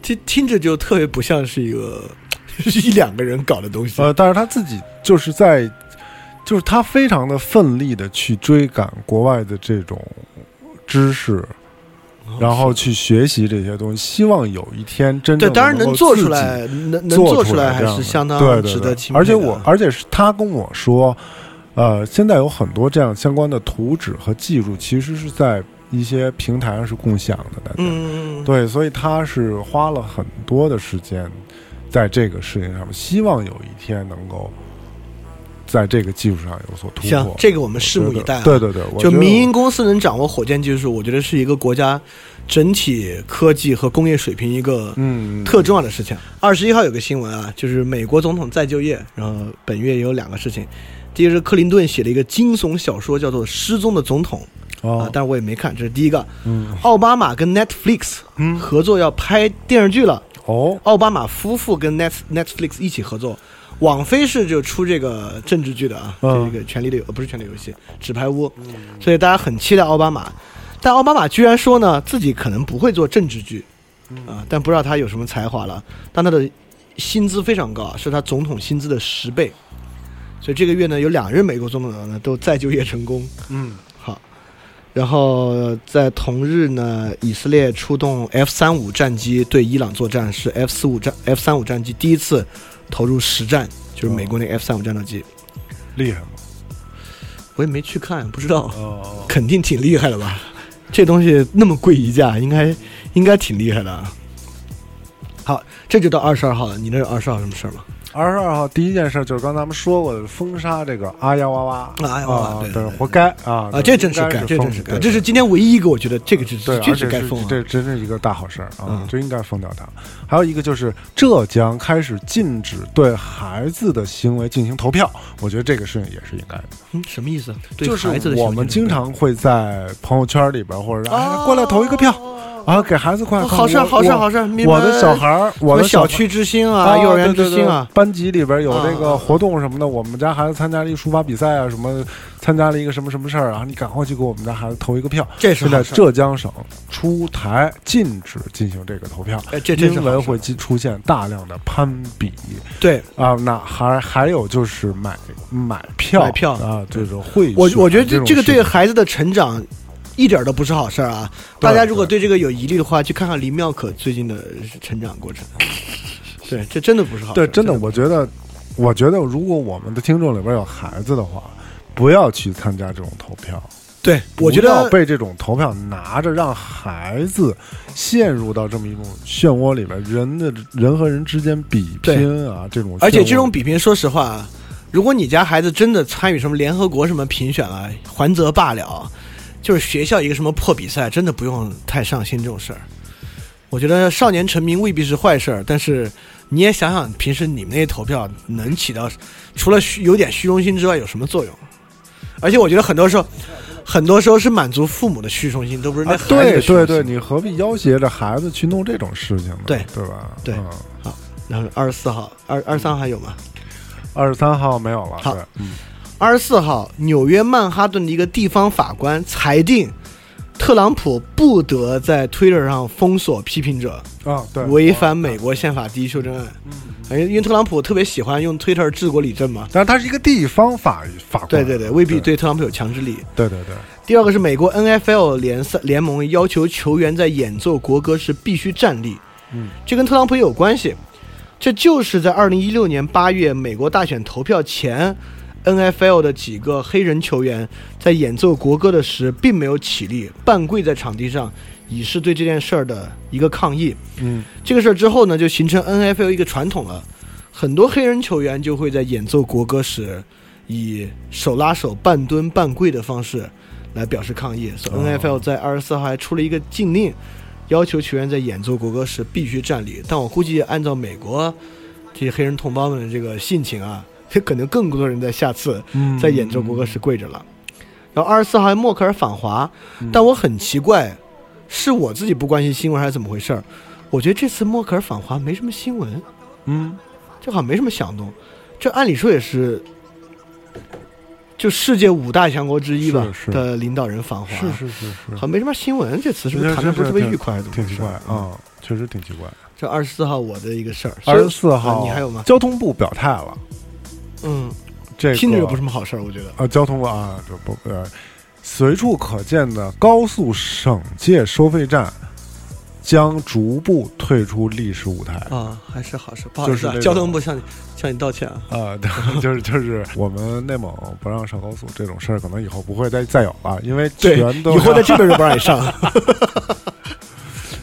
[SPEAKER 6] 听听着就特别不像是一个
[SPEAKER 1] <laughs>
[SPEAKER 6] 一两个人搞的东西。
[SPEAKER 1] 呃，但是他自己就是在，就是他非常的奋力的去追赶国外的这种知识。
[SPEAKER 6] 哦
[SPEAKER 1] 然后去学习这些东西，希望有一天真
[SPEAKER 6] 对，
[SPEAKER 1] 正
[SPEAKER 6] 当然
[SPEAKER 1] 能
[SPEAKER 6] 能
[SPEAKER 1] 够
[SPEAKER 6] 做
[SPEAKER 1] 自
[SPEAKER 6] 出
[SPEAKER 1] 己
[SPEAKER 6] 来，能能
[SPEAKER 1] 做
[SPEAKER 6] 出
[SPEAKER 1] 来
[SPEAKER 6] 还
[SPEAKER 1] 这样
[SPEAKER 6] 是
[SPEAKER 1] 的
[SPEAKER 6] 相当
[SPEAKER 1] 对对
[SPEAKER 6] 值
[SPEAKER 1] 对
[SPEAKER 6] 得钦佩的。啊
[SPEAKER 1] 而且我，而且是他跟我说，呃，现在有很多这样相关的图纸和技术，其实是在一些平台上是共享的，大家、
[SPEAKER 6] 嗯，嗯，嗯
[SPEAKER 1] 对，所以他是花了很多的时间在这个事情上面，希望有一天能够在这个技术上有所突
[SPEAKER 6] 行
[SPEAKER 1] 破，。
[SPEAKER 6] 这个我们拭目以待啊。
[SPEAKER 1] 对对对，我
[SPEAKER 6] 就
[SPEAKER 1] 觉得
[SPEAKER 6] 民营公司能掌握火箭技术，我觉得是一个国家整体科技和工业水平一个
[SPEAKER 1] 嗯嗯
[SPEAKER 6] 特重要的事情。二十一号有个新闻啊，就是美国总统再就业，然后本月也有两个事情。第一个是克林顿写了一个惊悚小说，叫做《失踪的总统》啊
[SPEAKER 1] 哦，，
[SPEAKER 6] 但是我也没看，这是第一个。
[SPEAKER 1] 嗯
[SPEAKER 6] 奥巴马跟 Netflix
[SPEAKER 1] 嗯
[SPEAKER 6] 合作要拍电视剧了，
[SPEAKER 1] 哦
[SPEAKER 6] 奥巴马夫妇跟 Net Netflix 一起合作，网飞是就出这个政治剧的啊，
[SPEAKER 1] 嗯
[SPEAKER 6] 这个《权力的游》呃不是《权力游戏》，《纸牌屋》，所以大家很期待奥巴马，但奥巴马居然说呢，自己可能不会做政治剧，
[SPEAKER 1] 嗯
[SPEAKER 6] 啊，但不知道他有什么才华了，但他的薪资非常高啊，是他总统薪资的十倍，所以这个月呢，有两任美国总统呢都再就业成功，
[SPEAKER 1] 嗯
[SPEAKER 6] 好，然后在同日呢，以色列出动 F 三五战机对伊朗作战，是 F 四五战 F 三五战机第一次投入实战，就是美国那 F 三五战斗机。
[SPEAKER 1] 厉害吗？
[SPEAKER 6] 我也没去看，不知道，
[SPEAKER 1] 哦
[SPEAKER 6] 肯定挺厉害的吧？这东西那么贵一架，应该应该挺厉害的啊。好，这就到二十二号了。你那有二十号什么事儿吗？
[SPEAKER 1] 二十二号第一件事就是刚才咱们说过的封杀这个阿呀哇哇
[SPEAKER 6] 啊阿呀哇哇对对对
[SPEAKER 1] 活该啊
[SPEAKER 6] 啊，这真是
[SPEAKER 1] 应
[SPEAKER 6] 该，这
[SPEAKER 1] 封
[SPEAKER 6] 真是该，
[SPEAKER 1] 对
[SPEAKER 6] 这是今天唯一一个我觉得这个是
[SPEAKER 1] 对，
[SPEAKER 6] 确
[SPEAKER 1] 而
[SPEAKER 6] 实
[SPEAKER 1] 且
[SPEAKER 6] 该
[SPEAKER 1] 是
[SPEAKER 6] 封
[SPEAKER 1] 这
[SPEAKER 6] 了。
[SPEAKER 1] 真是一个大好事儿啊
[SPEAKER 6] 嗯，
[SPEAKER 1] 就应该封掉它。还有一个就是浙江开始禁止对孩子的行为进行投票，我觉得这个事情也是应该的。
[SPEAKER 6] 嗯，什么意思？对
[SPEAKER 1] 就
[SPEAKER 6] 孩子
[SPEAKER 1] 是
[SPEAKER 6] 的
[SPEAKER 1] 我
[SPEAKER 6] 行为
[SPEAKER 1] 们
[SPEAKER 6] 这
[SPEAKER 1] 经
[SPEAKER 6] 种
[SPEAKER 1] 常会在朋友圈里边或者哎
[SPEAKER 6] 哦
[SPEAKER 1] 过来投一个票啊，给孩子快
[SPEAKER 6] 哦好事儿
[SPEAKER 1] 我
[SPEAKER 6] 好事儿
[SPEAKER 1] 我
[SPEAKER 6] 好事儿你
[SPEAKER 1] 我
[SPEAKER 6] 们
[SPEAKER 1] 的小孩儿，我
[SPEAKER 6] 什
[SPEAKER 1] 的
[SPEAKER 6] 么小
[SPEAKER 1] 小
[SPEAKER 6] 区之星
[SPEAKER 1] 啊
[SPEAKER 6] 啊，幼儿园
[SPEAKER 1] 对对
[SPEAKER 6] 之
[SPEAKER 1] 对
[SPEAKER 6] 星啊，
[SPEAKER 1] 班级里边有这
[SPEAKER 6] 啊啊
[SPEAKER 1] 个
[SPEAKER 6] 啊
[SPEAKER 1] 活动什么的，我们家孩子参加了一书法比赛啊，什么参加了一个什么什么事儿啊，你赶快去给我们家孩子投一个票。
[SPEAKER 6] 这是
[SPEAKER 1] 现在
[SPEAKER 6] 好事儿
[SPEAKER 1] 浙江省出台禁止进行这个投票，
[SPEAKER 6] 哎这真
[SPEAKER 1] 因
[SPEAKER 6] 是好事
[SPEAKER 1] 为
[SPEAKER 6] 儿
[SPEAKER 1] 会出现大量的攀比
[SPEAKER 6] 对
[SPEAKER 1] 啊，那还还有就是买买票
[SPEAKER 6] 买票
[SPEAKER 1] 啊，这种贿选
[SPEAKER 6] 我我觉得
[SPEAKER 1] 这
[SPEAKER 6] 这
[SPEAKER 1] 种
[SPEAKER 6] 这个对
[SPEAKER 1] 事情
[SPEAKER 6] 孩子的成长。一点儿都不是好事儿啊！
[SPEAKER 1] 对
[SPEAKER 6] 大家如果对这个有疑虑的话，去看看林妙可最近的成长过程。啊对，这真的不是好事儿。
[SPEAKER 1] 对真的，我觉得我觉得如果我们的听众里边有孩子的话，不要去参加这种投票。
[SPEAKER 6] 对，我觉
[SPEAKER 1] 不要
[SPEAKER 6] 得
[SPEAKER 1] 被这种投票拿着，让孩子陷入到这么一种漩涡里边，人的人和人之间比拼啊，这种，
[SPEAKER 6] 而且这种，比拼，说实话，啊，如果你家孩子真的参与什么联合国什么评选啊，还则罢了，就是学校一个什么破比赛，真的不用太上心这种事儿。我觉得少年成名未必是坏事儿，但是你也想想，平时你们那些投票能起到除了虚有点虚荣心之外有什么作用？而且我觉得很多时候，很多时候是满足父母的虚荣心，都不是那
[SPEAKER 1] 啊
[SPEAKER 6] 孩子
[SPEAKER 1] 对
[SPEAKER 6] 的虚荣
[SPEAKER 1] 对
[SPEAKER 6] 心
[SPEAKER 1] 对，。你何必要挟着孩子去弄这种事情呢？
[SPEAKER 6] 对
[SPEAKER 1] 对吧？嗯
[SPEAKER 6] 对然后二十四号、二二三还有吗？
[SPEAKER 1] 二十三号没有了。
[SPEAKER 6] 好
[SPEAKER 1] 对，嗯
[SPEAKER 6] 二十四号，纽约曼哈顿的一个地方法官裁定，特朗普不得在 Twitter 上封锁批评者，
[SPEAKER 1] 啊，对，
[SPEAKER 6] 违反美国宪法第一修正案。哎，因为特朗普特别喜欢用 Twitter 治国理政嘛。
[SPEAKER 1] 但是它是一个地方法法官，
[SPEAKER 6] 对对对，未必
[SPEAKER 1] 对
[SPEAKER 6] 对特朗普有强制力。
[SPEAKER 1] 对对对，
[SPEAKER 6] 第二个是美国 NFL 联赛联盟要求球员在演奏国歌时必须站立，
[SPEAKER 1] 嗯，
[SPEAKER 6] 这跟特朗普有关系，这就是在二零一六年八月美国大选投票前，NFL 的几个黑人球员在演奏国歌的时并没有起立，半跪在场地上，以示对这件事儿的一个抗议。
[SPEAKER 1] 嗯
[SPEAKER 6] 这个事儿之后呢，就形成 NFL 一个传统了，很多黑人球员就会在演奏国歌时，以手拉手、半蹲半跪的方式来表示抗议。所以
[SPEAKER 1] 哦
[SPEAKER 6] NFL 在二十四号还出了一个禁令，要求球员在演奏国歌时必须站立。但我估计，按照美国这些黑人同胞们的这个性情啊， <laughs> 这可能更多人在下次
[SPEAKER 1] 嗯，
[SPEAKER 6] 在演奏国歌时跪着了。然后二十四号还默克尔访华，
[SPEAKER 1] 嗯
[SPEAKER 6] 但我很奇怪，是我自己不关心新闻还是怎么回事儿？我觉得这次默克尔访华没什么新闻，
[SPEAKER 1] 嗯
[SPEAKER 6] 这好像没什么响动。这按理说也是，就世界五大强国之一吧
[SPEAKER 1] 是是
[SPEAKER 6] 的领导人访华，
[SPEAKER 1] 是是是是
[SPEAKER 6] 好，像没什么新闻。这次是不是
[SPEAKER 1] 是
[SPEAKER 6] 谈的不是
[SPEAKER 1] 是
[SPEAKER 6] 特别
[SPEAKER 1] 是
[SPEAKER 6] 愉快还是怎么
[SPEAKER 1] 挺
[SPEAKER 6] 回
[SPEAKER 1] 奇
[SPEAKER 6] 事
[SPEAKER 1] 怪
[SPEAKER 6] 儿？
[SPEAKER 1] 啊，确实挺奇怪。
[SPEAKER 6] 这二十四号我的一个事儿，
[SPEAKER 1] 二十四号、
[SPEAKER 6] 啊你还有吗？
[SPEAKER 1] 交通部表态了，
[SPEAKER 6] 嗯，
[SPEAKER 1] 这个
[SPEAKER 6] 听着就不是什么好事儿，我觉得。
[SPEAKER 1] 啊，交通部啊，这不呃，随处可见的高速省界收费站将逐步退出历史舞台。 <laughs>
[SPEAKER 6] 啊，还是好事，不好
[SPEAKER 1] 就
[SPEAKER 6] 意
[SPEAKER 1] 是
[SPEAKER 6] 思、啊，
[SPEAKER 1] 那
[SPEAKER 6] 交
[SPEAKER 1] 种
[SPEAKER 6] 通部向你向你道歉啊。
[SPEAKER 1] 啊、对，就是就是我们内蒙不让上高速这种事儿，可能以后不会再再有了，因为全都
[SPEAKER 6] 以后
[SPEAKER 1] 要
[SPEAKER 6] 在这边就不让你上。
[SPEAKER 1] <laughs>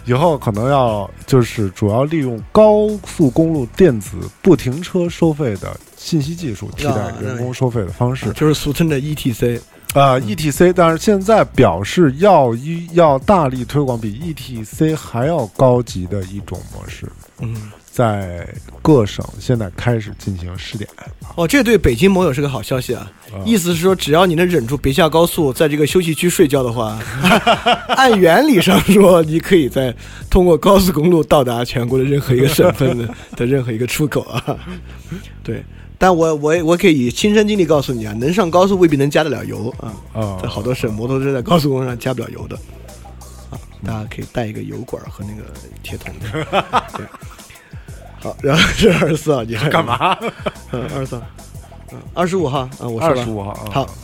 [SPEAKER 1] 以后可能要就是主要利用高速公路电子不停车收费的信息技术替代
[SPEAKER 6] 啊
[SPEAKER 1] 人工收费的方式。
[SPEAKER 6] 就是俗称的 E ETC
[SPEAKER 1] 啊 e t c 但是现在表示要一要大力推广比 ETC 还要高级的一种模式，
[SPEAKER 6] 嗯。
[SPEAKER 1] 在各省现在开始进行试点。
[SPEAKER 6] 哦，这对北京盟友是个好消息啊！
[SPEAKER 1] 啊
[SPEAKER 6] 意思是说，只要你能忍住别下高速，在这个休息区睡觉的话， <laughs> 按原理上说，你可以在通过高速公路到达全国的任何一个省份的的任何一个出口啊。对，但我我我可以亲身经历告诉你啊，能上高速未必能加得了油啊。
[SPEAKER 1] 啊
[SPEAKER 6] 在好多省，摩托车在高速公路上加不了油的，啊，大家可以带一个油管和那个铁桶的。对，好，然后是二十四号，你还有
[SPEAKER 1] 干？嘛？
[SPEAKER 6] 嗯，二十四号，嗯，二十五号，啊，我说
[SPEAKER 1] 二
[SPEAKER 6] 了
[SPEAKER 1] 十五号啊，
[SPEAKER 6] 好，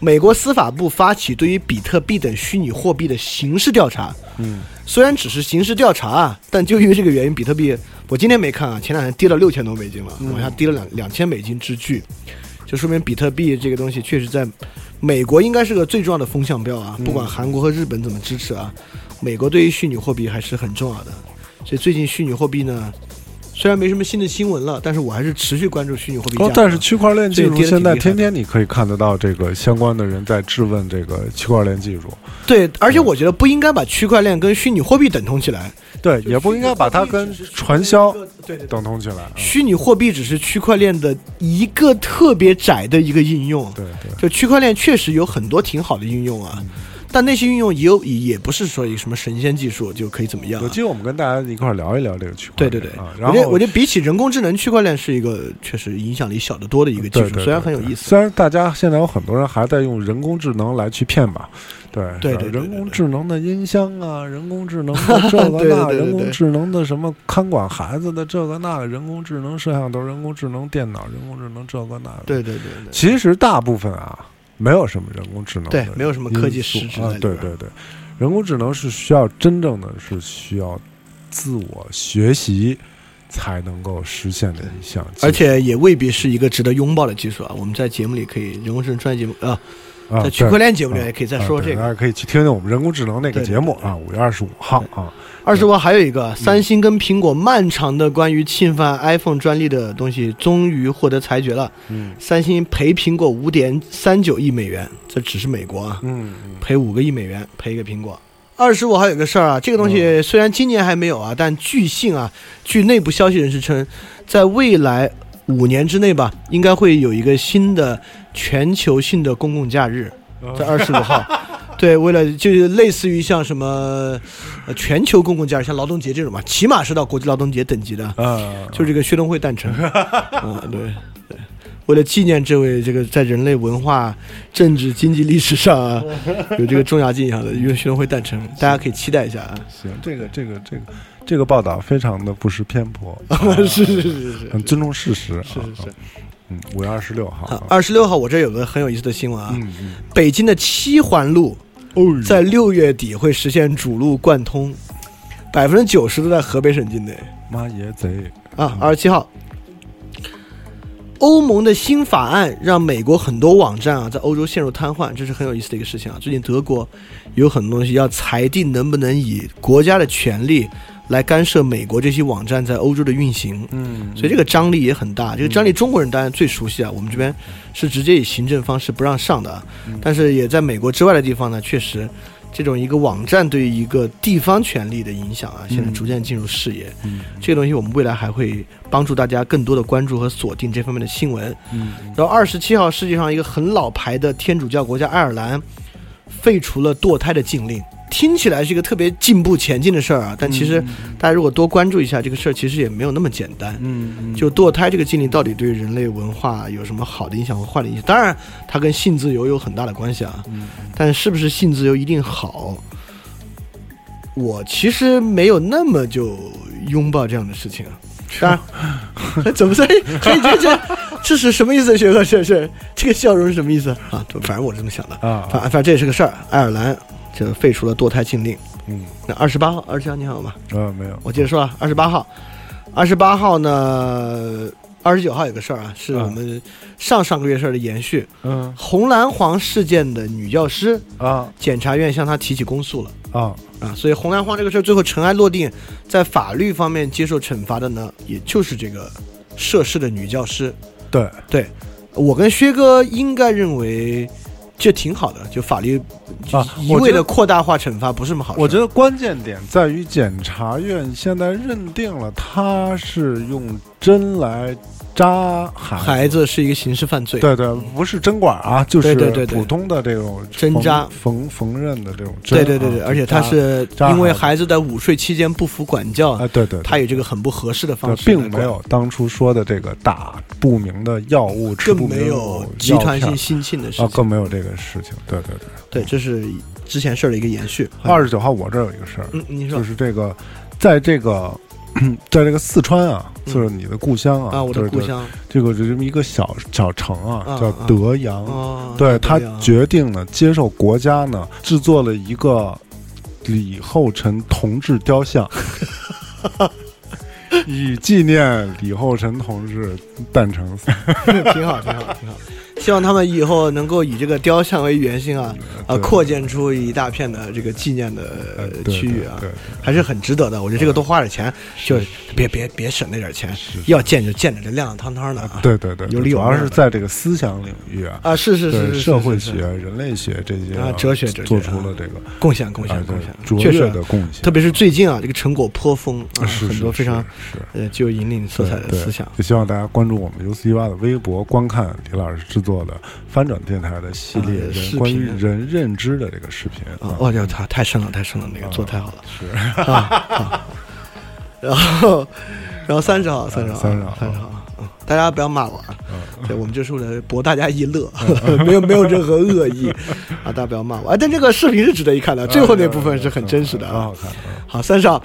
[SPEAKER 6] 美国司法部发起对于比特币等虚拟货币的刑事调查。
[SPEAKER 1] 嗯，
[SPEAKER 6] 虽然只是刑事调查啊，但就因为这个原因，比特币我今天没看啊，前两天跌到六千多美金了，
[SPEAKER 1] 嗯
[SPEAKER 6] 往下跌了两两千美金之巨，就说明比特币这个东西确实在美国应该是个最重要的风向标
[SPEAKER 1] 嗯
[SPEAKER 6] 啊，不管韩国和日本怎么支持啊，美国对于虚拟货币还是很重要的。所以最近虚拟货币呢，虽然没什么新的新闻了，但是我还是持续关注虚拟货币价格。
[SPEAKER 1] 哦，但是区块链技术
[SPEAKER 6] 这个跌得挺
[SPEAKER 1] 现在
[SPEAKER 6] 厉害
[SPEAKER 1] 天天你可以看得到这个相关的人在质问这个区块链技术，
[SPEAKER 6] 对，
[SPEAKER 1] 嗯
[SPEAKER 6] 而且我觉得不应该把区块链跟虚拟货币等同起来。
[SPEAKER 1] 对，也不应该把它跟传销
[SPEAKER 6] 对对对，
[SPEAKER 1] 等同起来。啊
[SPEAKER 6] 虚拟货币只是区块链的一个特别窄的一个应用。
[SPEAKER 1] 对对，嗯
[SPEAKER 6] 就区块链确实有很多挺好的应用啊，但那些应用也有也不是说一个什么神仙技术就可以怎么样啊、
[SPEAKER 1] 有机会我们跟大家一块儿聊一聊这个区块
[SPEAKER 6] 对
[SPEAKER 1] 链。
[SPEAKER 6] 对对，
[SPEAKER 1] 啊，
[SPEAKER 6] 我
[SPEAKER 1] 然
[SPEAKER 6] 觉得
[SPEAKER 1] 后
[SPEAKER 6] 我觉得比起人工智能，区块链是一个确实影响力小得多的一个技
[SPEAKER 1] 对
[SPEAKER 6] 术，
[SPEAKER 1] 对
[SPEAKER 6] 虽然
[SPEAKER 1] 对
[SPEAKER 6] 很有
[SPEAKER 1] 对
[SPEAKER 6] 意思。
[SPEAKER 1] 虽然大家现在有很多人还在用人工智能来去骗吧，对
[SPEAKER 6] 对
[SPEAKER 1] 是吧
[SPEAKER 6] 对对对
[SPEAKER 1] 人工智能的音箱啊，人工智能的这个
[SPEAKER 6] 对对对
[SPEAKER 1] 那，
[SPEAKER 6] 对对
[SPEAKER 1] 人工智能的什么看管孩子的这个那，人工智能摄像头，人工智能电脑，人工智能这个那。，
[SPEAKER 6] 对对对对，
[SPEAKER 1] 其实大部分啊，没有什么人工智能的因
[SPEAKER 6] 对
[SPEAKER 1] 素，
[SPEAKER 6] 没有什么科技实质在
[SPEAKER 1] 啊
[SPEAKER 6] 里，
[SPEAKER 1] 对
[SPEAKER 6] 边
[SPEAKER 1] 对对，人工智能是需要真正的是需要自我学习才能够实现的一项技术，
[SPEAKER 6] 而且也未必是一个值得拥抱的技术啊。我们在节目里可以人工智能专业节目啊，
[SPEAKER 1] 啊
[SPEAKER 6] 在
[SPEAKER 1] 对
[SPEAKER 6] 区块链节目里
[SPEAKER 1] 啊
[SPEAKER 6] 也可以再说这
[SPEAKER 1] 啊对大
[SPEAKER 6] 个。
[SPEAKER 1] 家可以去听听我们人工智能那个
[SPEAKER 6] 对对
[SPEAKER 1] 节目
[SPEAKER 6] 对对
[SPEAKER 1] 啊，五月二十五号啊，
[SPEAKER 6] 二十号还有一个，三星跟苹果漫长的关于侵犯 iPhone 专利的东西终于获得裁决了。
[SPEAKER 1] 嗯
[SPEAKER 6] 三星赔苹果五点三九亿美元，这只是美国啊，
[SPEAKER 1] 嗯
[SPEAKER 6] 赔五个亿美元赔给苹果。二十五号有个事儿啊，这个东西虽然今年还没有啊，但据信啊，据内部消息人士称，在未来五年之内吧，应该会有一个新的全球性的公共假日，在二十五 <laughs> 号。对，为了就是类似于像什么、呃全球公共假日，像劳动节这种嘛，起码是到国际劳动节等级的，
[SPEAKER 1] 啊，
[SPEAKER 6] 就是这个薛东会诞 <laughs> 辰。啊，对对，为了纪念这位这个在人类文化、政治、经济历史上啊有这个重要意义上的因为薛东会诞辰，大家可以期待一下啊。
[SPEAKER 1] 行，这个这个这个这个报道非常的不失偏
[SPEAKER 6] <laughs>
[SPEAKER 1] 颇，
[SPEAKER 6] <laughs> 是是是是
[SPEAKER 1] 很尊重事实，是
[SPEAKER 6] 是是。
[SPEAKER 1] 嗯，五月二十六号
[SPEAKER 6] 啊，
[SPEAKER 1] 啊，
[SPEAKER 6] 二十六号我这有个很有意思的新闻啊，
[SPEAKER 1] 嗯嗯，
[SPEAKER 6] 北京的七环路
[SPEAKER 1] 哦
[SPEAKER 6] 在六月底会实现主路贯通，百分之九十都在河北省境内。
[SPEAKER 1] 妈耶贼，
[SPEAKER 6] 啊，二十七号，欧盟的新法案让美国很多网站啊在欧洲陷入瘫痪，这是很有意思的一个事情啊。最近德国有很多东西要裁定能不能以国家的权利来干涉美国这些网站在欧洲的运行，
[SPEAKER 1] 嗯
[SPEAKER 6] 所以这个张力也很大。这个张力中国人当然最熟悉啊，我们这边是直接以行政方式不让上的啊，
[SPEAKER 1] 嗯
[SPEAKER 6] 但是也在美国之外的地方呢，确实。这种一个网站对于一个地方权力的影响啊，现在逐渐进入视野。
[SPEAKER 1] 嗯
[SPEAKER 6] 这个东西我们未来还会帮助大家更多的关注和锁定这方面的新闻。
[SPEAKER 1] 嗯
[SPEAKER 6] 然后二十七号，世界上一个很老牌的天主教国家爱尔兰废除了堕胎的禁令，听起来是一个特别进步前进的事儿啊，但其
[SPEAKER 1] 嗯
[SPEAKER 6] 实大家如果多关注一下这个事儿，其实也没有那么简单。
[SPEAKER 1] 嗯，
[SPEAKER 6] 就堕胎这个禁令到底对人类文化有什么好的影响和坏的影响？当然，它跟性自由有很大的关系啊。
[SPEAKER 1] 嗯
[SPEAKER 6] 但是不是性自由一定好？我其实没有那么就拥抱这样的事情啊。当然， <laughs> 怎么在？嘿这这这是什么意思？学哥，这是这个笑容是什么意思啊？反正我是这么想的
[SPEAKER 1] 啊
[SPEAKER 6] 反反正这也是个事儿。爱尔兰就废除了堕胎禁令。
[SPEAKER 1] 嗯
[SPEAKER 6] 那二十八号，二十号你好吗？
[SPEAKER 1] 啊没有，
[SPEAKER 6] 我接着说啊，二十八号，二十八号呢，二十九号有个事儿啊，是我们上上个月事儿的延续。
[SPEAKER 1] 嗯
[SPEAKER 6] 红蓝黄事件的女教师，
[SPEAKER 1] 啊
[SPEAKER 6] 检察院向她提起公诉了
[SPEAKER 1] 啊
[SPEAKER 6] 啊，所以红蓝黄这个事儿最后尘埃落定，在法律方面接受惩罚的呢，也就是这个涉事的女教师。
[SPEAKER 1] 对，
[SPEAKER 6] 对我跟薛哥应该认为。这挺好的，就法律就
[SPEAKER 1] 啊
[SPEAKER 6] 一
[SPEAKER 1] 我
[SPEAKER 6] 味
[SPEAKER 1] 觉
[SPEAKER 6] 的
[SPEAKER 1] 得
[SPEAKER 6] 扩大化惩罚不是什么好事。
[SPEAKER 1] 我觉得关键点在于检察院现在认定了他是用针来扎孩子。
[SPEAKER 6] 孩子是一个刑事犯罪，
[SPEAKER 1] 对对，不是针管啊，就是
[SPEAKER 6] 对对对对
[SPEAKER 1] 普通的这种
[SPEAKER 6] 针
[SPEAKER 1] 缝
[SPEAKER 6] 扎
[SPEAKER 1] 缝缝纫的这种针啊。
[SPEAKER 6] 对对对对，而且
[SPEAKER 1] 扎
[SPEAKER 6] 他是
[SPEAKER 1] 扎
[SPEAKER 6] 因为
[SPEAKER 1] 孩子
[SPEAKER 6] 孩子在午睡期间不服管教
[SPEAKER 1] 啊，，对对，对
[SPEAKER 6] 他有这个很不合适的
[SPEAKER 1] 对
[SPEAKER 6] 方式，
[SPEAKER 1] 并没有，当初说的这个打不明的药物，吃不
[SPEAKER 6] 更
[SPEAKER 1] 明
[SPEAKER 6] 没
[SPEAKER 1] 的
[SPEAKER 6] 有
[SPEAKER 1] 药
[SPEAKER 6] 集团
[SPEAKER 1] 片
[SPEAKER 6] 性性侵的事
[SPEAKER 1] 啊，
[SPEAKER 6] 情。
[SPEAKER 1] 更没有这个事情。对对对，
[SPEAKER 6] 对，这是之前事儿的一个延续。
[SPEAKER 1] 二，十九号我这儿有一个事儿，
[SPEAKER 6] 嗯，你说
[SPEAKER 1] 就是这个，在这个， <clears throat> 在这个四川啊，就是你的故乡啊，
[SPEAKER 6] 嗯啊，我的
[SPEAKER 1] 对
[SPEAKER 6] 故，
[SPEAKER 1] 对
[SPEAKER 6] 乡
[SPEAKER 1] 这个这么一个小小城
[SPEAKER 6] 啊
[SPEAKER 1] 啊，叫
[SPEAKER 6] 啊
[SPEAKER 1] 德阳，
[SPEAKER 6] 哦，
[SPEAKER 1] 对他
[SPEAKER 6] 对啊
[SPEAKER 1] 决定呢，接受国家呢制作了一个李厚辰同志雕
[SPEAKER 6] <laughs>
[SPEAKER 1] 像，以纪念李厚辰同志诞辰。
[SPEAKER 6] <laughs> 挺好，挺好，挺好。希望他们以后能够以这个雕像为圆心啊，啊，
[SPEAKER 1] 对
[SPEAKER 6] 扩建出一大片的这个纪念的
[SPEAKER 1] 呃
[SPEAKER 6] 呃
[SPEAKER 1] 对
[SPEAKER 6] 区域啊
[SPEAKER 1] 对对，
[SPEAKER 6] 还是很值得的。我觉得这个多花点钱，就是别别别省那点钱，要建就建着这亮亮堂堂的啊。
[SPEAKER 1] 对对对，
[SPEAKER 6] 有理
[SPEAKER 1] 主
[SPEAKER 6] 有
[SPEAKER 1] 要
[SPEAKER 6] 面
[SPEAKER 1] 是
[SPEAKER 6] 的
[SPEAKER 1] 在这个思想领域啊，
[SPEAKER 6] 啊，是是是
[SPEAKER 1] 对
[SPEAKER 6] 是
[SPEAKER 1] 社会
[SPEAKER 6] 是
[SPEAKER 1] 学、
[SPEAKER 6] 是
[SPEAKER 1] 人类学这些
[SPEAKER 6] 啊哲学哲学
[SPEAKER 1] 做出了
[SPEAKER 6] 啊
[SPEAKER 1] 这个
[SPEAKER 6] 贡献贡
[SPEAKER 1] 啊
[SPEAKER 6] 献贡
[SPEAKER 1] 对
[SPEAKER 6] 献，
[SPEAKER 1] 卓
[SPEAKER 6] 确实
[SPEAKER 1] 越的贡献
[SPEAKER 6] 特，别是最近啊，这个成果颇丰，啊
[SPEAKER 1] 是
[SPEAKER 6] 很
[SPEAKER 1] 是
[SPEAKER 6] 多非
[SPEAKER 1] 是
[SPEAKER 6] 常
[SPEAKER 1] 是
[SPEAKER 6] 呃具有引领色
[SPEAKER 1] 对
[SPEAKER 6] 彩的
[SPEAKER 1] 对
[SPEAKER 6] 思想。
[SPEAKER 1] 也希望大家关注我们 U C 八的微博，观看李老师制作的翻转电台的系列
[SPEAKER 6] 啊
[SPEAKER 1] 人
[SPEAKER 6] 视频
[SPEAKER 1] 关于人认知的这个视频
[SPEAKER 6] 啊，哦，这他太深了，太深了，那个做太好了。
[SPEAKER 1] 嗯
[SPEAKER 6] 啊
[SPEAKER 1] 是
[SPEAKER 6] <laughs> 然后，然后三十号，三十号，
[SPEAKER 1] 30号嗯
[SPEAKER 6] 三十号，嗯大家不要骂我啊！对，我们就是为了博大家一乐， <laughs> 没有没有任何恶意啊！大家不要骂我啊！但这个视频是值得一
[SPEAKER 1] 嗯
[SPEAKER 6] 看的，最后那部分是很真实的
[SPEAKER 1] 很
[SPEAKER 6] 啊
[SPEAKER 1] 好。看啊
[SPEAKER 6] 好，三十号，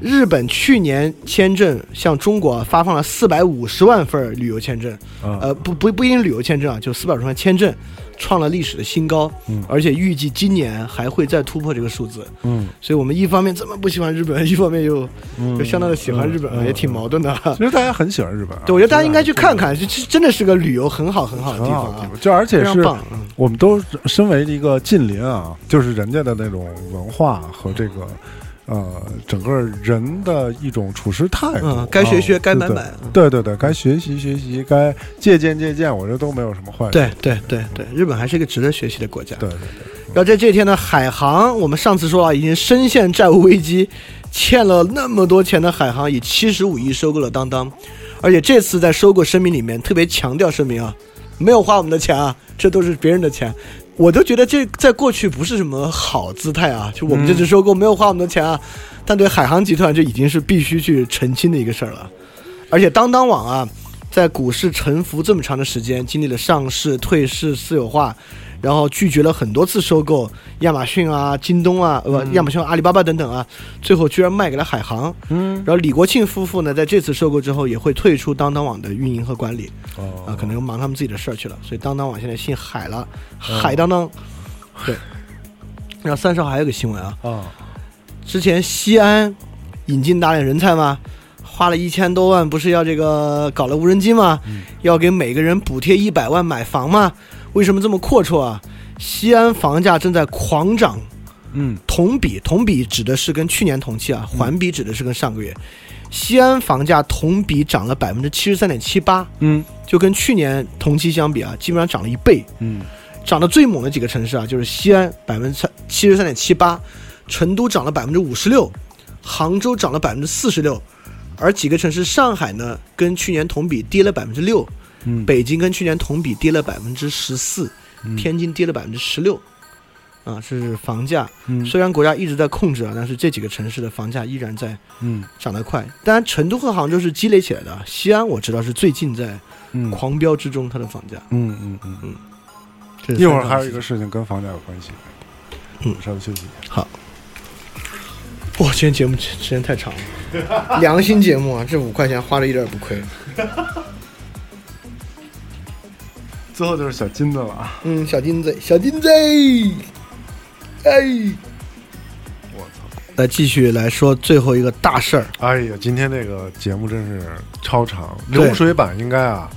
[SPEAKER 6] 日本去年签证向中国发放了四百五十万份儿旅游签证，
[SPEAKER 1] 嗯
[SPEAKER 6] 呃，不不不一定旅游签证啊，就四百五十万签证，创了历史的新高，而且预计今年还会再突破这个数字，
[SPEAKER 1] 嗯，
[SPEAKER 6] 所以我们一方面这么不喜欢日本，一方面又、又相当的喜欢日本，啊，
[SPEAKER 1] 嗯
[SPEAKER 6] 也挺矛盾的啊。
[SPEAKER 1] 其实大家很喜欢日本啊，
[SPEAKER 6] 对，我觉得大家应该去看看，这这真的是个旅游很好很好的地
[SPEAKER 1] 很好
[SPEAKER 6] 方
[SPEAKER 1] 的地
[SPEAKER 6] 啊
[SPEAKER 1] 方，。就而且
[SPEAKER 6] 非常
[SPEAKER 1] 是
[SPEAKER 6] 棒嗯
[SPEAKER 1] 我们都身为一个近邻啊，就是人家的那种文化和这个呃整个人的一种处事态度。
[SPEAKER 6] 嗯该学学
[SPEAKER 1] 啊
[SPEAKER 6] 该买
[SPEAKER 1] 对
[SPEAKER 6] 买嗯
[SPEAKER 1] 对对对，该学习学习，该借鉴借鉴，我这都没有什么坏处。
[SPEAKER 6] 对对对对，日本还是一个值得学习的国家。
[SPEAKER 1] 对对对，
[SPEAKER 6] 然后在这一天呢，海航我们上次说啊，已经深陷债务危机，欠了那么多钱的海航以七十五亿收购了当当，而且这次在收购声明里面特别强调声明啊，没有花我们的钱啊，这都是别人的钱。我都觉得这在过去不是什么好姿态啊，就我们这次收购没有花我们的钱啊，但对海航集团这已经是必须去澄清的一个事儿了。而且当当网啊，在股市沉浮这么长的时间，经历了上市、退市、私有化，然后拒绝了很多次收购，亚马逊啊、京东啊，呃，不亚马逊、阿里巴巴等等啊，最后居然卖给了海航。嗯，然后李国庆夫妇呢，在这次收购之后，也会退出当当网的运营和管理
[SPEAKER 1] 哦，
[SPEAKER 6] 啊，可能忙他们自己的事儿去了，所以当当网现在姓海了，海当当。对。然后三少还有个新闻啊，
[SPEAKER 1] 啊，
[SPEAKER 6] 之前西安引进大量人才嘛，花了一千多万，不是要这个搞了无人机嘛，
[SPEAKER 1] 嗯
[SPEAKER 6] 要给每个人补贴一百万买房嘛？为什么这么阔绰啊？西安房价正在狂涨，
[SPEAKER 1] 嗯，
[SPEAKER 6] 同比同比指的是跟去年同期啊，环比指的是跟上个月。西安房价同比涨了百分之七十三点七八，
[SPEAKER 1] 嗯
[SPEAKER 6] 就跟去年同期相比啊，基本上涨了一倍。
[SPEAKER 1] 嗯
[SPEAKER 6] 涨得最猛的几个城市啊，就是西安百分之七十三点七八，成都涨了百分之五十六，杭州涨了百分之四十六，而几个城市上海呢，跟去年同比跌了百分之六，
[SPEAKER 1] 嗯，
[SPEAKER 6] 北京跟去年同比跌了百分之十四，天津跌了百分之十六，啊，是房价。
[SPEAKER 1] 嗯
[SPEAKER 6] 虽然国家一直在控制啊，但是这几个城市的房价依然在
[SPEAKER 1] 嗯
[SPEAKER 6] 涨得快。当然，成都和杭州是积累起来的啊，西安我知道是最近在
[SPEAKER 1] 嗯
[SPEAKER 6] 狂飙之中，它的房价。
[SPEAKER 1] 嗯嗯嗯嗯，
[SPEAKER 6] 这是
[SPEAKER 1] 一会儿
[SPEAKER 6] 三
[SPEAKER 1] 还
[SPEAKER 6] 个
[SPEAKER 1] 有一
[SPEAKER 6] 事
[SPEAKER 1] 个事情跟房价有关系，
[SPEAKER 6] 嗯
[SPEAKER 1] 稍微休息一下。
[SPEAKER 6] 哇，今天节目时间太长 <laughs> 了，良心节目啊，这五块钱花的一点也不亏。
[SPEAKER 1] 最后就是小金子了啊，
[SPEAKER 6] 嗯，小金子，小金子，哎，
[SPEAKER 1] 我操！
[SPEAKER 6] 来继续来说最后一个大事儿，
[SPEAKER 1] 哎呀，今天这个节目真是超长，
[SPEAKER 6] 对
[SPEAKER 1] 流水版应该啊，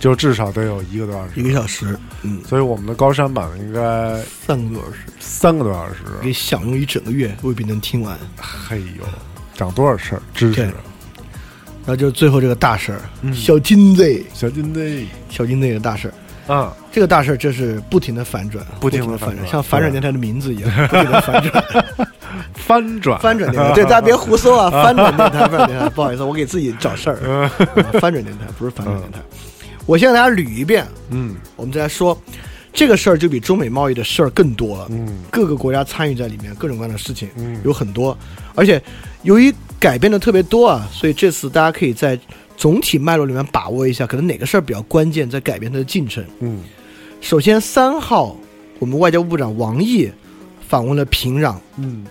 [SPEAKER 1] 就至少得有一个多小
[SPEAKER 6] 一个
[SPEAKER 1] 时，
[SPEAKER 6] 小时，嗯，
[SPEAKER 1] 所以我们的高山版应该
[SPEAKER 6] 三个多小时，
[SPEAKER 1] 三个多小时。
[SPEAKER 6] 可以享用一整个月，未必能听完。
[SPEAKER 1] 嘿呦，长多少事儿知识
[SPEAKER 6] 对
[SPEAKER 1] 啊？
[SPEAKER 6] 然后就是最后这个大事儿，小金子，
[SPEAKER 1] 小金子
[SPEAKER 6] 嗯小金子这个大事儿。
[SPEAKER 1] 啊，
[SPEAKER 6] 这个大事儿真是不停的反转，
[SPEAKER 1] 不停地
[SPEAKER 6] 地
[SPEAKER 1] 反转
[SPEAKER 6] 像反转啊
[SPEAKER 1] 对
[SPEAKER 6] 电台的名字一样，不停的反转。 <laughs>
[SPEAKER 1] 翻转
[SPEAKER 6] 翻转
[SPEAKER 1] <laughs>
[SPEAKER 6] 电台，对大家别胡说啊！翻转电台，翻转电台，不好意思，我给自己找事儿。
[SPEAKER 1] 嗯
[SPEAKER 6] 啊翻转电台不是反转电台，我先给大家捋一遍，
[SPEAKER 1] 嗯
[SPEAKER 6] 我们再来说这个事儿，就比中美贸易的事儿更多了。
[SPEAKER 1] 嗯
[SPEAKER 6] 各个国家参与在里面，各种各样的事情
[SPEAKER 1] 嗯
[SPEAKER 6] 有很多，而且由于改变的特别多啊，所以这次大家可以在总体脉络里面把握一下，可能哪个事儿比较关键，在改变它的进程。
[SPEAKER 1] 嗯
[SPEAKER 6] 首先，三号，我们外交部长王毅访问了平壤。
[SPEAKER 1] 嗯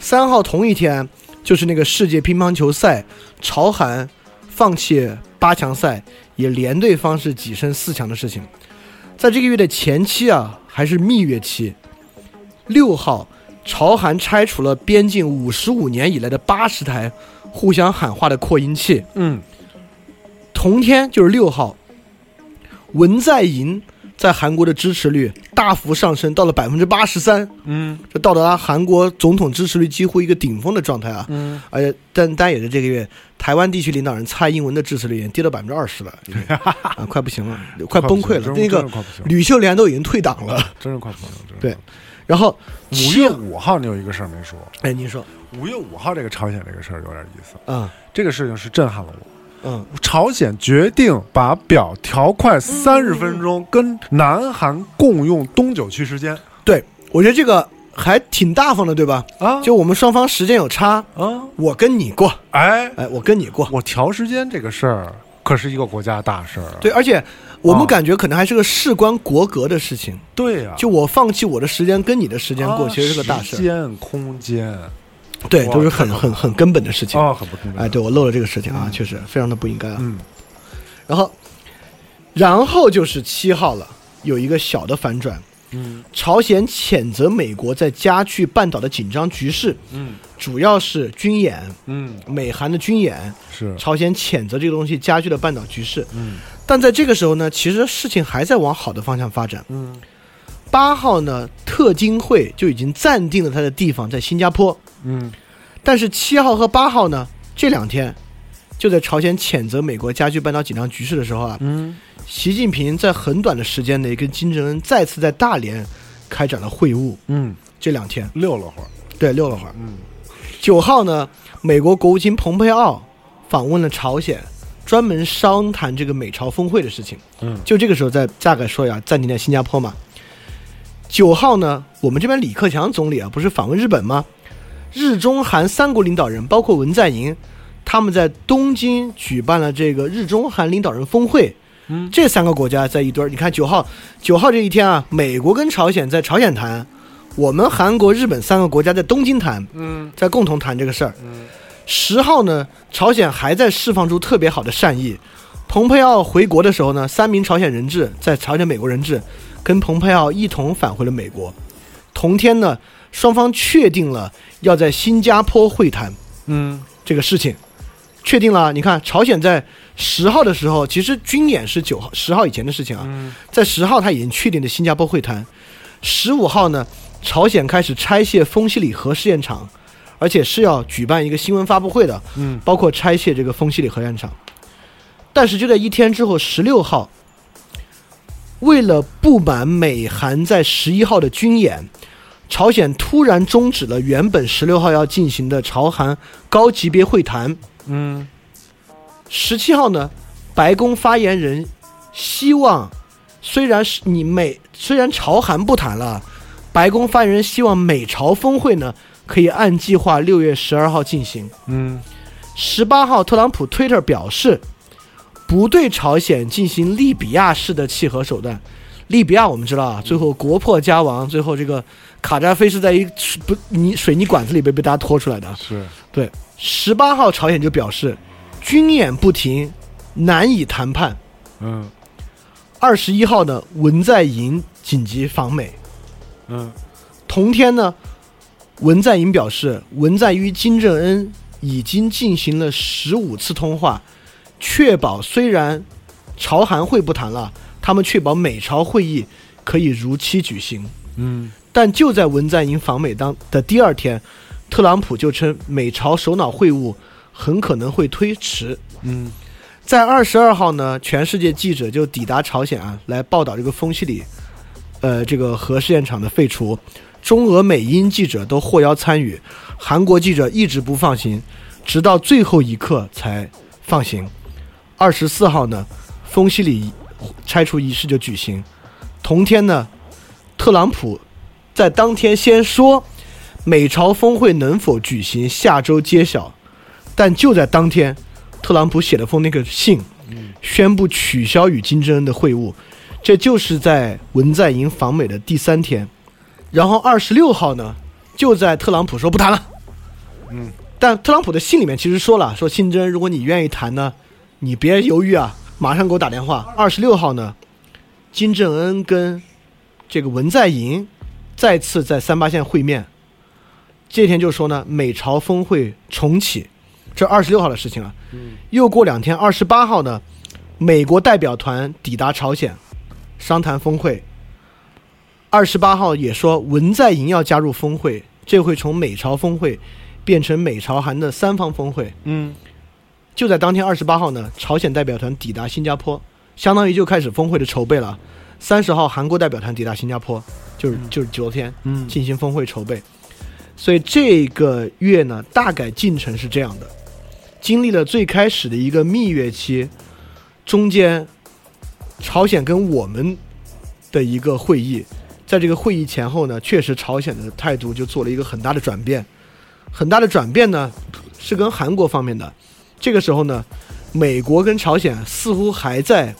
[SPEAKER 6] 三号同一天，就是那个世界乒乓球赛，朝韩放弃八强赛，以连队方式跻身四强的事情。在这个月的前期啊，还是蜜月期。六号，朝韩拆除了边境五十五年以来的八十台互相喊话的扩音器。
[SPEAKER 1] 嗯
[SPEAKER 6] 同天就是六号，文在寅在韩国的支持率大幅上升，到了百分之八十三。
[SPEAKER 1] 嗯
[SPEAKER 6] 就到达了韩国总统支持率几乎一个顶峰的状态啊。
[SPEAKER 1] 嗯，
[SPEAKER 6] 而且但但也是这个月，台湾地区领导人蔡英文的支持率已经跌到百分之二
[SPEAKER 1] <laughs>
[SPEAKER 6] 十了，已经啊，快不行了，快崩溃了。
[SPEAKER 1] 真
[SPEAKER 6] 那个
[SPEAKER 1] 真是快不行了
[SPEAKER 6] 吕秀莲都已经退党了。
[SPEAKER 1] 真是快不行了，真是
[SPEAKER 6] 对然后
[SPEAKER 1] 五
[SPEAKER 6] 七
[SPEAKER 1] 月，五号你有一个事儿没说，
[SPEAKER 6] 哎，您说，
[SPEAKER 1] 五月五号这个朝鲜这个事儿有点意思，
[SPEAKER 6] 嗯
[SPEAKER 1] 这个事情是震撼了我。
[SPEAKER 6] 嗯，
[SPEAKER 1] 朝鲜决定把表调快三十分钟，跟南韩共用东九区时间
[SPEAKER 6] 对，我觉得这个还挺大方的，对吧？
[SPEAKER 1] 啊
[SPEAKER 6] 就我们双方时间有差，
[SPEAKER 1] 啊！
[SPEAKER 6] 我跟你过，
[SPEAKER 1] 哎，
[SPEAKER 6] 哎，我跟你过，
[SPEAKER 1] 我调时间这个事儿可是一个国家大事儿啊。
[SPEAKER 6] 对，而且我
[SPEAKER 1] 啊
[SPEAKER 6] 们感觉可能还是个事关国格的事情，
[SPEAKER 1] 对呀、
[SPEAKER 6] 就我放弃我的时间跟你的时间过，
[SPEAKER 1] 啊
[SPEAKER 6] 其实是个大事儿
[SPEAKER 1] 时。间、空间
[SPEAKER 6] 对，
[SPEAKER 1] 哇
[SPEAKER 6] 都是很很很根本的事情。
[SPEAKER 1] 啊，很不公平。
[SPEAKER 6] 哎，对，我漏了这个事情啊，确实非常的不应该啊。
[SPEAKER 1] 嗯
[SPEAKER 6] 然后，然后就是七号了，有一个小的反转。
[SPEAKER 1] 嗯
[SPEAKER 6] 朝鲜谴责美国在加剧半岛的紧张局势，
[SPEAKER 1] 嗯
[SPEAKER 6] 主要是军演，
[SPEAKER 1] 嗯，
[SPEAKER 6] 美韩的军演，
[SPEAKER 1] 是
[SPEAKER 6] 朝鲜谴责这个东西加剧了半岛局势。
[SPEAKER 1] 嗯
[SPEAKER 6] 但在这个时候呢，其实事情还在往好的方向发展。
[SPEAKER 1] 嗯
[SPEAKER 6] 八号呢，特金会就已经暂定了它的地方在新加坡，
[SPEAKER 1] 嗯
[SPEAKER 6] 但是七号和八号呢，这两天就在朝鲜谴责美国加剧半岛紧张局势的时候啊，
[SPEAKER 1] 嗯，
[SPEAKER 6] 习近平在很短的时间内跟金正恩再次在大连开展了会晤。
[SPEAKER 1] 嗯，
[SPEAKER 6] 这两天，
[SPEAKER 1] 溜了会儿，
[SPEAKER 6] 对，溜了会儿。嗯，九号呢，美国国务卿蓬佩奥访问了朝鲜，专门商谈这个美朝峰会的事情。
[SPEAKER 1] 嗯
[SPEAKER 6] 就这个时候再大概说一下，暂停在新加坡嘛。九号呢，我们这边李克强总理啊，不是访问日本吗？日中韩三国领导人，包括文在寅，他们在东京举办了这个日中韩领导人峰会。
[SPEAKER 1] 嗯
[SPEAKER 6] 这三个国家在一堆儿。你看九号，九号这一天啊，美国跟朝鲜在朝鲜谈，我们韩国、日本三个国家在东京谈，
[SPEAKER 1] 嗯，
[SPEAKER 6] 在共同谈这个事儿。十号呢，朝鲜还在释放出特别好的善意。蓬佩奥回国的时候呢，三名朝鲜人质在朝鲜美国人质跟蓬佩奥一同返回了美国。同天呢，双方确定了要在新加坡会谈
[SPEAKER 1] 嗯
[SPEAKER 6] 这个事情，确定了。你看，朝鲜在十号的时候，其实军演是九号、十号以前的事情啊。
[SPEAKER 1] 嗯
[SPEAKER 6] 在十号他已经确定了新加坡会谈，十五号呢，朝鲜开始拆卸丰西里核试验场，而且是要举办一个新闻发布会的，
[SPEAKER 1] 嗯，
[SPEAKER 6] 包括拆卸这个丰西里核电厂。但是就在一天之后，十六号，为了不满美韩在十一号的军演，朝鲜突然终止了原本十六号要进行的朝韩高级别会谈。
[SPEAKER 1] 嗯
[SPEAKER 6] 十七号呢，白宫发言人希望，虽然是你美，虽然朝韩不谈了，白宫发言人希望美朝峰会呢可以按计划六月十二号进行。
[SPEAKER 1] 嗯
[SPEAKER 6] 十八号，特朗普 Twitter 表示，不对朝鲜进行利比亚式的契合手段。利比亚我们知道啊，最后国破家亡，最后这个卡扎菲是在一不泥水泥管子里被被大家拖出来的啊。
[SPEAKER 1] 是，
[SPEAKER 6] 对，十八号朝鲜就表示，军演不停，难以谈判。
[SPEAKER 1] 嗯
[SPEAKER 6] 二十一号呢，文在寅紧急访美。
[SPEAKER 1] 嗯
[SPEAKER 6] 同天呢，文在寅表示，文在寅金正恩已经进行了十五次通话，确保虽然朝韩会不谈了，他们确保美朝会议可以如期举行。
[SPEAKER 1] 嗯
[SPEAKER 6] 但就在文在寅访美当的第二天，特朗普就称美朝首脑会晤很可能会推迟。
[SPEAKER 1] 嗯
[SPEAKER 6] 在二十二号呢，全世界记者就抵达朝鲜啊，来报道这个丰西里，呃，这个核试验场的废除。中俄美英记者都获邀参与，韩国记者一直不放行，直到最后一刻才放行。二十四号呢，丰西里拆除仪式就举行。同天呢，特朗普在当天先说，美朝峰会能否举行下周揭晓，但就在当天，特朗普写了封那个信，宣布取消与金正恩的会晤，这就是在文在寅访美的第三天。然后二十六号呢，就在特朗普说不谈了，
[SPEAKER 1] 嗯，
[SPEAKER 6] 但特朗普的信里面其实说了，说金正恩，如果你愿意谈呢，你别犹豫啊，马上给我打电话。二十六号呢，金正恩跟这个文在寅再次在三八线会面，这天就说呢，美朝峰会重启，这二十六号的事情了。又过两天，二十八号呢，美国代表团抵达朝鲜，商谈峰会。二十八号也说文在寅要加入峰会，这回从美朝峰会变成美朝韩的三方峰会。
[SPEAKER 1] 嗯
[SPEAKER 6] 就在当天二十八号呢，朝鲜代表团抵达新加坡，相当于就开始峰会的筹备了。三十号，韩国代表团抵达新加坡，就是就是昨天
[SPEAKER 1] 嗯
[SPEAKER 6] 进行峰会筹备。所以这个月呢，大概进程是这样的：经历了最开始的一个蜜月期，中间朝鲜跟我们的一个会议，在这个会议前后呢，确实朝鲜的态度就做了一个很大的转变。很大的转变呢，是跟韩国方面的。这个时候呢，美国跟朝鲜似乎还在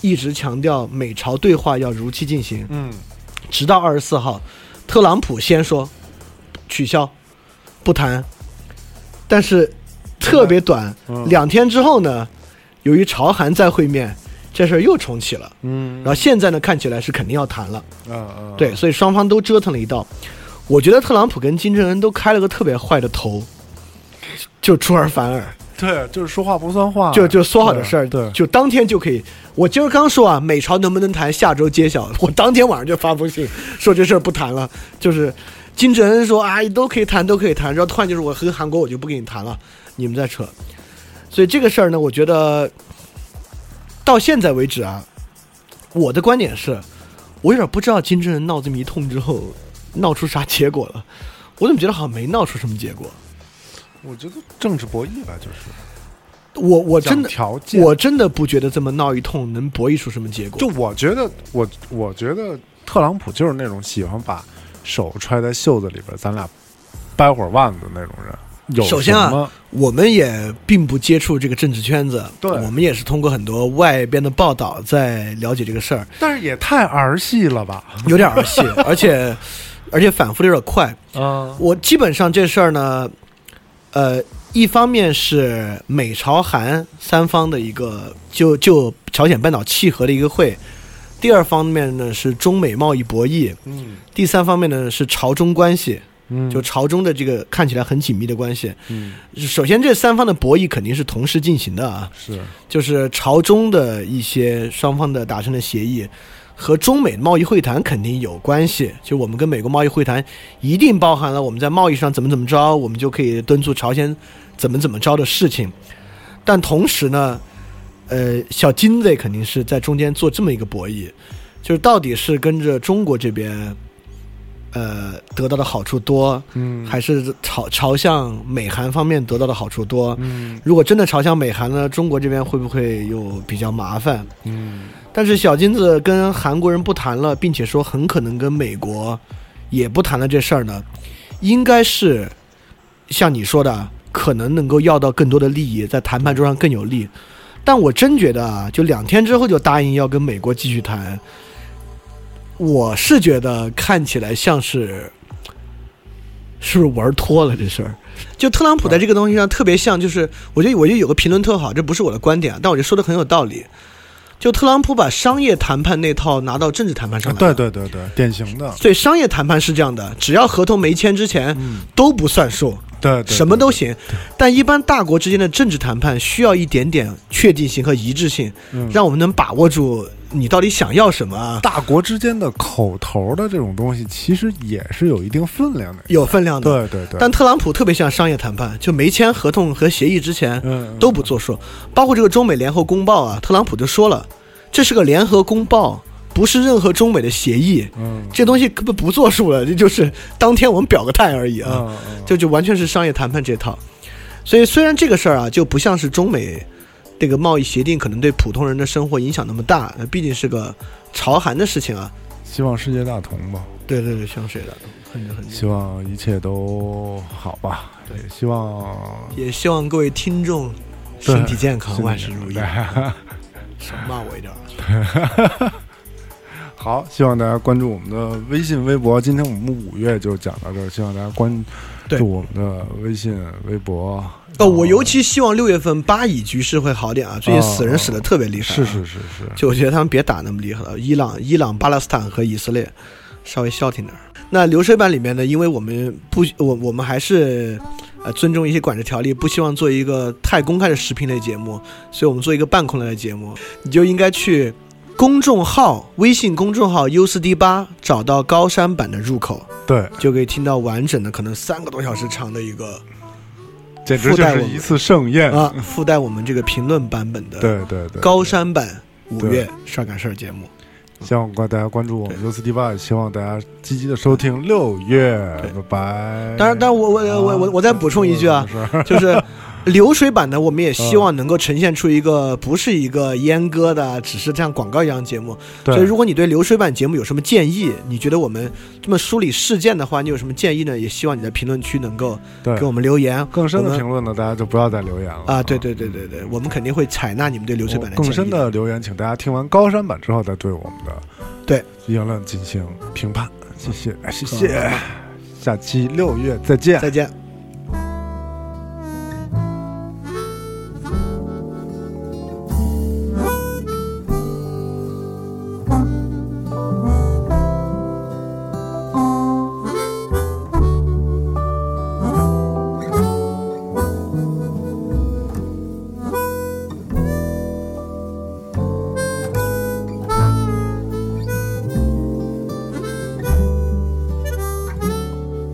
[SPEAKER 6] 一直强调美朝对话要如期进行，
[SPEAKER 1] 嗯
[SPEAKER 6] 直到二十四号，特朗普先说取消，不谈。但是特别短，
[SPEAKER 1] 嗯
[SPEAKER 6] 两天之后呢，由于朝韩再会面，这事儿又重启了。
[SPEAKER 1] 嗯
[SPEAKER 6] 然后现在呢，看起来是肯定要谈了。
[SPEAKER 1] 啊啊，
[SPEAKER 6] 对，所以双方都折腾了一道。我觉得特朗普跟金正恩都开了个特别坏的头，就出尔反尔，
[SPEAKER 1] 对，就是说话不算话，
[SPEAKER 6] 就就说好的事儿，
[SPEAKER 1] 啊对，
[SPEAKER 6] 就当天就可以。我今儿刚说啊，美朝能不能谈，下周揭晓。我当天晚上就发封信说这事儿不谈了，就是金正恩说：“哎，都可以谈，都可以谈。”然后突然就是我跟韩国我就不跟你谈了，你们再扯。所以这个事儿呢，我觉得到现在为止啊，我的观点是，我有点不知道金正恩闹这么一通之后闹出啥结果了。我怎么觉得好像没闹出什么结果？
[SPEAKER 1] 我觉得政治博弈吧，就是
[SPEAKER 6] 我我真
[SPEAKER 1] 讲
[SPEAKER 6] 的
[SPEAKER 1] 条件。啊
[SPEAKER 6] 我真的不觉得这么闹一通能博弈出什么结果。
[SPEAKER 1] 就我觉得，我我觉得特朗普就是那种喜欢把手揣在袖子里边，咱俩掰会儿腕子那种人。有
[SPEAKER 6] 首先啊
[SPEAKER 1] 什么
[SPEAKER 6] 我们也并不接触这个政治圈子，
[SPEAKER 1] 对
[SPEAKER 6] 我们也是通过很多外边的报道在了解这个事儿，
[SPEAKER 1] 但是也太儿戏了吧？
[SPEAKER 6] 有点儿戏，而且而且反复的有点快。
[SPEAKER 1] 嗯
[SPEAKER 6] 我基本上这事儿呢，呃，一方面是美朝韩三方的一个就就朝鲜半岛契合的一个会，第二方面呢是中美贸易博弈，
[SPEAKER 1] 嗯
[SPEAKER 6] 第三方面呢是朝中关系，
[SPEAKER 1] 嗯
[SPEAKER 6] 就朝中的这个看起来很紧密的关系。
[SPEAKER 1] 嗯
[SPEAKER 6] 首先，这三方的博弈肯定是同时进行的啊，
[SPEAKER 1] 是
[SPEAKER 6] 就是朝中的一些双方的达成的协议，和中美贸易会谈肯定有关系。就我们跟美国贸易会谈，一定包含了我们在贸易上怎么怎么着，我们就可以敦促朝鲜怎么怎么着的事情。但同时呢，呃，小金子肯定是在中间做这么一个博弈，就是到底是跟着中国这边，呃，得到的好处多，
[SPEAKER 1] 嗯
[SPEAKER 6] 还是朝朝向美韩方面得到的好处多？
[SPEAKER 1] 嗯
[SPEAKER 6] 如果真的朝向美韩呢，中国这边会不会又比较麻烦？
[SPEAKER 1] 嗯
[SPEAKER 6] 但是小金子跟韩国人不谈了，并且说很可能跟美国也不谈了这事儿呢，应该是像你说的，可能能够要到更多的利益，在谈判桌上更有利。但我真觉得啊，就两天之后就答应要跟美国继续谈，我是觉得看起来像是是不是玩脱了这事儿？就特朗普在这个东西上特别像，就是我觉得我觉得有个评论特好，这不是我的观点啊，但我觉得说的很有道理。就特朗普把商业谈判那套拿到政治谈判上
[SPEAKER 1] 啊
[SPEAKER 6] 来、
[SPEAKER 1] 对，对对对，典型的
[SPEAKER 6] 所以商业谈判是这样的，只要合同没签之前、都不算数，
[SPEAKER 1] 嗯对对对
[SPEAKER 6] 什么都行。但一般大国之间的政治谈判需要一点点确定性和一致性，让我们能把握住你到底想要什么啊，
[SPEAKER 1] 嗯大国之间的口头的这种东西，其实也是有一定分量的。
[SPEAKER 6] 有分量的。
[SPEAKER 1] 对对对，
[SPEAKER 6] 但特朗普特别像商业谈判，就没签合同和协议之前
[SPEAKER 1] 嗯嗯
[SPEAKER 6] 都不作数，包括这个中美联合公报啊，特朗普就说了，这是个联合公报，不是任何中美的协议，
[SPEAKER 1] 嗯
[SPEAKER 6] 这东西根本不作数了，这就是当天我们表个态而已啊。
[SPEAKER 1] 嗯嗯
[SPEAKER 6] 就就完全是商业谈判这套。所以虽然这个事儿啊，就不像是中美这个贸易协定可能对普通人的生活影响那么大，呃毕竟是个朝韩的事情啊。
[SPEAKER 1] 希望世界大同吧，
[SPEAKER 6] 对对对，香水的，很很。
[SPEAKER 1] 希望一切都好吧，
[SPEAKER 6] 对
[SPEAKER 1] 也希望
[SPEAKER 6] 也希望各位听众身体健康，
[SPEAKER 1] 对
[SPEAKER 6] 万事如
[SPEAKER 1] 身体。
[SPEAKER 6] 意
[SPEAKER 1] 健康对
[SPEAKER 6] 少骂我一点啊。
[SPEAKER 1] 好，希望大家关注我们的微信、微博。今天我们五月就讲到这儿，希望大家关
[SPEAKER 6] 对
[SPEAKER 1] 注我们的微信、微博。啊
[SPEAKER 6] 哦，
[SPEAKER 1] 然后
[SPEAKER 6] 我尤其希望六月份巴以局势会好点啊，最近死人死的特别厉害、啊
[SPEAKER 1] 是是，是是，
[SPEAKER 6] 就我觉得他们别打那么厉害了，伊朗、伊朗、巴勒斯坦和以色列稍微消停点儿。那流水版里面呢，因为我们不，我我们还是呃尊重一些管制条例，不希望做一个太公开的视频类节目，所以我们做一个半公开的节目，你就应该去公众号、微信公众号 U 四 D 八找到高山版的入口，
[SPEAKER 1] 对，
[SPEAKER 6] 就可以听到完整的，可能三个多小时长的一个
[SPEAKER 1] 简直
[SPEAKER 6] 附
[SPEAKER 1] 就
[SPEAKER 6] 带我
[SPEAKER 1] 是
[SPEAKER 6] 们
[SPEAKER 1] 一次盛宴。 <laughs>
[SPEAKER 6] 啊，附带我们这个评论版本的
[SPEAKER 1] 对对对，
[SPEAKER 6] 高山版五
[SPEAKER 1] 对
[SPEAKER 6] 月事儿赶事儿节目。
[SPEAKER 1] 希望大家关注我们 U 四 D 八，也希望大家积极的收听六月，拜拜。
[SPEAKER 6] 当然，当然我，我我我我我再补充一句啊，就是流水版呢，我
[SPEAKER 1] 啊
[SPEAKER 6] 们也希望能够呈现出一个不是一个阉割的，只是像广告一样的节目。
[SPEAKER 1] 对
[SPEAKER 6] 所以，如果你对流水版节目有什么建议，你觉得我们这么梳理事件的话，你有什么建议呢？也希望你在评论区能够
[SPEAKER 1] 对
[SPEAKER 6] 给我们留言。
[SPEAKER 1] 更深
[SPEAKER 6] 我
[SPEAKER 1] 的
[SPEAKER 6] 们
[SPEAKER 1] 评论呢，大家就不要再留言了
[SPEAKER 6] 啊，对对对对对，我们肯定会采纳你们对流水版的建议。
[SPEAKER 1] 更深的留言，请大家听完高山版之后再对我们的
[SPEAKER 6] 对
[SPEAKER 1] 言论进行评判。谢谢，
[SPEAKER 7] 嗯
[SPEAKER 1] 谢谢，下期六月再见。
[SPEAKER 6] 再见。
[SPEAKER 7] Thank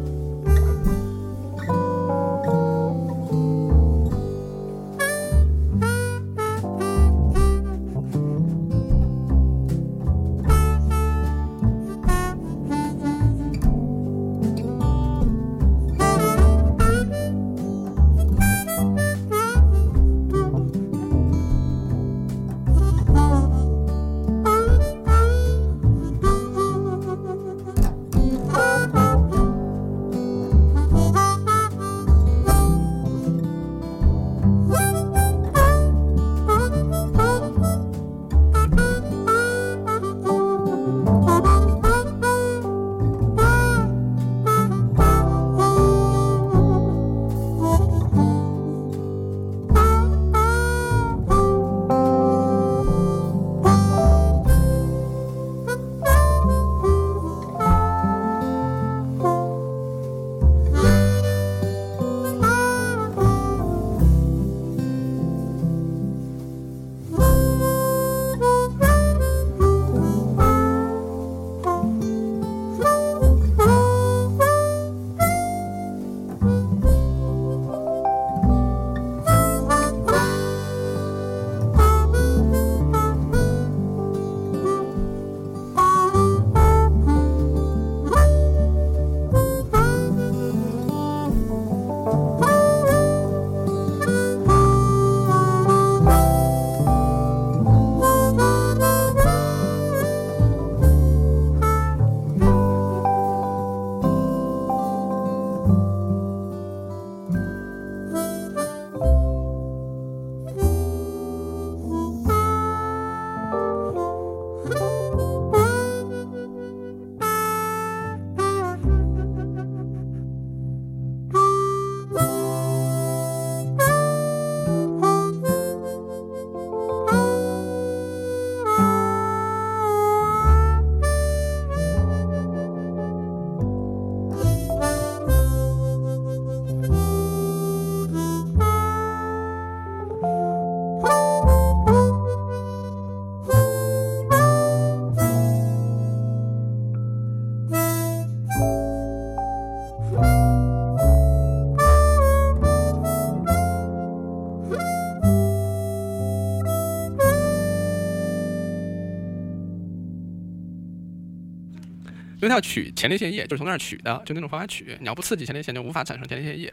[SPEAKER 7] 因为它要取前列腺液，就是从那儿取的，就那种方法取。你要不刺激前列腺，就无法产生前列腺液。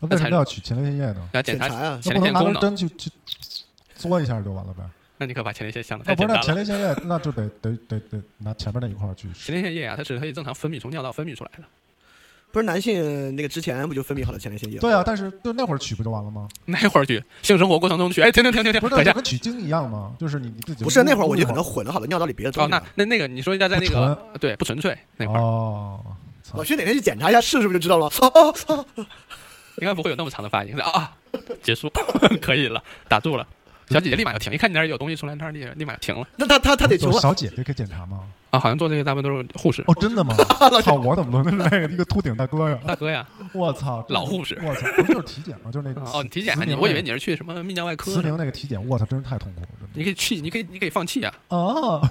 [SPEAKER 1] 那为什么要取前列腺液呢？
[SPEAKER 7] 来
[SPEAKER 6] 检
[SPEAKER 7] 检
[SPEAKER 6] 查
[SPEAKER 7] 查
[SPEAKER 6] 呀，
[SPEAKER 7] 前
[SPEAKER 1] 那不
[SPEAKER 7] 列
[SPEAKER 1] 能
[SPEAKER 7] 腺
[SPEAKER 1] 拿
[SPEAKER 7] 功
[SPEAKER 1] 根
[SPEAKER 7] 能，
[SPEAKER 1] 针去去嘬一下就完了呗？
[SPEAKER 7] 那你可把前列腺想的
[SPEAKER 1] 那
[SPEAKER 7] 太
[SPEAKER 1] 不
[SPEAKER 7] 简
[SPEAKER 1] 是
[SPEAKER 7] 单
[SPEAKER 1] 那前列
[SPEAKER 7] 了。
[SPEAKER 1] 腺液，那就得得得得拿前面那一块儿去。
[SPEAKER 7] 前列腺液啊，它是可以正常分泌，从尿道分泌出来的。
[SPEAKER 6] 不是男性那个之前不就分泌好了前列腺液？
[SPEAKER 1] 对啊，，但是就那会儿取不就完了吗？
[SPEAKER 7] 那会儿去性生活过程中去，哎，停停停停停，
[SPEAKER 1] 不是，
[SPEAKER 7] 等
[SPEAKER 1] 那
[SPEAKER 7] 一下
[SPEAKER 1] 就。跟取精一样吗？就是你你自己
[SPEAKER 6] 不是那会儿我就可
[SPEAKER 1] 可
[SPEAKER 6] 能
[SPEAKER 1] 能
[SPEAKER 6] 混了好了尿道里别的东
[SPEAKER 7] 哦，
[SPEAKER 6] 西
[SPEAKER 7] 那
[SPEAKER 6] 了。
[SPEAKER 7] 那那个，你说一下，在那个对不纯粹那块儿，
[SPEAKER 1] 哦，
[SPEAKER 6] 老薛哪天去检查一下试试不就知道了？哦哦哦，
[SPEAKER 7] 应该不会有那么长的发音。啊啊，结束，可以了，打住了。小姐姐立马就停，一看你那儿有东西从来那儿立立马就停了。
[SPEAKER 6] 那他他他得求
[SPEAKER 1] 做
[SPEAKER 6] 了，
[SPEAKER 1] 小姐姐可以检查吗？
[SPEAKER 7] 啊，好像做这些大部分都是护士，
[SPEAKER 1] 哦，真的吗？操，我怎么轮得那个一个秃顶大哥呀？
[SPEAKER 7] 大哥呀。
[SPEAKER 1] 我操，
[SPEAKER 7] 老护士
[SPEAKER 1] 我操，不就是体检吗？就是那
[SPEAKER 7] 哦，你体检啊
[SPEAKER 1] 慈
[SPEAKER 7] 你，
[SPEAKER 1] 宁
[SPEAKER 7] 我以
[SPEAKER 1] 那
[SPEAKER 7] 为你是去什么泌尿外科
[SPEAKER 1] 慈
[SPEAKER 7] 呢。
[SPEAKER 1] 宁那个体检，我操，真是太痛苦了，真的。
[SPEAKER 7] 你可以去，你可以，你可以放弃啊！
[SPEAKER 1] 啊！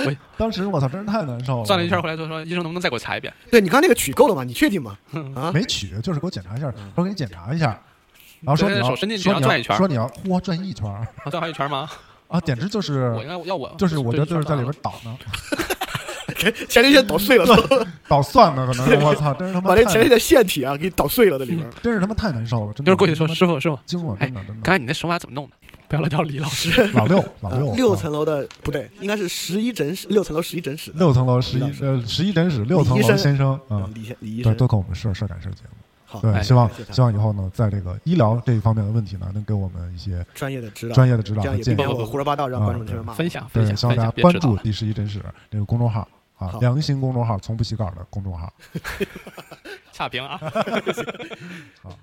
[SPEAKER 7] 喂
[SPEAKER 1] 当时我操，真是太难受了。
[SPEAKER 7] 转了一圈回来说说，医生能不能再给我查
[SPEAKER 1] <laughs>
[SPEAKER 7] 一遍？
[SPEAKER 6] 对你刚刚那个取够了吗？你确定吗？啊，
[SPEAKER 1] 没取，就是给我检查一下，说给你检查一下，然后说
[SPEAKER 7] 嗯对
[SPEAKER 1] 你要
[SPEAKER 7] 手伸进去
[SPEAKER 1] 说
[SPEAKER 7] 然后
[SPEAKER 1] 你要
[SPEAKER 7] 转一圈
[SPEAKER 1] 说你要嚯转一圈儿
[SPEAKER 7] 啊，转好一圈吗？
[SPEAKER 1] 啊，简直就
[SPEAKER 7] <laughs> 我应
[SPEAKER 1] 是
[SPEAKER 7] 该要我
[SPEAKER 1] 就是我觉得
[SPEAKER 7] 这
[SPEAKER 1] 就
[SPEAKER 7] 一圈
[SPEAKER 1] 是在里边
[SPEAKER 7] 转
[SPEAKER 1] 倒
[SPEAKER 7] <laughs>
[SPEAKER 1] 呢，
[SPEAKER 6] 前列腺
[SPEAKER 1] <laughs>
[SPEAKER 6] 捣碎了，
[SPEAKER 1] 倒蒜呢，可能是我操，真是他
[SPEAKER 6] 把
[SPEAKER 1] 妈
[SPEAKER 6] 那前列
[SPEAKER 1] 太
[SPEAKER 6] 腺腺体啊给捣碎了在里边。
[SPEAKER 1] 真是他妈太难受了，真的
[SPEAKER 7] 了就是过去说
[SPEAKER 1] 他妈
[SPEAKER 7] 师傅师傅，哎
[SPEAKER 1] 惊我真的真的
[SPEAKER 7] 刚才你那手法怎么弄的？不要来叫李老师。
[SPEAKER 1] <laughs> 老六
[SPEAKER 7] <laughs>
[SPEAKER 1] 老
[SPEAKER 6] 啊
[SPEAKER 1] 六
[SPEAKER 6] 六
[SPEAKER 1] 啊
[SPEAKER 6] 层楼的不对，应该是十一诊室，六层楼十一诊室的。
[SPEAKER 1] 六层楼十
[SPEAKER 6] 李老
[SPEAKER 1] 一
[SPEAKER 6] 师
[SPEAKER 1] 呃十一诊室六层
[SPEAKER 6] 李医
[SPEAKER 1] 楼
[SPEAKER 6] 生
[SPEAKER 1] 先生啊，
[SPEAKER 6] 李先李医
[SPEAKER 1] 对，
[SPEAKER 6] 生，
[SPEAKER 1] 多跟我们事事儿赶事儿节目。
[SPEAKER 6] 好，
[SPEAKER 1] 对，
[SPEAKER 7] 哎
[SPEAKER 1] 希望
[SPEAKER 6] 谢谢他
[SPEAKER 1] 希望以后呢，在这个医疗这一方面的问题呢，能给我们一些
[SPEAKER 6] 专业的指导，
[SPEAKER 1] 专业的指导
[SPEAKER 6] 这样
[SPEAKER 1] 和
[SPEAKER 6] 也避
[SPEAKER 1] 建议嗯
[SPEAKER 6] 免。我胡说八道，让观众这边骂我。
[SPEAKER 7] 分享分
[SPEAKER 1] 对，
[SPEAKER 7] 享
[SPEAKER 1] 希望
[SPEAKER 7] 分
[SPEAKER 1] 大
[SPEAKER 7] 享，
[SPEAKER 1] 家
[SPEAKER 7] 别
[SPEAKER 1] 关
[SPEAKER 7] 知道
[SPEAKER 1] 注
[SPEAKER 7] 了
[SPEAKER 1] 第十一真史这个公众号啊
[SPEAKER 6] 好，
[SPEAKER 1] 良心公众号，从不洗稿的公众号。
[SPEAKER 7] 差评啊。
[SPEAKER 1] 好